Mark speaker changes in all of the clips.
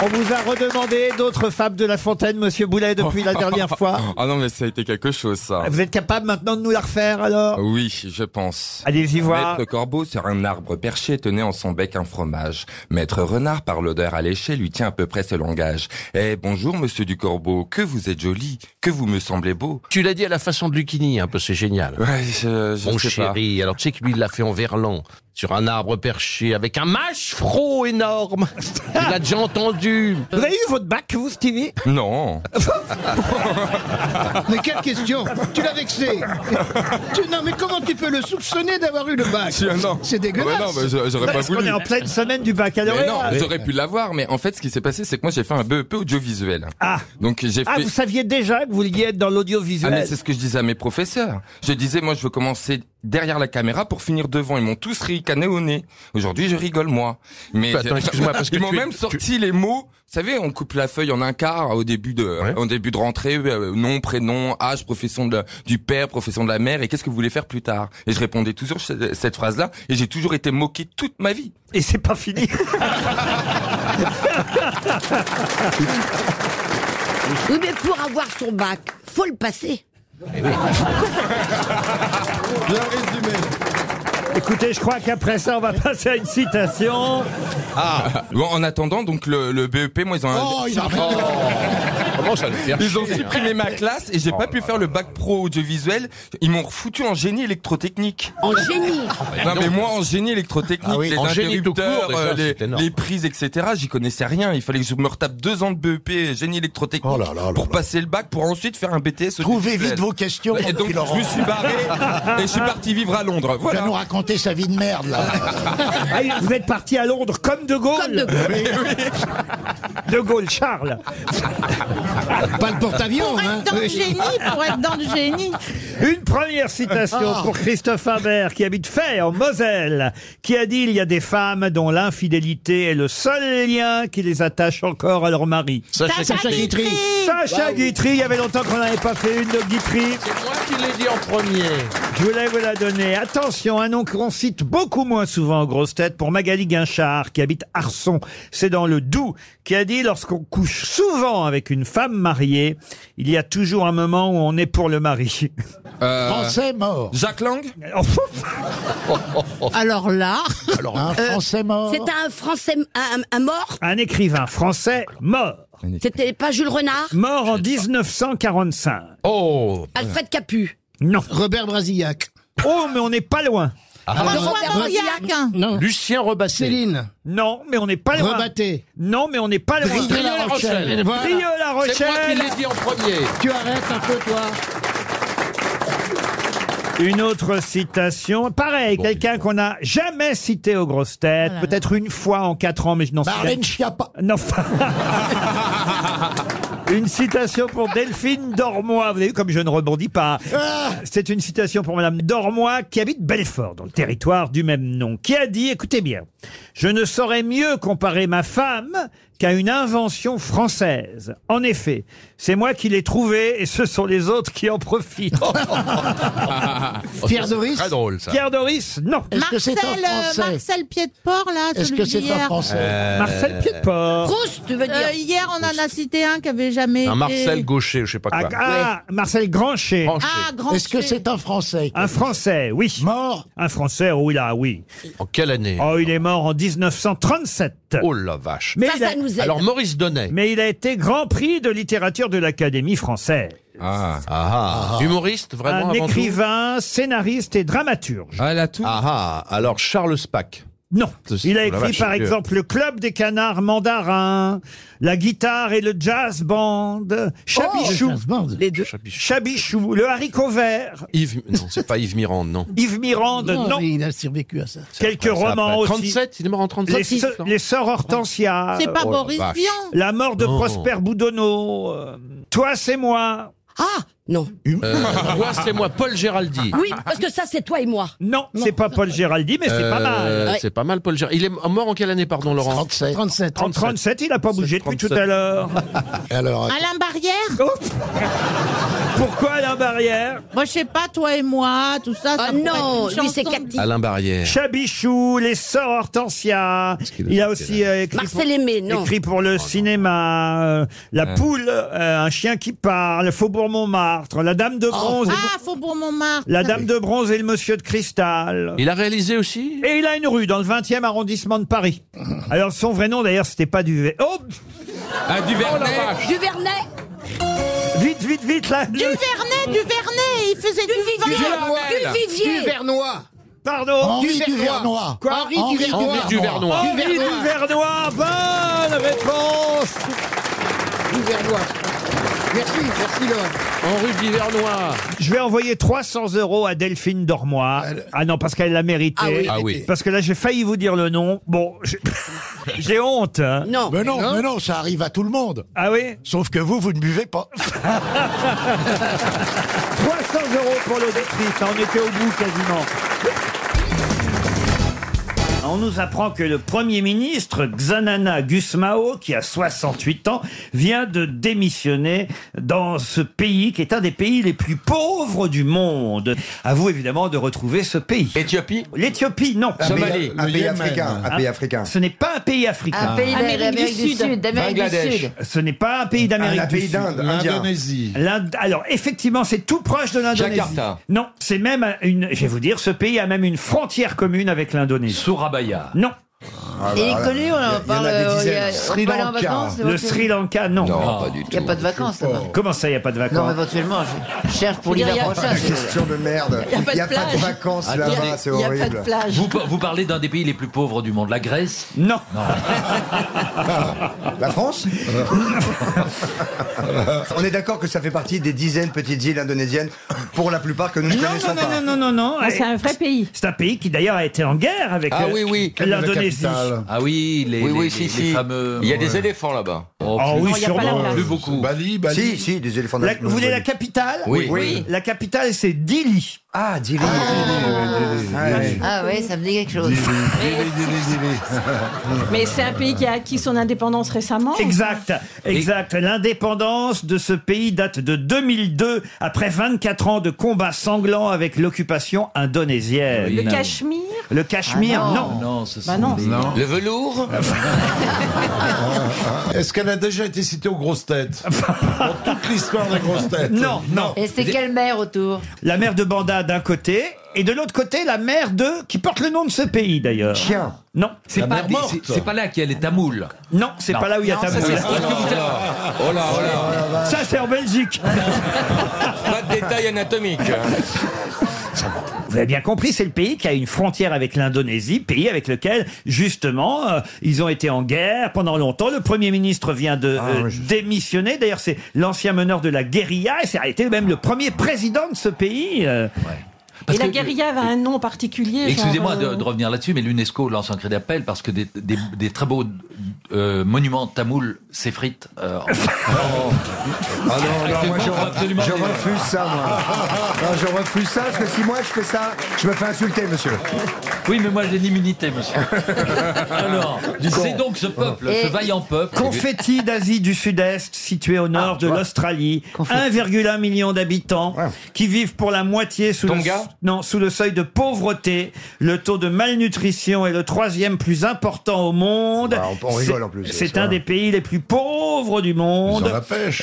Speaker 1: On vous a redemandé d'autres femmes de La Fontaine, Monsieur Boulet, depuis la dernière fois.
Speaker 2: Ah non, mais ça a été quelque chose, ça. Ah
Speaker 1: Vous êtes capable maintenant de nous la refaire alors
Speaker 2: Oui, je pense.
Speaker 1: Allez-y voir.
Speaker 2: Maître Corbeau sur un arbre perché tenait en son bec un fromage. Maître Renard, par l'odeur alléchée, lui tient à peu près ce langage. Eh, bonjour, monsieur du Corbeau, que vous êtes joli, que vous me semblez beau.
Speaker 3: Tu l'as dit à la façon de Lucchini, un peu, c'est génial.
Speaker 2: Ouais, je, je
Speaker 3: Mon
Speaker 2: sais
Speaker 3: chéri, alors tu sais que lui, il l'a fait en verlan, sur un arbre perché, avec un mâchefrot énorme. tu l'as déjà entendu.
Speaker 1: Vous avez eu votre bac, vous, Stevie
Speaker 2: pas. Non.
Speaker 4: Mais quelle question Tu l'as vexé Tu- Non, mais comment tu peux le soupçonner d'avoir eu le bac
Speaker 2: Si, ah, non.
Speaker 4: C'est dégueulasse
Speaker 2: Ouais, non, mais je- j'aurais pas
Speaker 1: Parce qu'on est
Speaker 2: voulu.
Speaker 1: en pleine semaine du
Speaker 2: Mais
Speaker 1: baccalauréat.
Speaker 2: non, j'aurais pu l'avoir, mais en fait, ce qui s'est passé, c'est que moi, j'ai fait un BEP audiovisuel.
Speaker 1: Ah.
Speaker 2: Donc, j'ai
Speaker 1: Ah,
Speaker 2: fait...
Speaker 1: vous saviez déjà que vous vouliez être dans
Speaker 2: Ah
Speaker 1: l'audiovisuel.
Speaker 2: mais c'est ce que je disais à mes professeurs. Je disais moi je veux commencer derrière la caméra pour finir devant. Ils m'ont tous ricané au nez. Aujourd'hui je rigole moi. Mais
Speaker 3: Attends, excuse-moi, parce que
Speaker 2: ils m'ont
Speaker 3: tu es-
Speaker 2: même
Speaker 3: tu-
Speaker 2: sorti les mots. Vous savez on coupe la feuille en un quart au début de
Speaker 3: Ouais.
Speaker 2: au début de rentrée euh, nom prénom âge profession de la- du père profession de la mère et qu'est-ce que vous voulez faire plus tard. Et je répondais toujours cette, phrase là et j'ai toujours été moqué toute ma vie.
Speaker 1: Et c'est pas fini.
Speaker 5: Oui, mais pour avoir son bac, faut le passer.
Speaker 4: Bien résumé.
Speaker 1: Écoutez, je crois qu'après ça, on va passer à une citation.
Speaker 2: Bon en attendant donc le, le BEP moi ils ont
Speaker 4: Ah. Oh, il a rien.
Speaker 3: Comment ça le faire
Speaker 2: Ils ont supprimé ma classe et j'ai pas pu faire le bac pro audiovisuel. Ils m'ont refoutu en génie électrotechnique.
Speaker 5: En génie.
Speaker 2: Non mais moi en génie électrotechnique,
Speaker 3: Ah oui,
Speaker 2: les
Speaker 3: en génie tout court,
Speaker 2: interrupteurs,
Speaker 3: déjà,
Speaker 2: euh, les,
Speaker 3: c'est énorme.
Speaker 2: les prises, etc. J'y connaissais rien. Il fallait que je me retape deux ans de BEP génie électrotechnique
Speaker 6: Oh là là là
Speaker 2: pour
Speaker 6: là.
Speaker 2: passer le bac pour ensuite faire un BTS.
Speaker 6: Trouvez
Speaker 2: audiovisuel.
Speaker 6: vite vos questions,
Speaker 2: Et donc
Speaker 6: puis Laurent.
Speaker 2: je me suis barré et je suis parti vivre à Londres.
Speaker 6: Il va
Speaker 2: Euh, Voilà.
Speaker 6: nous raconter sa vie de merde, là.
Speaker 1: Ah, vous êtes parti à Londres comme De Gaulle.
Speaker 5: Comme de Gaulle.
Speaker 1: De Gaulle, Charles.
Speaker 4: Pas le porte-avions,
Speaker 7: Pour
Speaker 4: hein
Speaker 7: être dans le génie, pour être dans le génie.
Speaker 1: Une première citation
Speaker 4: Ah.
Speaker 1: pour Christophe Imbert, qui habite Fay, en Moselle, qui a dit Il y a des femmes dont l'infidélité est le seul lien qui les attache encore à leur mari.
Speaker 3: Sachez que
Speaker 7: Sacha
Speaker 4: Guitry.
Speaker 7: Guitry.
Speaker 1: Sacha Guitry, il y avait longtemps qu'on n'avait pas fait une de Guitry.
Speaker 3: c'est moi qui l'ai dit en premier.
Speaker 1: Je voulais vous la donner. Attention, un nom qu'on cite beaucoup moins souvent en grosse tête pour Magali Guinchard, qui habite Arson, c'est dans le Doubs, qui a dit lorsqu'on couche souvent avec une femme mariée, il y a toujours un moment où on est pour le mari.
Speaker 2: Euh,
Speaker 6: Français mort.
Speaker 2: Jacques Lang,
Speaker 1: Oh,
Speaker 7: Alors là,
Speaker 6: Un Français mort.
Speaker 5: C'était euh, un Français, un, un mort.
Speaker 1: un écrivain français mort.
Speaker 5: C'était pas Jules Renard,
Speaker 1: Mort en 1945.
Speaker 3: Oh,
Speaker 5: Alfred Capu.
Speaker 1: Non.
Speaker 4: Robert Brasillac.
Speaker 1: Oh, mais on n'est pas loin.
Speaker 2: Ah.
Speaker 7: François Mauriac.
Speaker 3: Ah
Speaker 4: Non.
Speaker 3: Lucien Rebassé.
Speaker 4: Céline.
Speaker 1: Non, mais on n'est pas loin.
Speaker 4: Rebatté.
Speaker 1: Non, mais on n'est pas loin.
Speaker 4: Brieux
Speaker 3: La Rochelle.
Speaker 4: Voilà.
Speaker 1: la
Speaker 3: C'est moi qui
Speaker 1: Rochelle.
Speaker 3: l'ai dit en premier.
Speaker 4: Tu arrêtes un peu, toi.
Speaker 1: Une autre citation. Pareil, quelqu'un qu'on n'a jamais cité aux grosses têtes. Peut-être une fois en quatre ans, mais je n'en
Speaker 4: Bah,
Speaker 1: sais
Speaker 6: Marlène Schiappa.
Speaker 1: Non. enfin. Une citation pour Delphine Dormois. Vous avez vu comme je ne rebondis pas.
Speaker 6: Ah
Speaker 1: C'est une citation pour Madame Dormois qui habite Belfort, dans le territoire du même nom, qui a dit, écoutez bien, je ne saurais mieux comparer ma femme qu'à une invention française. En effet, c'est moi qui l'ai trouvée et ce sont les autres qui en profitent.
Speaker 3: Ah,
Speaker 4: Pierre Doris.
Speaker 3: Très drôle, ça.
Speaker 1: Pierre Doris, non.
Speaker 6: Est-ce que
Speaker 7: Marcel,
Speaker 6: c'est un
Speaker 7: euh,
Speaker 6: Français
Speaker 7: Marcel Pied-de-Port, là,
Speaker 6: Est-ce
Speaker 7: celui
Speaker 6: que c'est un
Speaker 7: d'hier.
Speaker 6: Français
Speaker 1: Marcel Piedport.
Speaker 5: Proust, tu veux dire.
Speaker 7: Euh, hier, on en a cité un qui avait jamais
Speaker 3: Un
Speaker 7: été-
Speaker 3: Marcel Gaucher, je sais pas
Speaker 1: Ah,
Speaker 3: quoi.
Speaker 1: ah, Marcel Granchet.
Speaker 3: Franché.
Speaker 7: Ah, grand
Speaker 6: Est-ce que
Speaker 7: Chez.
Speaker 6: c'est un Français
Speaker 1: Un Français, oui.
Speaker 6: Mort.
Speaker 1: Un Français, oh là, oui.
Speaker 3: En quelle année
Speaker 1: Oh, il est mort en 1937.
Speaker 3: Oh la vache.
Speaker 1: Mais,
Speaker 5: Ça,
Speaker 1: il a,
Speaker 5: ça nous aide.
Speaker 3: Alors Maurice Donnet.
Speaker 1: mais il a été grand prix de littérature de l'Académie française.
Speaker 2: ah,
Speaker 3: Ah, ah. Humoriste, vraiment
Speaker 1: Un
Speaker 3: avant tout.
Speaker 1: écrivain, scénariste et dramaturge.
Speaker 2: ah la tour.
Speaker 3: Ah, ah. Alors Charles Spack.
Speaker 1: Non.
Speaker 3: C'est-
Speaker 1: Il a
Speaker 3: oh la
Speaker 1: écrit
Speaker 3: vache,
Speaker 1: par
Speaker 3: Dieu.
Speaker 1: exemple Le Club des Canards Mandarins, La guitare et le jazz band,
Speaker 3: Oh,
Speaker 1: Chabichou,
Speaker 5: les deux.
Speaker 1: Chabichou, Le Haricot Vert,
Speaker 3: Yves. Non, c'est pas Yves Mirande, non.
Speaker 1: Yves Mirande, non.
Speaker 4: Il a survécu à ça.
Speaker 1: Quelques
Speaker 3: Ça va
Speaker 1: romans
Speaker 3: pas.
Speaker 1: aussi.
Speaker 3: 37, il est mort en 37.
Speaker 1: Les, so- les Sœurs Hortensia.
Speaker 7: C'est pas
Speaker 3: Oh la
Speaker 7: Boris
Speaker 3: vache.
Speaker 7: Vian.
Speaker 1: La mort de
Speaker 3: Non.
Speaker 1: Prosper Boudonneau. euh, Toi, c'est moi.
Speaker 5: Ah,
Speaker 8: Non.
Speaker 9: Euh, moi, c'est moi, Paul Géraldi.
Speaker 8: Oui, parce que ça, c'est toi et moi.
Speaker 1: Non, c'est pas Paul Géraldi, mais c'est pas mal.
Speaker 9: Euh,
Speaker 8: Ouais.
Speaker 9: C'est pas mal, Paul Géraldi. Il est mort en quelle année, pardon, Laurent
Speaker 10: 37.
Speaker 11: 37.
Speaker 1: En 37, il n'a pas bougé depuis
Speaker 9: 37.
Speaker 1: tout à l'heure.
Speaker 10: Alors,
Speaker 12: Alain Barrière
Speaker 1: Oh Pourquoi la barrière
Speaker 12: Moi, je sais pas, toi et moi, tout ça. ça
Speaker 8: Ah
Speaker 12: pourrait
Speaker 8: non,
Speaker 12: être une
Speaker 8: lui, c'est
Speaker 12: chanson.
Speaker 8: Cathy.
Speaker 9: Alain Barrière.
Speaker 1: Chabichou, Les Sœurs Hortensia.
Speaker 9: qu'il a Oh,
Speaker 1: Il a
Speaker 9: fait,
Speaker 1: aussi euh, écrit,
Speaker 8: Marcel
Speaker 1: pour,
Speaker 8: Aimé, non.
Speaker 1: écrit pour le cinéma euh, La Poule, euh, Un chien qui parle, Faubourg Montmartre, La Dame
Speaker 8: Oh,
Speaker 1: de Bronze. et-
Speaker 12: Ah, Faubourg Montmartre.
Speaker 1: La Dame de Bronze et le Monsieur de Cristal.
Speaker 9: Il a réalisé aussi
Speaker 1: Et il a une rue dans le 20e arrondissement de Paris. Alors son vrai nom d'ailleurs c'était pas du Oh
Speaker 2: Ah, du Vernet
Speaker 8: Du Vernet
Speaker 1: vite vite vite là.
Speaker 12: Du Vernet, du Vernet, il faisait du,
Speaker 8: Du
Speaker 12: vin.
Speaker 2: Noël.
Speaker 8: Vivier
Speaker 11: Du Vernois.
Speaker 1: Pardon.
Speaker 10: Henri
Speaker 11: Du
Speaker 10: du
Speaker 11: Vernois.
Speaker 10: Vernois.
Speaker 1: Quoi
Speaker 11: Henri du Vernois.
Speaker 9: Henri Duvernois.
Speaker 1: Henri
Speaker 11: Du Vernois.
Speaker 1: Duvernois. Bonne réponse.
Speaker 11: Du Vernois. Merci, merci Laurent.
Speaker 9: Henri Duvernois.
Speaker 1: Je vais envoyer 300 euros à Delphine Dormois. Ah non, parce qu'elle l'a mérité.
Speaker 8: Ah oui.
Speaker 9: Ah oui.
Speaker 1: Parce que là, j'ai failli vous dire le nom. Bon, je- j'ai honte. hein.
Speaker 8: Non.
Speaker 10: mais non, mais non, ça arrive à tout le monde.
Speaker 1: Ah oui
Speaker 10: Sauf que vous, vous ne buvez pas.
Speaker 1: 300 euros pour l'auditrice, hein, on était au bout quasiment. On nous apprend que le Premier ministre Xanana Gusmao, qui a 68 ans, vient de démissionner dans ce pays qui est un des pays les plus pauvres du monde. À vous évidemment de retrouver ce pays.
Speaker 13: Éthiopie
Speaker 1: L'Éthiopie, non.
Speaker 13: Somalie
Speaker 14: Un pays africain. Un
Speaker 1: Hein
Speaker 14: pays africain.
Speaker 1: Ce n'est pas un pays africain.
Speaker 15: Un pays d'Amérique
Speaker 12: Amérique
Speaker 15: d'Amérique
Speaker 12: du
Speaker 15: du Sud, d'Amérique du
Speaker 13: Bangladesh.
Speaker 15: Sud.
Speaker 1: Ce n'est pas un pays d'Amérique
Speaker 14: Un
Speaker 1: du
Speaker 14: pays
Speaker 1: Sud.
Speaker 14: d'Inde, indien.
Speaker 13: Indonésie.
Speaker 1: L'Inde- Alors, effectivement, c'est tout proche de l'Indonésie.
Speaker 13: Jakarta.
Speaker 1: Non, c'est même une. Je vais vous dire, ce pays a même une frontière commune avec l'Indonésie.
Speaker 13: Surabaya.
Speaker 1: Non.
Speaker 15: Ah, bah, Il est connu, on en
Speaker 14: Il y en
Speaker 15: parle.
Speaker 14: a des
Speaker 15: euh, il y
Speaker 14: dizaines.
Speaker 15: a-
Speaker 14: Sri
Speaker 15: on peut aller en
Speaker 14: Lanka.
Speaker 15: vacances,
Speaker 1: Le
Speaker 15: éventuellement.
Speaker 1: Sri Lanka, non. Oh.
Speaker 13: Non, pas du
Speaker 15: Ah, Il n'y
Speaker 13: tout.
Speaker 15: a pas de vacances là-bas.
Speaker 1: Comment ça, il n'y a pas de
Speaker 15: Non,
Speaker 1: vacances
Speaker 15: éventuellement, je cherche pour
Speaker 8: Je veux dire,
Speaker 15: l'hiver
Speaker 8: il y a-
Speaker 15: prochain. Ah, c'est-
Speaker 14: Question de merde.
Speaker 15: Il y a pas
Speaker 14: Il
Speaker 15: de
Speaker 14: n'y a pas de
Speaker 15: plage.
Speaker 14: vacances
Speaker 13: Attendez,
Speaker 14: là-bas, c'est
Speaker 15: Il n'y a pas de
Speaker 14: horrible.
Speaker 15: plage.
Speaker 13: Vous, par- vous parlez d'un des pays les plus pauvres du monde, la Grèce
Speaker 1: Non.
Speaker 14: La France On est d'accord que ça fait partie des dizaines de petites îles indonésiennes, pour la plupart que nous ne
Speaker 1: Non,
Speaker 14: connaissons
Speaker 1: non,
Speaker 14: pas.
Speaker 1: non, non, non, non, non.
Speaker 15: Ah, vrai pays.
Speaker 1: C'est un pays qui d'ailleurs a été en guerre avec
Speaker 9: Ah
Speaker 1: euh,
Speaker 9: oui, oui.
Speaker 1: l'Indonésie.
Speaker 13: Ah oui, les,
Speaker 3: Oui,
Speaker 13: les-
Speaker 3: oui,
Speaker 13: les-
Speaker 3: si,
Speaker 13: les
Speaker 3: si.
Speaker 13: fameux. euh,
Speaker 3: Il y a des éléphants là-bas.
Speaker 13: Oh, plus-
Speaker 1: Ah oui,
Speaker 15: Non, il y a pas la
Speaker 1: sûrement.
Speaker 15: plage.
Speaker 13: plus beaucoup.
Speaker 14: Bali, Bali. Si, si, des éléphants
Speaker 1: La-
Speaker 14: d'Inde.
Speaker 1: vous voulez la capitale
Speaker 3: Oui.
Speaker 14: Oui.
Speaker 1: La capitale, c'est Dili.
Speaker 14: Ah, Dili. Ouais.
Speaker 15: Ah oui, ça me dit quelque chose.
Speaker 16: Mais c'est un pays qui a acquis son indépendance récemment.
Speaker 1: Exact, exact. L'indépendance de ce pays date de 2002, après 24 ans de combats sanglants avec l'occupation indonésienne.
Speaker 16: Le Cachemire.
Speaker 1: Le Cachemire,
Speaker 15: Ah
Speaker 1: non.
Speaker 13: Non, ce sont
Speaker 16: Bah non.
Speaker 13: des-
Speaker 3: Le velours
Speaker 14: Ah,
Speaker 13: Est-ce qu'elle a déjà été citée aux grosses têtes Dans toute l'histoire des grosses têtes
Speaker 1: Non, non.
Speaker 15: Et c'est quelle mer autour
Speaker 1: La mer de Banda d'un côté, et de l'autre côté, la mer de... qui porte le nom de ce pays, d'ailleurs.
Speaker 14: Chien.
Speaker 1: Non, c'est
Speaker 13: C'est
Speaker 1: pas...
Speaker 13: pas, c'est- c'est pas là qu'elle est tamoule.
Speaker 1: Non, c'est pas là où il y a Tamoul.
Speaker 3: Oh là, oh là.
Speaker 1: Ça, c'est en Belgique.
Speaker 3: Pas de détails anatomiques.
Speaker 1: Vous avez bien compris, c'est le pays qui a une frontière avec l'Indonésie, pays avec lequel, justement, euh, ils ont été en guerre pendant longtemps. Le Premier ministre vient de
Speaker 13: Ah,
Speaker 1: euh, démissionner. D'ailleurs, c'est l'ancien meneur de la guérilla et ça a été même le premier président de ce pays. euh.
Speaker 16: Et
Speaker 13: Parce
Speaker 16: la
Speaker 13: que-
Speaker 16: guérilla a un nom particulier. genre,
Speaker 13: Excusez-moi de,
Speaker 16: euh,
Speaker 13: de revenir là-dessus, mais l'UNESCO lance un cri d'appel parce que des, des- des très beaux euh, monuments tamouls s'effritent. euh, en-
Speaker 14: Ah non, non, moi je,
Speaker 13: Actuellement, faut absolument
Speaker 14: je
Speaker 13: des-
Speaker 14: refuse ça, moi. Non, je refuse ça, parce que si moi je fais ça, je me fais insulter, monsieur.
Speaker 13: Oui, mais moi j'ai l'immunité, monsieur. Alors, c'est donc ce peuple, ce
Speaker 15: Et-
Speaker 13: vaillant peuple.
Speaker 1: Confetti d'Asie du Sud-Est, situé au
Speaker 14: Ah,
Speaker 1: nord de l'Australie, 1,1 million d'habitants qui vivent pour la moitié sous le,
Speaker 3: Tonga
Speaker 1: non, sous le seuil de pauvreté. Le taux de malnutrition est le troisième plus important au monde.
Speaker 14: Bah, on- on rigole
Speaker 1: C'est-
Speaker 14: en plus,
Speaker 1: C'est
Speaker 14: ça.
Speaker 1: un des pays les plus pauvres du monde.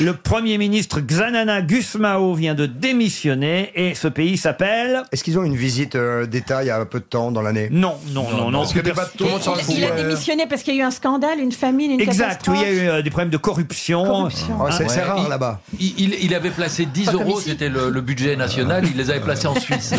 Speaker 1: Le premier ministre Xanana Gusmao vient de démissionner et ce pays s'appelle
Speaker 14: Est-ce qu'ils ont une visite euh, d'État il y a peu de temps dans l'année
Speaker 1: non, non, non, non.
Speaker 16: il, il- il a démissionné parce qu'il y a eu un scandale, une famine, une
Speaker 1: euh, Exact, oui,
Speaker 16: catastrophe.
Speaker 1: il y a eu euh, des problèmes de corruption. Ah,
Speaker 16: corruption.
Speaker 14: Oh, C'est
Speaker 13: Ah, Ouais,
Speaker 14: c'est
Speaker 13: il-
Speaker 14: rare là-bas.
Speaker 13: Il, il- il avait placé 10 euros, c'était le, le budget national, il les avait placés en Suisse.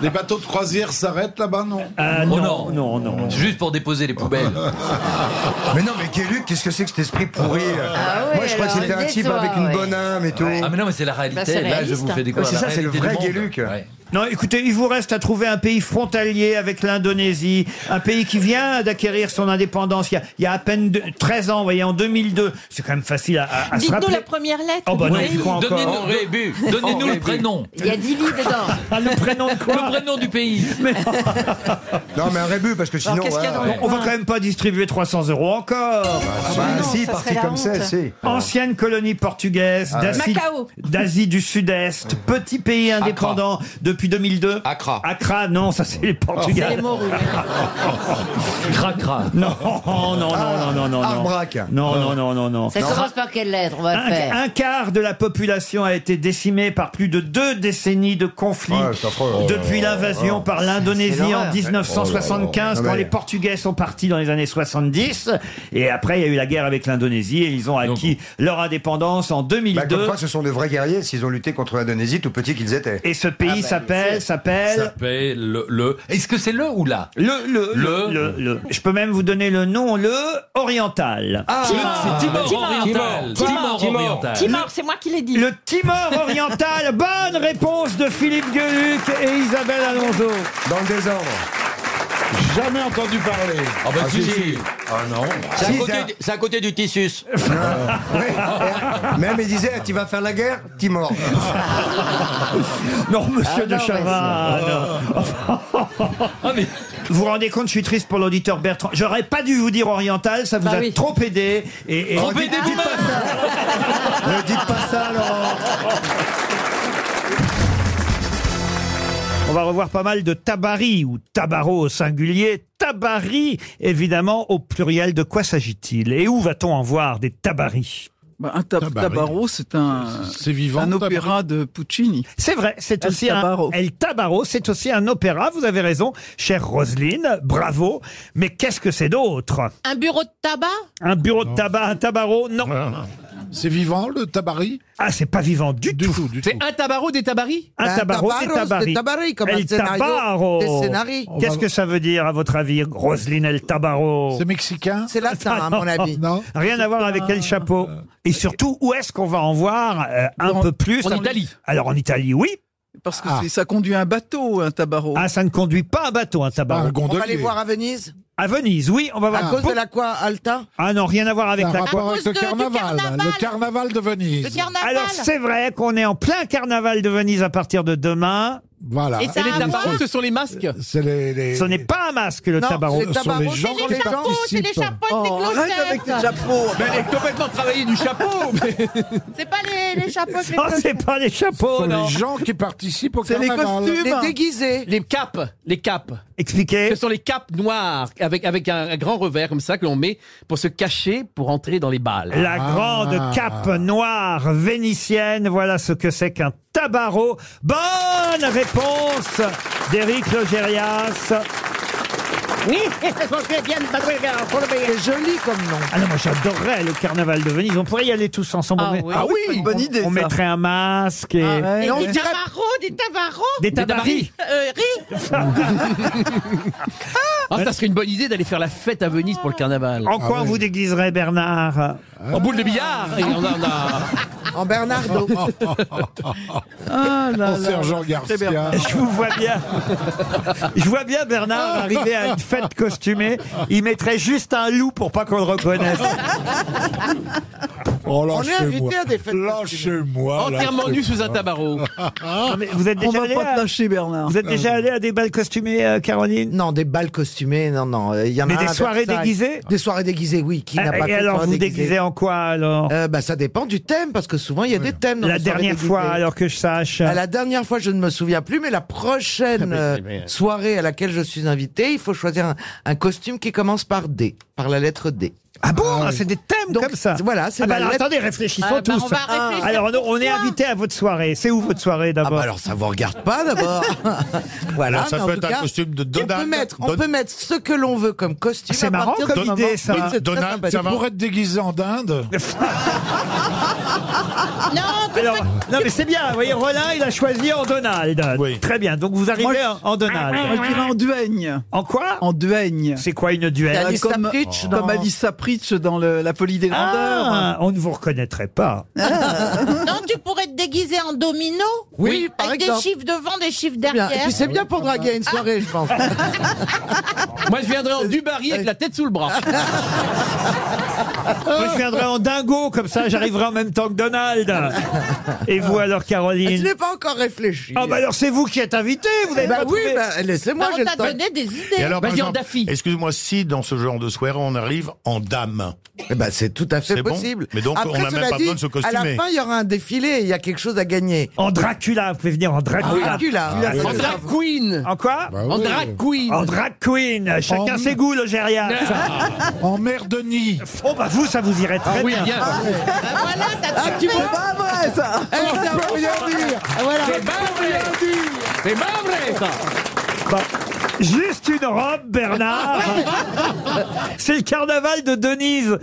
Speaker 3: Les bateaux de croisière s'arrêtent là-bas, non
Speaker 1: Ah,
Speaker 13: Oh
Speaker 1: non, non, non.
Speaker 13: C'est Juste pour déposer les poubelles.
Speaker 1: Ah.
Speaker 14: Mais non, mais Guéluc, qu'est-ce que c'est que cet esprit pourri euh
Speaker 15: Ah oui,
Speaker 14: Moi je crois que
Speaker 15: alors,
Speaker 14: c'était un type
Speaker 15: dis-toi,
Speaker 14: avec une
Speaker 15: ouais.
Speaker 14: bonne âme et tout.
Speaker 13: Ah mais non mais c'est la réalité,
Speaker 15: Bah, c'est
Speaker 13: là je
Speaker 15: réaliste.
Speaker 13: vous fais découvrir
Speaker 14: Ouais, c'est
Speaker 13: la
Speaker 14: ça, c'est le
Speaker 13: réalité
Speaker 14: vrai
Speaker 13: du monde.
Speaker 14: Guéluc.
Speaker 13: Ouais.
Speaker 1: Non, écoutez, il vous reste à trouver un pays frontalier avec l'Indonésie, un pays qui vient d'acquérir son indépendance il y a, il y a à peine de- 13 ans, vous voyez, en 2002. C'est quand même facile à, à- à se
Speaker 12: Dites-nous
Speaker 1: rappeler.
Speaker 12: la première lettre.
Speaker 1: Oh, bah
Speaker 12: du
Speaker 1: non,
Speaker 12: pays.
Speaker 1: je crois encore. Oh,
Speaker 13: Donnez-nous le début. Donnez-nous le prénom.
Speaker 15: Il y a 10 livres dedans.
Speaker 1: Ah, le prénom de quoi
Speaker 13: Le prénom du pays.
Speaker 14: Non, mais un rébut, parce que sinon.
Speaker 1: Alors, qu'est-ce qu'il y a dans le On va quand même pas distribuer 300 euros encore.
Speaker 14: Ah bah non, si, ça parti serait la comme ça, honte. si.
Speaker 1: Ancienne colonie portugaise
Speaker 14: Ah ouais.
Speaker 1: d'Asie-
Speaker 14: Macao.
Speaker 1: d'Asie du Sud-Est, petit pays indépendant depuis 2002. Accra. Accra, non, ça c'est les
Speaker 14: Oh.
Speaker 1: Portugais.
Speaker 14: C'est les Maoris.
Speaker 1: Cracra. Non, non, non, non, non,
Speaker 14: Ah,
Speaker 1: non.
Speaker 14: Arbrac.
Speaker 1: Non,
Speaker 14: Ah.
Speaker 1: non, non, non, non.
Speaker 15: Ça commence par quelle lettre on va
Speaker 1: Un,
Speaker 15: faire
Speaker 1: un quart de la population a été décimée par plus de deux décennies de conflits
Speaker 14: Ouais, c'est affreux.
Speaker 1: depuis
Speaker 14: Oh là là.
Speaker 1: l'invasion par
Speaker 14: C'est- c'est
Speaker 1: l'Indonésie en
Speaker 14: l'horreur. Oh là
Speaker 1: 1975
Speaker 14: là.
Speaker 1: quand
Speaker 14: Non, mais-
Speaker 1: les Portugais sont partis dans les années 70 et après il y a eu la guerre avec l'Indonésie et ils ont acquis leur indépendance en
Speaker 14: Bah, comme
Speaker 1: 2002
Speaker 14: quoi, ce sont de vrais guerriers s'ils ont lutté contre l'Indonésie, tout petits qu'ils étaient.
Speaker 1: et ce pays s'appelle s'appelle
Speaker 13: S'appelle le. le- Est-ce que c'est le ou la
Speaker 1: le le, le, le, Je peux même vous donner le nom, le oriental.
Speaker 13: Ah, c'est Timor
Speaker 1: Timor.
Speaker 13: oriental.
Speaker 1: Timor.
Speaker 13: Timor
Speaker 1: Timor.
Speaker 13: oriental.
Speaker 1: Timor,
Speaker 16: c'est moi qui l'ai dit.
Speaker 1: Le Timor oriental. Bonne réponse de Philippe Gueluc et Isabelle Alonso.
Speaker 14: Dans le désordre.
Speaker 3: Jamais entendu parler.
Speaker 4: Ah bah si,
Speaker 3: si,
Speaker 4: si.
Speaker 3: Ah non.
Speaker 4: C'est à
Speaker 14: Si,
Speaker 4: côté
Speaker 14: ça-
Speaker 4: du- c'est à, côté du Tissus.
Speaker 14: Même ils disaient, tu vas faire la guerre, Timor.
Speaker 1: Ah. Non, monsieur
Speaker 14: Ah
Speaker 1: de
Speaker 14: non, Ah,
Speaker 1: Chavannes. Ah. Vous vous rendez compte, je suis triste pour l'auditeur Bertrand. J'aurais pas dû vous dire oriental, ça vous
Speaker 16: Bah
Speaker 1: a
Speaker 16: oui.
Speaker 1: trop aidé. Et, et-
Speaker 14: Trop aidé
Speaker 1: dites-
Speaker 14: vous-même.
Speaker 1: dites pas ça.
Speaker 14: Ne dites pas ça, Laurent.
Speaker 1: On va revoir pas mal de tabari ou tabaro au singulier. Tabari, évidemment, au pluriel. De quoi s'agit-il Et où va-t-on en voir des tabaris
Speaker 5: Bah, un tab-
Speaker 1: Tabari.
Speaker 5: Tabarro, c'est un, un opéra de Puccini.
Speaker 1: C'est vrai, c'est
Speaker 5: El
Speaker 1: aussi
Speaker 5: Tabarro.
Speaker 1: un El Tabarro, c'est aussi un opéra, vous avez raison, chère Roselyne, bravo. Mais qu'est-ce que c'est d'autre
Speaker 12: Un bureau de tabac
Speaker 1: Un bureau de tabac, un tabarro Non.
Speaker 3: C'est vivant le tabari
Speaker 1: Ah, c'est pas vivant du, tout.
Speaker 17: C'est un tabarro des tabaris
Speaker 1: Un tabarro, des tabaris. El tabarro. Qu'est-ce que ça veut dire, à votre avis, Roselyne El Tabarro
Speaker 3: C'est mexicain
Speaker 17: C'est latin, à mon avis.
Speaker 3: Non.
Speaker 1: Rien à voir avec El Chapeau. Et surtout, où est-ce qu'on va en voir euh, un peu plus
Speaker 5: en Italie.
Speaker 1: Alors, en Italie, oui.
Speaker 5: Parce que
Speaker 1: Ah.
Speaker 5: c'est- ça conduit un bateau, un Tabarro.
Speaker 1: Ah, ça ne conduit pas un bateau, un tabarro.
Speaker 17: On va les voir à Venise
Speaker 1: À Venise, oui, on va voir.
Speaker 17: À cause de la quoi, Alta
Speaker 1: Ah non, rien à voir avec
Speaker 17: Ça a
Speaker 1: la
Speaker 17: rapport À avec cause le de- du carnaval, carnaval. le
Speaker 1: carnaval de Venise.
Speaker 17: Le carnaval.
Speaker 1: Alors c'est vrai qu'on est en plein carnaval de Venise à partir de demain.
Speaker 3: Voilà.
Speaker 17: Et ça Et les a à tabarros, voir ce
Speaker 3: sont les masques
Speaker 1: Ce n'est pas un masque le
Speaker 3: Non,
Speaker 1: tabarro.
Speaker 3: c'est le Ce sont tabarro, les c'est gens les qui chapeaux, participent. c'est les chapeaux
Speaker 17: Oh, arrête avec tes chapeaux
Speaker 4: Mais elle est complètement travaillée du chapeau.
Speaker 12: C'est pas les, les chapeaux avec les
Speaker 1: Non, Ah, c'est pas les chapeaux, non.
Speaker 3: qui participent au
Speaker 17: C'est les costumes. Les
Speaker 4: déguisés. Les capes. Les capes.
Speaker 1: Expliquez.
Speaker 4: Ce sont les capes noires avec, avec un, un grand revers comme ça que l'on met pour se cacher pour entrer dans les balles.
Speaker 1: La grande cape noire vénitienne, voilà ce que c'est qu'un tabarro. Bonne réponse d'Éric Logérias.
Speaker 8: Oui, je bien C'est joli comme nom.
Speaker 1: Ah non, moi j'adorerais le carnaval de Venise. On pourrait y aller tous ensemble.
Speaker 8: Ah
Speaker 1: On met-
Speaker 8: oui. Ah oui,
Speaker 1: on-
Speaker 8: bonne idée,
Speaker 1: On
Speaker 8: ça. Ah
Speaker 1: mettrait un masque et.
Speaker 12: Et
Speaker 1: et on
Speaker 12: des
Speaker 1: dirait-
Speaker 12: tabarros, des tabarros
Speaker 1: Des tabaris.
Speaker 12: Euh, riz
Speaker 4: Ah, ça serait une bonne idée d'aller faire la fête à Venise pour le carnaval. Ah
Speaker 1: En quoi vous Ah. déguiserez Bernard
Speaker 4: En boule de billard. Et on en a- Oh,
Speaker 17: En Bernardo.
Speaker 1: Ah
Speaker 17: là En là. Sergent Garcia. Très bien.
Speaker 1: Je vous vois bien. Je vois bien
Speaker 17: Oh.
Speaker 1: Bernard arriver à une fête costumée. Il mettrait juste un loup pour pas qu'on le reconnaisse.
Speaker 3: Oh,
Speaker 17: On est invité à des fêtes.
Speaker 3: Lâchez-moi.
Speaker 4: Entièrement nu sous un tabarro.
Speaker 1: Non, mais vous êtes
Speaker 17: On
Speaker 1: déjà
Speaker 17: va
Speaker 1: allé
Speaker 17: pas
Speaker 1: à-
Speaker 17: te lâcher, Bernard. Euh,
Speaker 1: Vous êtes déjà allé à des balles costumées, euh, Caroline
Speaker 17: Non, des balles costumées, non, non. euh, Il y en
Speaker 1: Mais
Speaker 17: a
Speaker 1: des
Speaker 17: un à
Speaker 1: soirées
Speaker 17: Versailles.
Speaker 1: déguisées Ah,
Speaker 17: Des soirées déguisées, oui. Qui n'a
Speaker 1: Et-
Speaker 17: pas fait
Speaker 1: et
Speaker 17: de
Speaker 1: alors,
Speaker 17: soirée
Speaker 1: vous
Speaker 17: déguisée
Speaker 1: déguisez en quoi alors
Speaker 17: Euh, bah, ça dépend du thème, parce que souvent il y a des thèmes. Dans
Speaker 1: La
Speaker 17: les soirées
Speaker 1: dernière
Speaker 17: déguisées.
Speaker 1: fois, alors que je sache. Ah,
Speaker 17: À la dernière fois, je ne me souviens plus, mais la prochaine euh, soirée à laquelle je suis invité, il faut choisir un, un costume qui commence par D, par la lettre D.
Speaker 1: Ah bon Ah, C'est des thèmes comme ça.
Speaker 17: Voilà, c'est
Speaker 1: Ah bah
Speaker 17: la
Speaker 1: alors,
Speaker 17: lettre-
Speaker 1: attendez, réfléchissons
Speaker 17: Ah, bah,
Speaker 1: tous.
Speaker 17: on va réfléchir Ah,
Speaker 1: alors on, on est invité à votre soirée. C'est où votre soirée d'abord
Speaker 17: bah, alors ça vous regarde pas d'abord. voilà.
Speaker 1: Alors, ça
Speaker 17: mais en
Speaker 1: peut
Speaker 17: tout
Speaker 1: être un
Speaker 17: cas,
Speaker 1: costume de
Speaker 17: On
Speaker 1: Donald.
Speaker 17: peut mettre, on
Speaker 1: Don-
Speaker 17: peut mettre ce que l'on veut comme costume.
Speaker 1: C'est
Speaker 17: à
Speaker 1: marrant
Speaker 17: partir
Speaker 1: comme
Speaker 17: du
Speaker 1: idée,
Speaker 17: moment-
Speaker 1: ça. hein
Speaker 17: Oui, c'est très
Speaker 3: Donald,
Speaker 17: sympathique.
Speaker 3: ça va. pour être déguisé en dinde.
Speaker 7: Non,
Speaker 1: Alors, non, mais c'est bien. Vous voyez, Roland, il a choisi en Donald. Euh, Très bien. Donc, vous arrivez
Speaker 8: Moi, je-
Speaker 1: en- en
Speaker 17: Ah,
Speaker 1: Donald.
Speaker 8: Moi, je dirais en duègne.
Speaker 1: En quoi
Speaker 8: En duègne.
Speaker 1: C'est quoi une duègne Alissa
Speaker 8: Comme,
Speaker 1: Pritch
Speaker 8: comme
Speaker 1: dans-
Speaker 8: Alissa Pritch dans le- La folie des grandeurs.
Speaker 1: Ah, on ne vous reconnaîtrait pas.
Speaker 7: Non, tu pourrais te déguiser en domino
Speaker 17: Oui, par
Speaker 7: Avec
Speaker 17: exemple. Eh
Speaker 7: des chiffres devant, des chiffres
Speaker 17: Bien.
Speaker 7: derrière.
Speaker 17: Et puis c'est bien pour draguer à une soirée, je pense.
Speaker 18: Moi, je viendrai en Dubarry avec la tête sous le bras.
Speaker 1: Moi, je viendrai en dingo, comme ça, j'arriverai en même temps que Donald. Et vous, alors,
Speaker 17: Ah, Je
Speaker 1: Caroline
Speaker 17: n'ai pas encore réfléchi.
Speaker 1: Ah, bah alors, c'est vous qui êtes invité. Vous avez
Speaker 17: Bah
Speaker 1: pas
Speaker 17: oui,
Speaker 1: trouvé.
Speaker 17: bah, laissez-moi,
Speaker 7: on t'a donné des idées.
Speaker 3: Et alors, par exemple, excuse-moi, si dans ce genre de soirée, on arrive en dame.
Speaker 17: Eh ben, c'est tout à
Speaker 3: C'est
Speaker 17: C'est
Speaker 3: bon
Speaker 17: possible.
Speaker 3: Mais donc,
Speaker 17: Après,
Speaker 3: on n'a
Speaker 17: cela
Speaker 3: même pas
Speaker 17: dit,
Speaker 3: besoin de se costumer.
Speaker 17: À la fin, il y aura un défilé et il y a quelque chose à gagner.
Speaker 1: En Dracula, vous pouvez venir en Dracula.
Speaker 17: En Dracula.
Speaker 1: Dracula, c'est
Speaker 17: En
Speaker 1: grave.
Speaker 17: drag
Speaker 18: queen.
Speaker 1: En quoi
Speaker 3: Bah
Speaker 18: En oui. drag queen.
Speaker 1: En drag queen. Chacun
Speaker 18: En-
Speaker 1: ses goûts, le gériatre.
Speaker 3: en mer de Nid.
Speaker 1: Oh, bah vous, ça vous irait très
Speaker 18: Ah. oui,
Speaker 1: bien. Ah,
Speaker 18: bien.
Speaker 7: Voilà, t'as
Speaker 19: Ah, tu
Speaker 7: trouvé.
Speaker 19: peux pas vrai, ça
Speaker 17: Eh,
Speaker 19: Tu
Speaker 17: ça
Speaker 19: peux
Speaker 17: va.
Speaker 19: rien dire Ah, voilà.
Speaker 18: C'est pas vrai. C'est pas vrai, ça.
Speaker 1: Bon. Juste une robe, Bernard. C'est le carnaval de Denise.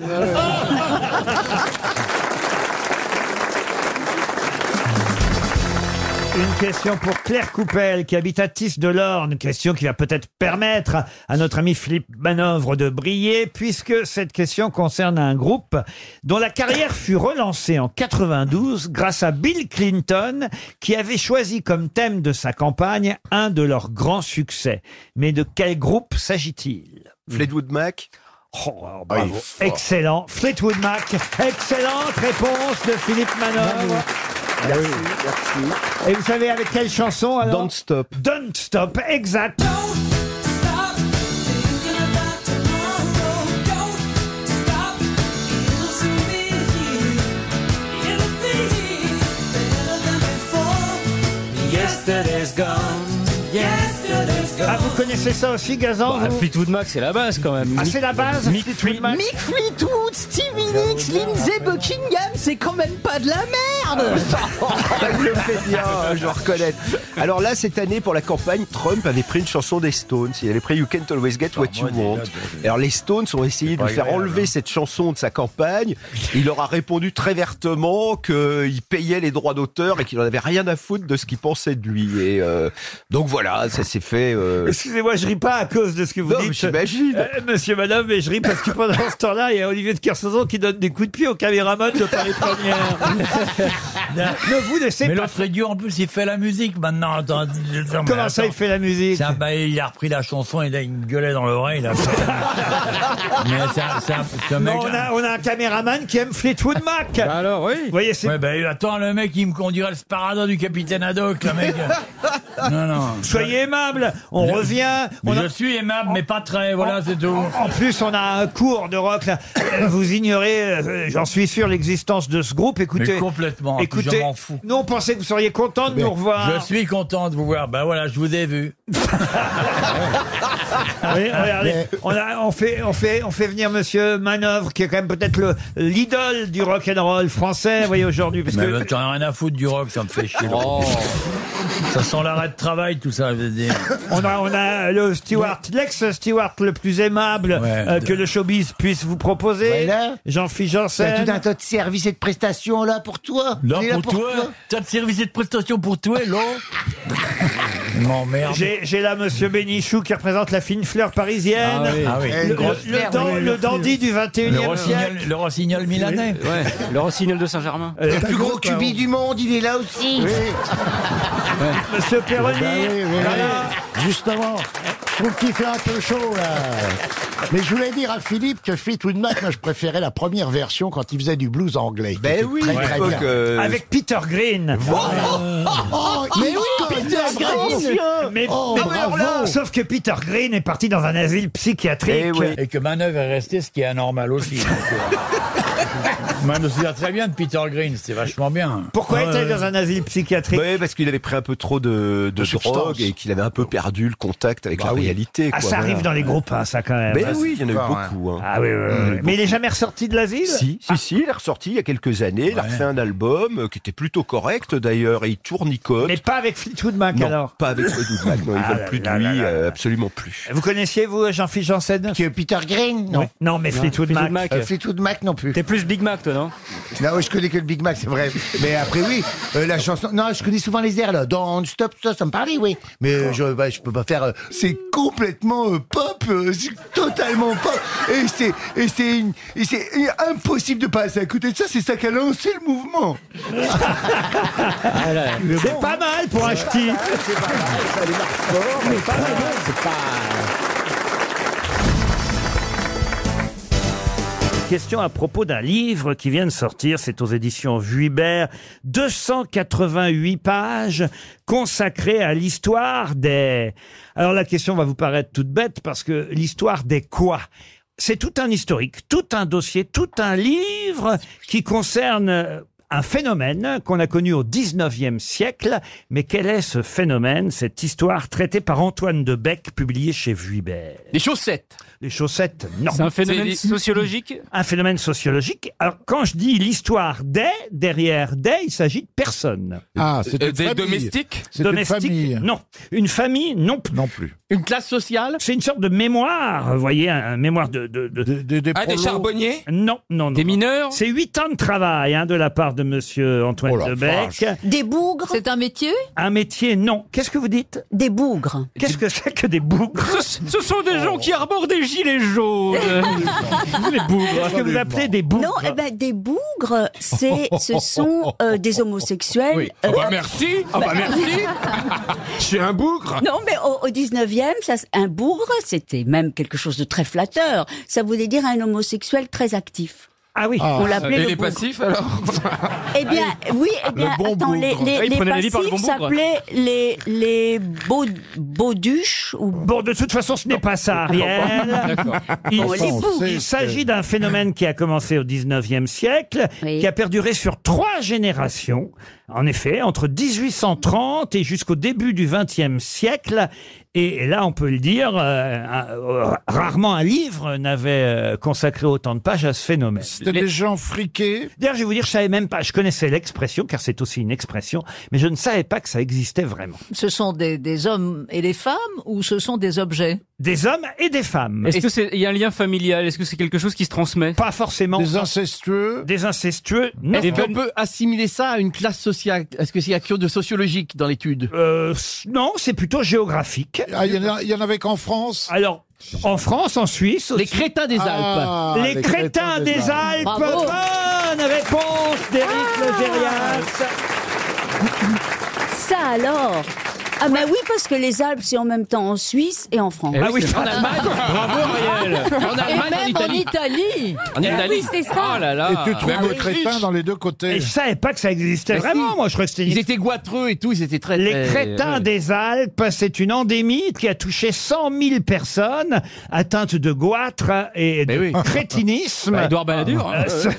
Speaker 1: Une question pour Claire Coupel, qui habite à Tis de l'Orne. Une question qui va peut-être permettre à- à notre ami Philippe Manœuvre de briller, puisque cette question concerne un groupe dont la carrière fut relancée en 92 grâce à Bill Clinton, qui avait choisi comme thème de sa campagne un de leurs grands succès. Mais de quel groupe s'agit-il
Speaker 20: Fleetwood Mac Ah,
Speaker 1: Oh, alors, bravo. Excellent. Fleetwood Mac. Excellente réponse de Philippe Manœuvre.
Speaker 20: Merci, merci.
Speaker 1: Et vous savez avec quelle chanson alors
Speaker 20: Don't Stop.
Speaker 1: Don't Stop, exact.
Speaker 4: Yesterday's gone. Yesterday's gone.
Speaker 1: Ah, vous connaissez ça aussi, Gazan vous
Speaker 4: Bah, Fleetwood Mac, c'est la base quand même.
Speaker 1: Ah, c'est la base,
Speaker 4: Mick
Speaker 1: Fleetwood Mac
Speaker 4: Mick
Speaker 19: Fleetwood, Stevie Nicks, Lindsay Buckingham, c'est quand même pas de la merde
Speaker 20: Bah, Il le fait bien, hein, je le reconnais. Alors là, cette année, pour la campagne, Trump avait pris une chanson des Stones. Il avait pris You Can't Always Get What You Want. Alors les Stones ont essayé de lui faire enlever cette chanson de sa campagne. Il leur a répondu très vertement qu'il payait les droits d'auteur et qu'il n'en avait rien à foutre de ce qu'il pensait de lui. Et euh, donc voilà, ça s'est fait. euh,
Speaker 1: Excusez-moi, je ris pas à cause de ce que vous
Speaker 20: Non, mais
Speaker 1: dites.
Speaker 20: j'imagine.
Speaker 1: Euh, monsieur, madame, mais je ris parce que pendant ce temps-là, il y a Olivier de Kersauzon qui donne des coups de pied au caméraman de Paris Première. ne vous laissez
Speaker 4: Mais
Speaker 1: pas.
Speaker 4: l'autre idiot, en plus, il fait la musique maintenant. Attends, attends,
Speaker 1: Comment
Speaker 4: mais
Speaker 1: ça,
Speaker 4: attends.
Speaker 1: il fait la musique
Speaker 4: C'est un- bah, il a repris la chanson, il a une gueulée dans l'oreille. là. Mais c'est un- c'est un- c'est un
Speaker 1: Non,
Speaker 4: mec-
Speaker 1: on, a, on a un caméraman qui aime Fleetwood Mac.
Speaker 4: Bah,
Speaker 1: alors, oui. Vous voyez, c'est.
Speaker 4: Ouais, bah, attends, le mec, il me conduirait le Sparado du capitaine Haddock, le mec. non, non.
Speaker 1: Soyez aimable, on
Speaker 4: Je-
Speaker 1: revient.
Speaker 4: Mais
Speaker 1: On a-
Speaker 4: Je suis aimable, mais pas très, voilà, c'est tout.
Speaker 1: En plus, on a un cours de rock. là. Euh, Vous ignorez, euh, j'en suis sûr, l'existence de ce groupe. Écoutez,
Speaker 4: Mais complètement, puis je
Speaker 1: Écoutez,
Speaker 4: m'en fous.
Speaker 1: nous on pensait que vous seriez content de nous revoir.
Speaker 4: Je suis content de vous voir. Ben voilà, je vous ai vu.
Speaker 1: Oui, regardez, on, a- on fait, on, fait, on fait venir Monsieur Manœuvre, qui est quand même peut-être le- l'idole du rock and roll français, vous voyez, aujourd'hui. Parce
Speaker 4: Mais
Speaker 1: que
Speaker 4: bah, t'en as rien à foutre du rock, ça me fait chier. Ça sent l'arrêt de travail, tout ça. je veux dire.
Speaker 1: on a, on a le Stewart, l'ex-Stewart le plus aimable
Speaker 4: Ouais.
Speaker 1: euh, que le showbiz puisse vous proposer.
Speaker 19: Voilà.
Speaker 1: Jean-Philippe
Speaker 19: T'as
Speaker 1: Janssen.
Speaker 19: tout un tas de services et de prestations là pour toi
Speaker 4: Là,
Speaker 19: On est
Speaker 4: pour, toi, t'as de service et de prestation pour toi, là Non, merde.
Speaker 1: J'ai j'ai là Monsieur Bénichou qui représente la fine fleur parisienne.
Speaker 4: Ah oui. Ah oui.
Speaker 1: Le,
Speaker 4: Une grosse
Speaker 1: le- le
Speaker 4: fleur,
Speaker 1: dan-
Speaker 4: oui,
Speaker 1: Eh, le
Speaker 4: le
Speaker 1: dandy du
Speaker 4: Le
Speaker 1: 21e siècle.
Speaker 4: rossignol, le rossignol milanais.
Speaker 20: Le rossignol de Saint-Germain.
Speaker 1: Euh,
Speaker 19: Le plus gros cubi du monde, il est là aussi
Speaker 3: Eh ben
Speaker 1: Monsieur Perroni. voilà.
Speaker 3: Justement, je trouve qu'il fait un peu chaud là. Mais je voulais dire à Philippe que Fleetwood Mac, moi je préférais la première version quand il faisait du blues anglais. qui
Speaker 20: Ben
Speaker 3: était
Speaker 20: oui,
Speaker 3: très,
Speaker 20: à
Speaker 3: très
Speaker 20: l'époque,
Speaker 3: bien.
Speaker 20: euh,
Speaker 1: Avec Peter Green.
Speaker 19: Oh,
Speaker 3: Mais
Speaker 19: il
Speaker 3: oui,
Speaker 19: connaît
Speaker 3: Peter
Speaker 19: ce
Speaker 3: Green.
Speaker 19: monsieur.
Speaker 1: Mais,
Speaker 3: Oh,
Speaker 1: mais-
Speaker 3: bravo.
Speaker 1: sauf que Peter Green est parti dans un asile psychiatrique.
Speaker 20: Eh oui.
Speaker 4: Et que Manœuvre est resté, ce qui est anormal aussi. donc, euh, Manœuvre, c'est très bien de Peter Green, c'est vachement bien.
Speaker 1: Pourquoi
Speaker 4: Ouais,
Speaker 1: était-il dans un asile psychiatrique
Speaker 20: Ouais, parce qu'il avait pris un peu trop de, de
Speaker 3: substances.
Speaker 20: drogue et qu'il avait un peu perdu le contact avec la réalité.
Speaker 1: Ah,
Speaker 20: quoi,
Speaker 1: ça
Speaker 20: voilà.
Speaker 1: arrive dans les groupes, hein, ça quand même.
Speaker 20: Ben
Speaker 1: Ah,
Speaker 20: oui, il y en a eu
Speaker 1: fort, hein.
Speaker 20: beaucoup. hein.
Speaker 1: Ah oui, oui, oui, oui.
Speaker 20: Mm.
Speaker 1: Mais il est jamais ressorti de l'asile
Speaker 20: Si, si, si, il est ressorti il y a quelques années, il a refait un album euh, qui était plutôt correct d'ailleurs, et il tournicote.
Speaker 1: Mais pas avec Fleetwood Mac
Speaker 20: non,
Speaker 1: alors.
Speaker 20: pas avec Fleetwood Mac, non, ils
Speaker 1: Ah
Speaker 20: veulent
Speaker 1: là
Speaker 20: plus de
Speaker 1: là
Speaker 20: lui,
Speaker 1: là là
Speaker 20: euh,
Speaker 1: là.
Speaker 20: absolument plus.
Speaker 1: Vous connaissiez, vous, Jean-Philippe Janssen
Speaker 19: Que Peter Green Non.
Speaker 1: Non, mais Fleetwood Mac.
Speaker 19: Euh, Fleetwood Mac non plus.
Speaker 1: T'es plus
Speaker 19: Big Mac, toi, non
Speaker 3: Non, oui, je connais que le Big Mac, c'est vrai. Mais après, oui, euh, la chanson. Non, je connais souvent les airs, là. Don't stop, ça, ça me parlait, oui. Mais euh, je, bah, je peux pas faire. euh, c'est complètement euh, pop, euh, c'est totalement pop. Et c'est, et c'est, une- et c'est impossible de passer à côté de ça. C'est ça qui a lancé le mouvement.
Speaker 19: Ah,
Speaker 1: C'est pas mal pour acheter.
Speaker 3: Ah,
Speaker 1: Ah, Question à propos d'un livre qui vient de sortir, c'est aux éditions Vuibert, 288 pages consacrées à l'histoire des... Alors la question va vous paraître toute bête parce que l'histoire des quoi C'est tout un historique, tout un dossier, tout un livre qui concerne euh, un phénomène qu'on a connu au 19e siècle. Mais quel est ce phénomène, cette histoire traitée par Antoine de Beck, publiée chez Vuibert Les chaussettes. Les chaussettes, non.
Speaker 19: C'est un phénomène C'est des- sociologique
Speaker 1: Un phénomène sociologique. Alors, quand je dis l'histoire des, derrière des, il s'agit de personnes.
Speaker 19: Ah, c'est Euh, une des famille. domestiques C'est une
Speaker 1: Domestiques,
Speaker 19: famille.
Speaker 1: non. Une famille, non. Non plus. Une classe sociale C'est une sorte de mémoire, vous voyez, un un mémoire de... de, de-
Speaker 2: Ah, des prolos. charbonniers
Speaker 1: Non, non, non. Des mineurs C'est huit ans de travail hein, de la part de monsieur Antoine
Speaker 19: Oh
Speaker 1: de Beck.
Speaker 21: Des bougres. C'est un métier
Speaker 1: Un métier, non. Qu'est-ce que vous dites
Speaker 21: Des bougres.
Speaker 1: Qu'est-ce que c'est que des bougres Oh.
Speaker 19: Ce, ce sont des gens qui arborent des gilets jaunes. les bougres.
Speaker 1: Est-ce que vous appelez des bougres
Speaker 21: Non, eh ben, des bougres, c'est, ce sont euh, des homosexuels. euh,
Speaker 19: merci
Speaker 21: Ah bah merci.
Speaker 19: Oh, Je suis un bougre
Speaker 21: Non, mais au, au 19e, ça, s- un bougre, c'était même quelque chose de très flatteur. Ça voulait dire un homosexuel très actif.
Speaker 1: Ah oui.
Speaker 21: On l'appelait le bougre.
Speaker 19: alors Bah, Ah
Speaker 21: Eh bien, oui, eh bien,
Speaker 19: Le bon
Speaker 21: attends, les,
Speaker 19: bougre.
Speaker 21: les,
Speaker 19: Ah, il
Speaker 21: les
Speaker 19: prenait les lits par le
Speaker 21: passifs
Speaker 19: bon bougre.
Speaker 21: s'appelaient les, les beaux, beauduches ou...
Speaker 1: Bon, de toute façon, ce n'est pas ça, Ariel. Il, il s'agit d'un phénomène qui a commencé au 19e siècle, qui a perduré sur trois générations. En effet, entre 1830 et jusqu'au début du 20e siècle. Et là, on peut le dire, euh, un- euh, rarement un livre n'avait euh, consacré autant de pages à ce phénomène. C'était des gens friqués. D'ailleurs, je vais vous dire, je savais même pas, je connaissais l'expression, car c'est aussi une expression, mais je ne savais pas que ça existait vraiment.
Speaker 7: Ce sont des, des hommes et des femmes ou ce sont des objets
Speaker 1: Des hommes et des femmes.
Speaker 19: Est-ce que c'est il y a un lien familial Est-ce que c'est quelque chose qui se transmet
Speaker 1: Pas forcément.
Speaker 19: Des
Speaker 1: incestueux. Des incestueux. Non.
Speaker 4: Est-ce qu'on peut assimiler ça à une classe sociale Est-ce qu'il y a quelque chose de sociologique dans l'étude
Speaker 1: Euh, Non, c'est plutôt géographique.
Speaker 4: il y, en avait qu'en France
Speaker 1: Alors, en France, en Suisse.
Speaker 4: Les crétins des Alpes.
Speaker 1: Ah, les, crétins, des, Alpes.
Speaker 4: Bravo. Ah.
Speaker 1: Bonne réponse d'Éric
Speaker 21: Ça alors Ah ben oui, parce que les Alpes, c'est en même temps en Suisse et en France.
Speaker 19: Eh oui, Ah oui, c'est en Allemagne. Bravo, Ariel. En Allemagne, en
Speaker 21: et même en Italie.
Speaker 19: En
Speaker 21: Eh
Speaker 19: Italie.
Speaker 21: oui, c'est ça.
Speaker 19: Ah là là.
Speaker 4: Et tu trouves
Speaker 19: Même
Speaker 4: des
Speaker 19: en
Speaker 4: crétins
Speaker 19: Autriche.
Speaker 4: dans
Speaker 1: les deux côtés. Et je savais pas que ça existait
Speaker 4: Mais
Speaker 1: vraiment,
Speaker 4: si.
Speaker 1: moi, je restais.
Speaker 4: Ils étaient goitreux et tout, ils étaient très...
Speaker 1: Les
Speaker 4: très-
Speaker 1: crétins
Speaker 19: Eh,
Speaker 4: ouais.
Speaker 1: des Alpes, c'est une endémie qui a touché 100 000 personnes atteintes de goitre et de
Speaker 19: Eh oui.
Speaker 1: crétinisme.
Speaker 19: Bah, Édouard Balladur, hein.
Speaker 1: Euh, ça-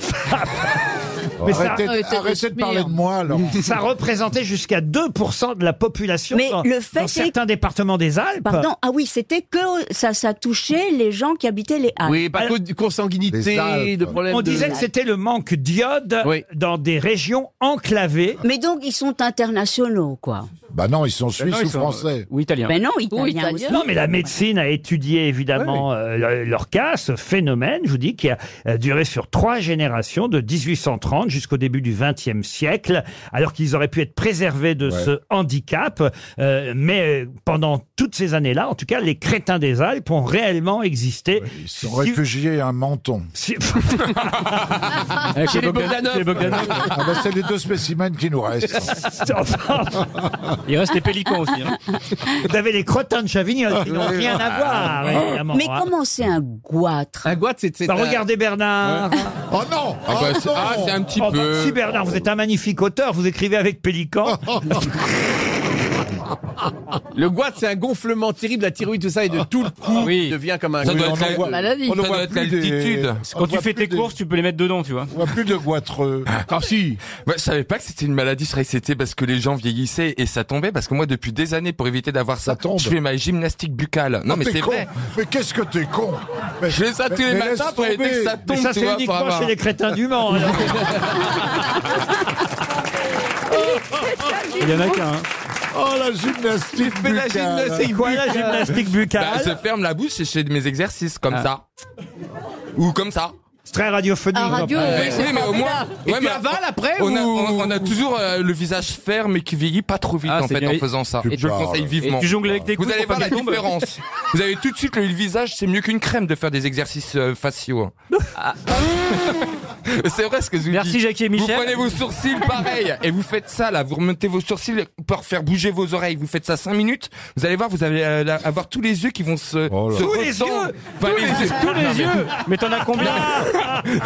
Speaker 19: Arrêtez- Arrêtez de arrêtez de se parler de
Speaker 1: moi, alors. Ça représentait jusqu'à 2% de la population
Speaker 21: Mais
Speaker 1: dans,
Speaker 21: le fait
Speaker 1: dans
Speaker 21: est-
Speaker 1: certains départements des Alpes.
Speaker 21: Pardon, ah oui, c'était que ça, ça touchait les gens qui habitaient les Alpes.
Speaker 4: Oui, pas que de consanguinité, de problèmes
Speaker 1: Ah. On
Speaker 4: de-
Speaker 1: disait que c'était le manque d'iode dans des régions enclavées.
Speaker 21: Mais donc, ils sont internationaux, quoi.
Speaker 1: Ah, Bah non, ils sont
Speaker 21: suisses non, ils ou sont- français.
Speaker 1: Ou italiens.
Speaker 21: Ben non, italiens Ou italiens. aussi.
Speaker 1: Non, mais la médecine a étudié évidemment euh, le- leur cas, ce phénomène, je vous dis, qui a euh, duré sur trois générations, de 1830 jusqu'au début du XXe siècle, alors qu'ils auraient pu être préservés de ce handicap. Euh, mais euh, pendant toutes ces années-là, en tout cas, les crétins des Alpes ont réellement existé. ils sont réfugiés à un menton.
Speaker 19: Eh,
Speaker 4: Chez les Bogdanov.
Speaker 22: Ah bah, c'est les deux spécimens qui nous restent.
Speaker 19: Il reste les pélicans aussi. hein.
Speaker 1: Vous avez les crottins de Chavignol qui n'ont rien à voir, Ah, évidemment.
Speaker 21: Mais
Speaker 1: hein.
Speaker 21: comment c'est un goitre
Speaker 4: Un goitre, c'est...
Speaker 1: Bah, regardez Bernard
Speaker 21: Oh non
Speaker 1: Ah,
Speaker 21: bah,
Speaker 1: c'est- ah, c'est un petit peu. si Bernard, vous êtes un magnifique auteur, vous écrivez avec Pélican.
Speaker 4: Le goitre, c'est un gonflement terrible, la thyroïde, tout ça, et de tout le cou, il devient comme un...
Speaker 19: Ça doit être la- ça doit être l'altitude. Quand tu fais tes courses, tu peux les mettre dedans, tu vois.
Speaker 2: On voit plus de goitreux. Ah si Moi, je savais pas que c'était une maladie. Je savais que c'était parce que les gens vieillissaient et ça tombait. Parce que moi, depuis des années, pour éviter d'avoir ça, je fais ma gymnastique buccale. Non,
Speaker 22: Ah,
Speaker 2: mais
Speaker 22: t'es
Speaker 2: c'est
Speaker 22: con.
Speaker 2: vrai.
Speaker 22: Mais qu'est-ce que t'es con
Speaker 2: Je fais ça tous les
Speaker 22: mais
Speaker 2: matins
Speaker 22: laisse
Speaker 2: pour éviter
Speaker 22: tomber.
Speaker 2: que ça
Speaker 22: Mais
Speaker 2: tombe.
Speaker 22: ça,
Speaker 2: tu
Speaker 22: c'est
Speaker 2: vois,
Speaker 22: uniquement
Speaker 2: pour avoir-
Speaker 22: chez les
Speaker 1: crétins du Mans, alors.
Speaker 19: Il y en a qu'un. hein.
Speaker 22: Oh la gymnastique
Speaker 2: Mais la
Speaker 22: buccale.
Speaker 2: gymnastique buccale.
Speaker 1: buccale
Speaker 2: Bah, Je ferme la bouche et je fais mes exercices comme
Speaker 19: Ah.
Speaker 2: ça. Ou comme ça.
Speaker 1: C'est très radiophonique.
Speaker 23: Ah, radio,
Speaker 1: j'en parle.
Speaker 23: oui, c'est Oui, mais au formidable. moins-
Speaker 1: Et
Speaker 2: Ouais,
Speaker 1: tu
Speaker 2: mais
Speaker 1: avales après
Speaker 2: on, a,
Speaker 1: ou-
Speaker 2: on- on a toujours euh, le visage ferme et qui vieillit pas trop vite
Speaker 24: Ah,
Speaker 2: en
Speaker 24: c'est
Speaker 2: fait
Speaker 24: bien.
Speaker 2: en faisant ça.
Speaker 24: Tu
Speaker 2: je le
Speaker 24: parles.
Speaker 2: conseille vivement.
Speaker 24: Et tu jongles avec tes
Speaker 2: Vous
Speaker 24: coudes
Speaker 2: allez
Speaker 24: pour
Speaker 2: voir
Speaker 24: pas
Speaker 2: la
Speaker 24: que tu tombes.
Speaker 2: différence. Vous avez tout de suite le visage, c'est mieux qu'une crème de faire des exercices euh, faciaux. Ah. c'est vrai ce que je vous Merci
Speaker 24: Jackie et
Speaker 2: Vous
Speaker 24: Michel.
Speaker 2: prenez vos sourcils pareil et vous faites ça là, vous remontez vos sourcils pour faire bouger vos oreilles, vous faites ça 5 minutes, vous allez voir vous allez euh, la- avoir tous les yeux qui vont se,
Speaker 1: Oh
Speaker 2: se
Speaker 24: Tous les
Speaker 2: retendre.
Speaker 24: yeux
Speaker 2: Enfin,
Speaker 24: Tous les yeux Tous les
Speaker 2: Non, mais-
Speaker 24: yeux Mais t'en as combien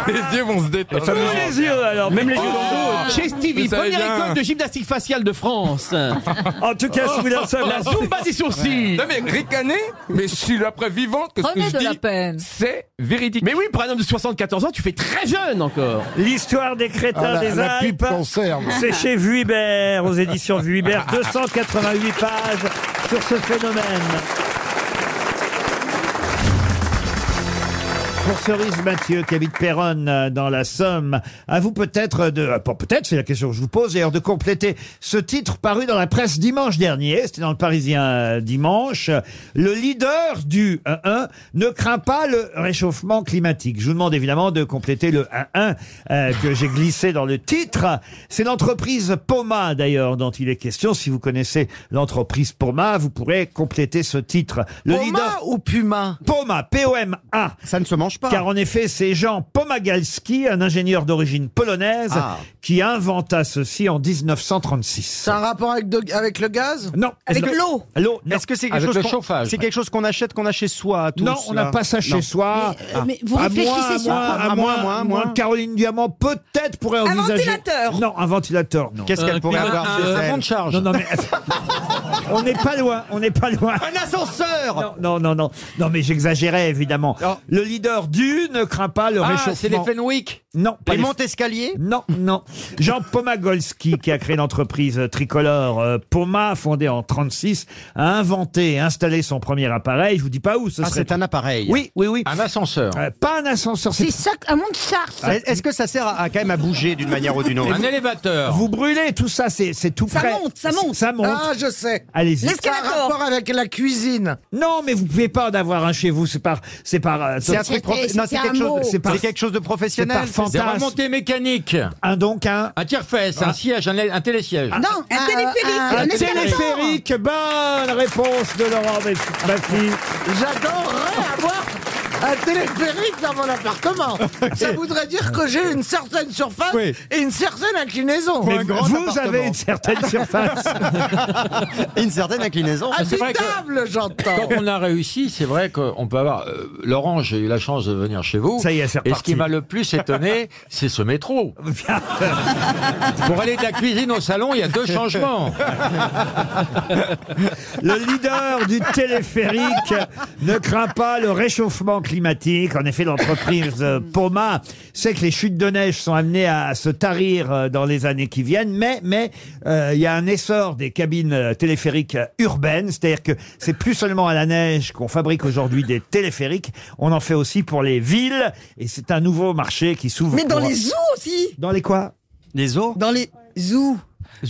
Speaker 2: les yeux vont se détendre.
Speaker 24: Tous les yeux alors Oh. Même les yeux dans le dos
Speaker 4: Oh. Chez Stevie,
Speaker 2: Vous savez bien.
Speaker 4: première école de gymnastique faciale de France.
Speaker 1: en tout cas,
Speaker 4: je
Speaker 2: si vous voulez en savoir-
Speaker 4: La Zumba des sourcils.
Speaker 2: Non mais ricaner, mais je suis après vivante que ce que
Speaker 4: Prenez
Speaker 2: je
Speaker 4: de la
Speaker 2: dis, c'est véridique.
Speaker 4: Mais oui, pour un homme de 74 ans, tu fais très jeune encore.
Speaker 1: L'histoire des crétins
Speaker 4: Ah, la-
Speaker 1: des
Speaker 4: la
Speaker 1: Alpes.
Speaker 4: pipe conserve.
Speaker 1: C'est chez Vuibert, aux éditions Vuibert, 288 pages sur ce phénomène. Pour Cerise Mathieu, qui habite Péronne, euh, dans la Somme, à vous peut-être de, euh, pas peut-être, c'est la question que je vous pose, d'ailleurs, de compléter ce titre paru dans la presse dimanche dernier, c'était dans le Parisien euh, dimanche, le leader du 1-1 ne craint pas le réchauffement climatique. Je vous demande évidemment de compléter le 1-1 euh, que j'ai glissé dans le titre. C'est l'entreprise Poma, d'ailleurs, dont il est question. Si vous connaissez l'entreprise Poma, vous pourrez compléter ce titre. Le
Speaker 17: Poma
Speaker 1: ou Puma Poma, P-O-M-A. Ça ne se mange pas. Car en effet, c'est Jean Pomagalski, un ingénieur d'origine polonaise,
Speaker 17: Ah.
Speaker 1: qui inventa ceci en 1936.
Speaker 17: C'est un rapport avec, de- avec le gaz
Speaker 1: Non.
Speaker 17: Avec l'eau
Speaker 1: L'eau. non.
Speaker 19: Est-ce que c'est quelque chose qu'on- C'est quelque chose qu'on achète, qu'on a chez soi. à Tous,
Speaker 1: Non, on n'a
Speaker 19: là
Speaker 1: pas ça chez
Speaker 19: Non.
Speaker 1: soi. Ah.
Speaker 19: Mais, euh, mais vous
Speaker 1: À
Speaker 19: réfléchissez
Speaker 1: moins, à
Speaker 19: sur
Speaker 1: moins,
Speaker 19: quoi
Speaker 1: à moins, à moins. Caroline Diamant peut-être pourrait envisager.
Speaker 19: ventilateur.
Speaker 1: Non, un ventilateur. non.
Speaker 19: Qu'est-ce qu'elle pourrait avoir chez elle
Speaker 1: Non, non, mais on n'est pas loin. On n'est pas loin.
Speaker 19: Un ascenseur
Speaker 1: Non, non, non. Non, mais j'exagérais, évidemment. Le leader du ne craint pas le
Speaker 19: Ah,
Speaker 1: réchauffement.
Speaker 19: c'est les Fenwick
Speaker 1: Non.
Speaker 19: Les
Speaker 1: Montescalier Non, non. Jean Pomagolski, qui a créé l'entreprise tricolore euh, Poma, fondée en 36, a inventé et installé son premier appareil. Je vous dis pas où ce
Speaker 19: Ah,
Speaker 1: serait.
Speaker 19: c'est un appareil.
Speaker 1: Oui, oui, oui.
Speaker 19: Un ascenseur.
Speaker 1: Euh, pas un ascenseur. C'est
Speaker 23: ça, un monde charge.
Speaker 19: Ah, Est-ce que ça sert à, à quand même à bouger d'une manière ou d'une autre
Speaker 1: Un
Speaker 19: élévateur.
Speaker 1: Vous brûlez tout ça, c'est c'est tout
Speaker 17: Ça
Speaker 1: prêt.
Speaker 17: monte, ça monte.
Speaker 1: Ça monte.
Speaker 17: Ah, je sais.
Speaker 1: Allez-y.
Speaker 17: C'est un rapport avec la cuisine.
Speaker 1: Non, mais vous pouvez pas en avoir un chez vous. C'est par, c'est par. euh,
Speaker 19: C'est un truc prof- non, c'est quelque chose de- c'est
Speaker 1: par-
Speaker 19: quelque chose de professionnel.
Speaker 1: C'est par
Speaker 19: C'est
Speaker 1: fantasme.
Speaker 19: remonté
Speaker 1: mécanique. Un donc un. Ah.
Speaker 19: Un tire-fesse, un siège, un, télésiège.
Speaker 17: Non,
Speaker 8: un téléphérique.
Speaker 1: Un, Ah, téléphérique. Bonne réponse de Laurent Baffy.
Speaker 17: J'adorerais avoir un téléphérique dans mon appartement. Ça voudrait dire que j'ai une certaine surface
Speaker 19: Oui.
Speaker 17: et une certaine inclinaison.
Speaker 19: Mais vous avez une
Speaker 1: certaine surface.
Speaker 19: une certaine inclinaison.
Speaker 3: Ah,
Speaker 16: Ah,
Speaker 17: Habitable,
Speaker 7: Quand
Speaker 17: j'entends.
Speaker 7: on a réussi, c'est vrai qu'on peut avoir. euh, Laurent, j'ai eu la chance de venir chez vous.
Speaker 1: Ça y est, c'est
Speaker 7: Et ce
Speaker 1: reparti.
Speaker 7: qui m'a le plus étonné, c'est ce métro. Pour aller de la cuisine au salon, il y a deux changements.
Speaker 1: Le leader du téléphérique ne craint pas le réchauffement climatique. En effet, l'entreprise euh, Poma sait que les chutes de neige sont amenées à se tarir euh, dans les années qui viennent, mais mais euh, il y a un essor des cabines euh, téléphériques euh, urbaines, c'est-à-dire que c'est plus seulement à la neige qu'on fabrique aujourd'hui des téléphériques, on en fait aussi pour les villes et c'est un nouveau marché qui s'ouvre.
Speaker 8: Mais dans
Speaker 1: pour-
Speaker 8: les zoos aussi
Speaker 1: Dans les quoi
Speaker 19: Les zoos
Speaker 8: Dans les zoos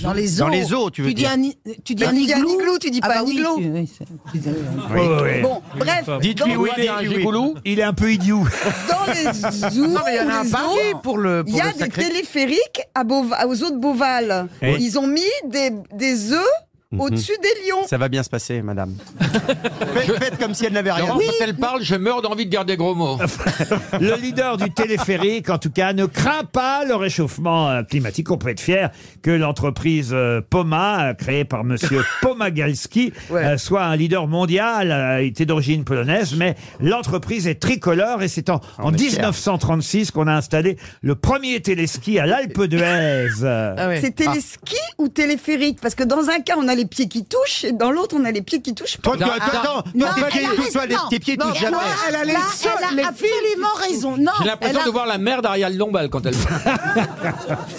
Speaker 8: Dans les zoos
Speaker 19: Dans les zoos, tu veux
Speaker 8: dis
Speaker 19: dire.
Speaker 8: un i- Tu dis
Speaker 23: Ah,
Speaker 8: un
Speaker 23: tu dis un
Speaker 8: igloo,
Speaker 23: igloo, tu dis
Speaker 11: bah
Speaker 23: pas un
Speaker 8: oui,
Speaker 23: igloo.
Speaker 8: tu- oui, c'est- tu dis-
Speaker 19: Oui. Ouais, ouais.
Speaker 8: Bon,
Speaker 19: Oui,
Speaker 8: bref.
Speaker 19: enfin,
Speaker 8: dans-
Speaker 1: Il est un peu idiot.
Speaker 8: Dans les zoos,
Speaker 17: Non, mais il y en a un
Speaker 8: les
Speaker 17: paquet
Speaker 8: zoos,
Speaker 17: pour
Speaker 19: Euh,
Speaker 17: le- pour
Speaker 8: il y a
Speaker 17: le sacré.
Speaker 8: des téléphériques à Bova- aux eaux de Beauval.
Speaker 19: Oui.
Speaker 8: Ils ont mis des, des œufs
Speaker 19: Mhm.
Speaker 8: au-dessus des lions.
Speaker 19: Ça va bien se passer, madame. faites, faites comme si elle n'avait rien.
Speaker 7: Laurent, quand elle parle, je meurs d'envie de dire des gros mots.
Speaker 1: Le leader du téléphérique, en tout cas, ne craint pas le réchauffement euh, climatique. On peut être fier que l'entreprise euh, Poma, euh, créée par Monsieur Pomagalski, euh, soit un leader mondial. Euh, Il était d'origine polonaise, mais l'entreprise est tricolore et c'est en,
Speaker 8: Ah,
Speaker 1: en
Speaker 19: est fiers.
Speaker 1: 1936 qu'on a installé le premier téléski à l'Alpe d'Huez.
Speaker 19: Ah
Speaker 8: C'est téléski ou téléphérique Parce que dans un cas, on a les pieds qui touchent, et dans l'autre, on a les pieds qui touchent pas.
Speaker 19: Toi, tu- attends, toi, tes
Speaker 8: elle
Speaker 19: pieds
Speaker 8: a
Speaker 19: touchent
Speaker 8: raison.
Speaker 19: pas, les- tes pieds touchent jamais.
Speaker 8: elle a les
Speaker 23: Là,
Speaker 8: seuls-
Speaker 23: elle
Speaker 8: les
Speaker 23: a absolument raison. Non,
Speaker 7: J'ai
Speaker 23: elle
Speaker 7: l'impression
Speaker 23: a...
Speaker 7: de voir la mère d'Ariel Dombal quand elle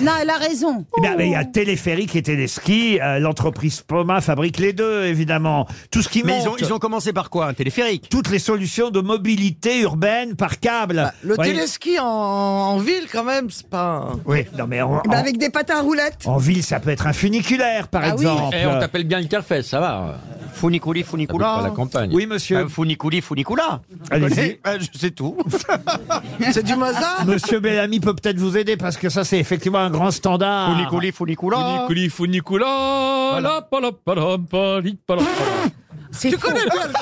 Speaker 23: non, elle a raison.
Speaker 1: Eh bien, mais il y a téléphérique et téléski. Euh, L'entreprise Poma fabrique les deux, évidemment. Tout ce qui
Speaker 19: Mais
Speaker 1: monte.
Speaker 19: ils ont, ils ont commencé par quoi Un téléphérique
Speaker 1: Toutes les solutions de mobilité urbaine par câble.
Speaker 19: Bah,
Speaker 17: Le
Speaker 1: Voyez-
Speaker 17: téléski en, en ville, quand même, c'est pas. un-
Speaker 1: Oui, non mais
Speaker 3: Oh.
Speaker 1: en,
Speaker 17: Eh ben,
Speaker 1: en-
Speaker 17: avec des patins à roulettes.
Speaker 8: Ah
Speaker 19: Ah Eh,
Speaker 1: en ville, ça peut être un funiculaire, par exemple.
Speaker 7: Eh, on t'appelle bien le café, ça va.
Speaker 19: Funiculi, funicula.
Speaker 1: Habite pas la campagne. Oui, monsieur.
Speaker 24: Ah,
Speaker 19: Euh, funiculi, funicula.
Speaker 1: Allez-y.
Speaker 19: Eh, ben, je- C'est tout.
Speaker 1: C'est
Speaker 19: du
Speaker 8: Ah.
Speaker 19: Mozart
Speaker 1: Euh, Monsieur Bellamy peut peut-être vous aider parce que ça, c'est effectivement un grand standard.
Speaker 19: Funiculi, funicula.
Speaker 24: Funiculi, funicula, la palapalapam, palipalapam.
Speaker 23: C'est
Speaker 19: Tu
Speaker 24: connais
Speaker 19: pas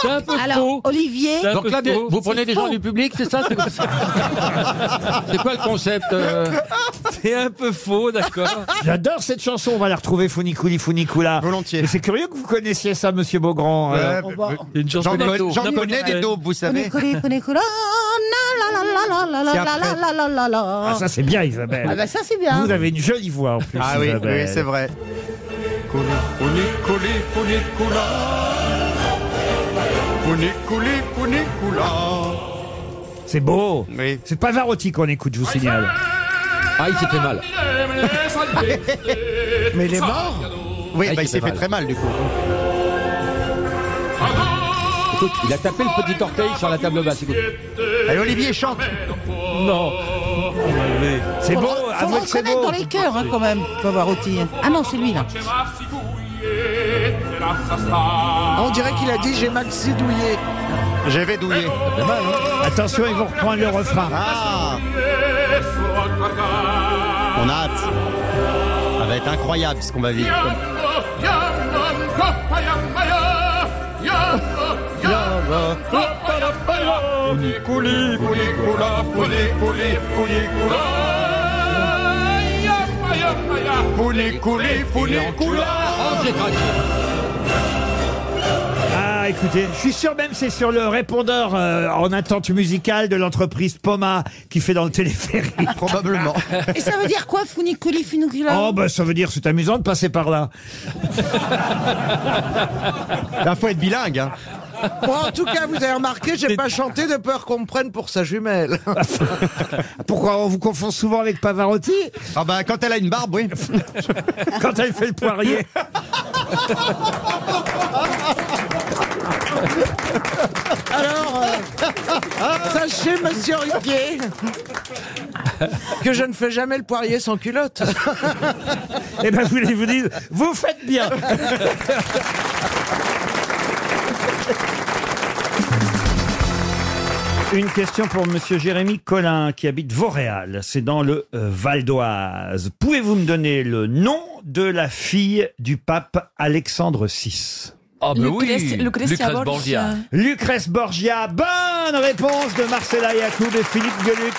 Speaker 24: C'est un peu
Speaker 23: Alors,
Speaker 24: faux.
Speaker 23: Olivier.
Speaker 24: C'est un
Speaker 23: Donc
Speaker 24: peu
Speaker 23: là, des-
Speaker 24: faux.
Speaker 23: vous
Speaker 24: C'est
Speaker 23: prenez des gens
Speaker 24: faux.
Speaker 23: du
Speaker 19: public, c'est ça C'est
Speaker 7: C'est quoi le concept euh
Speaker 24: C'est un peu faux, d'accord.
Speaker 19: Ah
Speaker 1: J'adore cette chanson, on va la retrouver, Funiculi Funicula. Volontiers. C'est curieux que vous connaissiez ça, monsieur Beaugrand. euh.
Speaker 19: Ouais,
Speaker 1: alors.
Speaker 19: on va-
Speaker 1: C'est une chanson
Speaker 19: J'en
Speaker 1: des
Speaker 19: connais,
Speaker 1: taupes.
Speaker 19: j'en
Speaker 1: Napoléon.
Speaker 19: connais des daubes, vous savez.
Speaker 12: Funiculi, funicula, na, la, la, la, la, la,
Speaker 19: C'est
Speaker 12: la,
Speaker 19: après.
Speaker 12: la, la, la, la, la.
Speaker 1: Ah, ça, c'est bien, Isabelle.
Speaker 12: Ah, bah, ça, c'est bien.
Speaker 1: Vous avez une jolie voix, en plus.
Speaker 19: Ah oui,
Speaker 1: Isabelle.
Speaker 19: oui, c'est vrai.
Speaker 24: Funiculi, funicula.
Speaker 19: Funiculi, funicula.
Speaker 1: C'est beau. C'est Pavarotti qu'on écoute, je vous signale. Ah, il s'est fait mal.
Speaker 19: Mais il est mort Oui,
Speaker 1: Ah,
Speaker 19: bah, il s'est fait très mal, du coup.
Speaker 7: Écoute, il a tapé le petit orteil sur la table basse. Écoute.
Speaker 19: Allez, Olivier, chante
Speaker 24: Non.
Speaker 1: C'est
Speaker 19: beau,
Speaker 12: Faut
Speaker 19: avouez que c'est
Speaker 12: reconnaître
Speaker 19: beau.
Speaker 12: dans les cœurs, hein, quand même, Pavarotti. Ah non, c'est lui, là.
Speaker 17: On dirait qu'il a dit j'ai maxi douillé.
Speaker 19: Je vais douiller.
Speaker 7: hein.
Speaker 1: Attention, ils vont reprendre le refrain.
Speaker 19: Ah On a hâte. Ça va être incroyable ce qu'on va vivre.
Speaker 1: Ah, écoutez, je suis sûr même c'est sur le répondeur euh, en attente musicale de l'entreprise Poma qui fait dans le téléphérique. Probablement.
Speaker 12: Et ça veut dire quoi, funiculi, funicula
Speaker 1: Oh, bah ça veut dire c'est amusant de passer par là.
Speaker 12: Ah,
Speaker 19: Là, faut être bilingue. Hein.
Speaker 17: Bon, en tout cas, vous avez remarqué, j'ai pas chanté de peur qu'on me prenne pour sa jumelle.
Speaker 1: Pourquoi on vous confond souvent avec Pavarotti
Speaker 19: Ah bah quand elle a une barbe, oui.
Speaker 1: Quand elle fait le poirier.
Speaker 17: Alors, euh, sachez, monsieur Riquier, que je ne fais jamais le poirier sans culotte.
Speaker 1: Eh ben, vous vous dire, vous faites bien. Une question pour Monsieur Jérémy Collin qui habite Vauréal, c'est dans le euh, Val d'Oise. Pouvez-vous me donner le nom de la fille du pape Alexandre VI
Speaker 13: Ah, ben Lucrèce- oui, Lucrezia Lucrèce Borgia.
Speaker 15: euh.
Speaker 13: Borgia.
Speaker 1: Lucrèce Borgia, bonne réponse de Marcella Yacoub et Philippe Gueluc.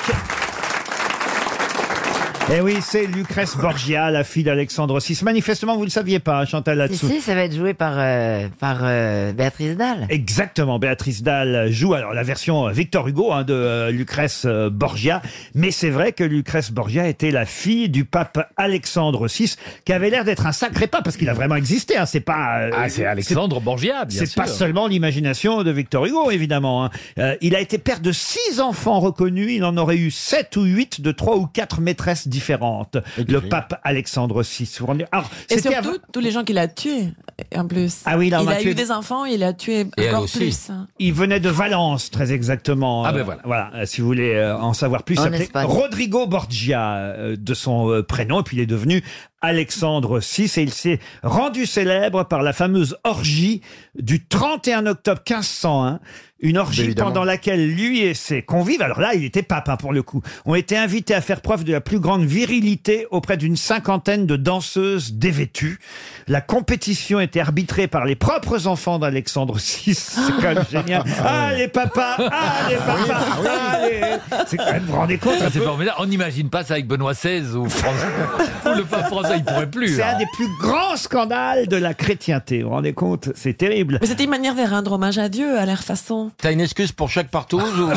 Speaker 1: Eh oui, c'est Lucrèce Borgia, la fille d'Alexandre VI. Manifestement, vous ne le saviez pas, hein, Chantal
Speaker 15: Si,
Speaker 1: là-dessous.
Speaker 15: si, ça va être joué par, euh, par euh, Béatrice Dalle.
Speaker 1: Exactement, Béatrice Dalle joue alors la version Victor Hugo hein, de euh, Lucrèce euh, Borgia, mais c'est vrai que Lucrèce Borgia était la fille du pape Alexandre VI, qui avait l'air d'être un sacré pape parce qu'il a vraiment existé. Hein, c'est pas euh,
Speaker 7: Ah, c'est Alexandre Borgia, bien
Speaker 1: C'est
Speaker 7: sûr.
Speaker 1: pas seulement l'imagination de Victor Hugo, évidemment. hein. Euh, il a été père de six enfants reconnus. Il en aurait eu sept ou huit de trois ou quatre maîtresses différentes. Le pape Alexandre VI. Vous vous rendez- Alors,
Speaker 9: Et
Speaker 1: c'était
Speaker 9: surtout,
Speaker 1: avant-
Speaker 9: tous les gens qu'il a tués, en plus.
Speaker 1: Ah oui, il en
Speaker 9: il
Speaker 1: a
Speaker 9: a,
Speaker 1: tué-
Speaker 9: eu des enfants, il a tué
Speaker 1: Et elle
Speaker 9: encore
Speaker 1: aussi.
Speaker 9: plus.
Speaker 1: Il venait de Valence, très exactement.
Speaker 7: Ah ben
Speaker 1: Euh,
Speaker 7: voilà.
Speaker 1: euh, si vous voulez euh, en savoir plus, il
Speaker 7: En
Speaker 1: s'appelait
Speaker 7: Espagne.
Speaker 1: Rodrigo Borgia euh, de son euh, prénom, et puis il est devenu Alexandre VI, et il s'est rendu célèbre par la fameuse orgie du 31 octobre 1501. Une orgie
Speaker 19: Évidemment.
Speaker 1: pendant laquelle lui et ses convives, alors là, il était pape hein, pour le coup, ont été invités à faire preuve de la plus grande virilité auprès d'une cinquantaine de danseuses dévêtues. La compétition était arbitrée par les propres enfants d'Alexandre VI. C'est quand même génial. Ah, les papas Ah, les papas Ah, les- C'est quand même, vous vous rendez compte
Speaker 13: Ça, c'est formidable. On n'imagine pas ça avec Benoît XVI ou, François- ou le pape François, il pourrait plus.
Speaker 1: C'est
Speaker 13: hein.
Speaker 1: un des plus grands scandales de la chrétienté. Vous vous rendez compte C'est terrible.
Speaker 9: Mais c'était une manière de rendre hommage à Dieu, à leur façon.
Speaker 7: T'as une excuse pour chaque partouze ou...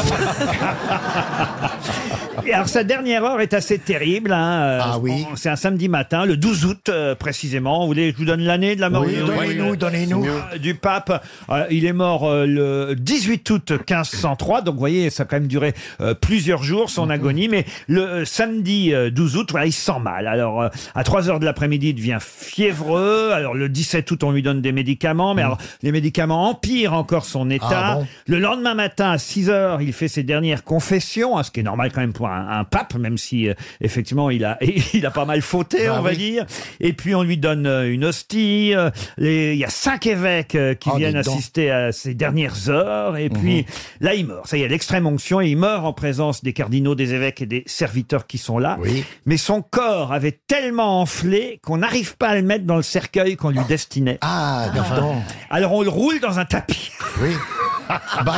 Speaker 1: Et alors sa dernière heure est assez terrible. ah oui. C'est un samedi matin, le 12 août euh, précisément. Vous voulez, je vous donne l'année de la mort
Speaker 10: Oui,
Speaker 1: du-
Speaker 10: donnez-nous, donnez-nous.
Speaker 1: euh, du pape. Euh, il est mort euh, le 18 août 1503. Donc vous voyez, ça a quand même duré euh, plusieurs jours
Speaker 10: Mhm.
Speaker 1: son agonie. Mais le euh, samedi euh, 12 août, voilà, il se sent mal. Alors euh, à 3 heures de l'après-midi, il devient fiévreux. Alors le 17 août, on lui donne des médicaments, mais alors les médicaments empirent encore son état.
Speaker 10: Mhm. Ah, bon
Speaker 1: Le lendemain matin, à 6 heures, il fait ses dernières confessions, hein, ce qui est normal quand même pour un un, un pape, même si euh, effectivement il a, il a pas mal fauté,
Speaker 10: Bah
Speaker 1: on va
Speaker 10: oui.
Speaker 1: dire. Et puis on lui donne euh, une hostie. euh, les- Il y a cinq évêques euh, qui
Speaker 10: Oh,
Speaker 1: viennent
Speaker 10: dis donc. Mhm.
Speaker 1: assister à ses dernières heures. Et puis là, il meurt. Ça y est, l'extrême onction. Et il meurt en présence des cardinaux, des évêques et des serviteurs qui sont là. Mais son corps avait tellement enflé qu'on n'arrive pas à le mettre dans le cercueil qu'on lui destinait. Ah,
Speaker 10: donc.
Speaker 1: Alors on le roule dans un tapis. Oui.
Speaker 10: Bah,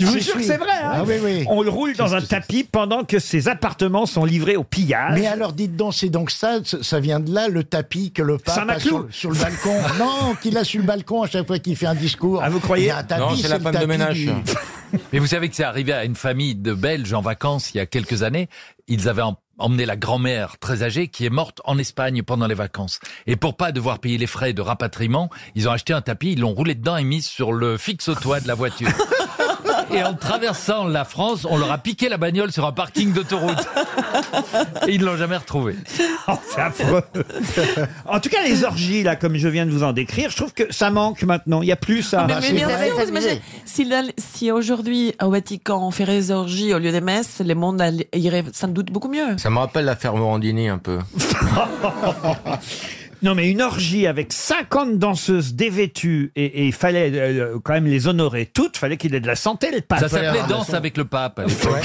Speaker 1: Je vous
Speaker 10: Si,
Speaker 1: jure que
Speaker 10: si.
Speaker 1: c'est vrai. hein.
Speaker 10: Ah oui, oui.
Speaker 1: On le roule dans un tapis pendant que ses appartements sont livrés au pillage.
Speaker 11: Ah, Mais alors, dites donc, c'est donc ça, ça vient de là, le tapis que le pape a
Speaker 1: Saint-Maclou.
Speaker 11: sur, sur le balcon. non, qu'il a sur le balcon à chaque fois qu'il fait un discours. Ah, vous
Speaker 1: croyez
Speaker 11: Il y a un tapis,
Speaker 13: Non, c'est la
Speaker 11: le
Speaker 13: femme de
Speaker 11: tapis
Speaker 13: ménage.
Speaker 11: du-
Speaker 13: Mais vous savez que c'est arrivé à une famille de Belges en vacances il y a quelques années. Ils avaient em- emmené la grand-mère très âgée qui est morte en Espagne pendant les vacances. Et pour pas devoir payer les frais de rapatriement, ils ont acheté un tapis, ils l'ont roulé dedans et mis sur le fixe au toit de la voiture. Et en traversant la France, on leur a piqué la bagnole sur un parking d'autoroute. Et ils l'ont jamais retrouvée.
Speaker 1: En tout cas, les orgies, là, comme je viens de vous en décrire, je trouve que ça manque maintenant. Il n'y a plus Ah, ça.
Speaker 9: mais, mais bien sûr, vous imaginez, si, la- si aujourd'hui au Vatican on ferait des orgies au lieu des messes, le monde allait- irait sans doute beaucoup mieux.
Speaker 16: Ça me rappelle l'affaire Morandini un peu.
Speaker 1: Non, mais une orgie avec 50 danseuses dévêtues et et il fallait euh, quand même les honorer toutes. fallait qu'il ait de la santé, le pape.
Speaker 13: Ça s'appelait Danse avec le pape. à l'époque.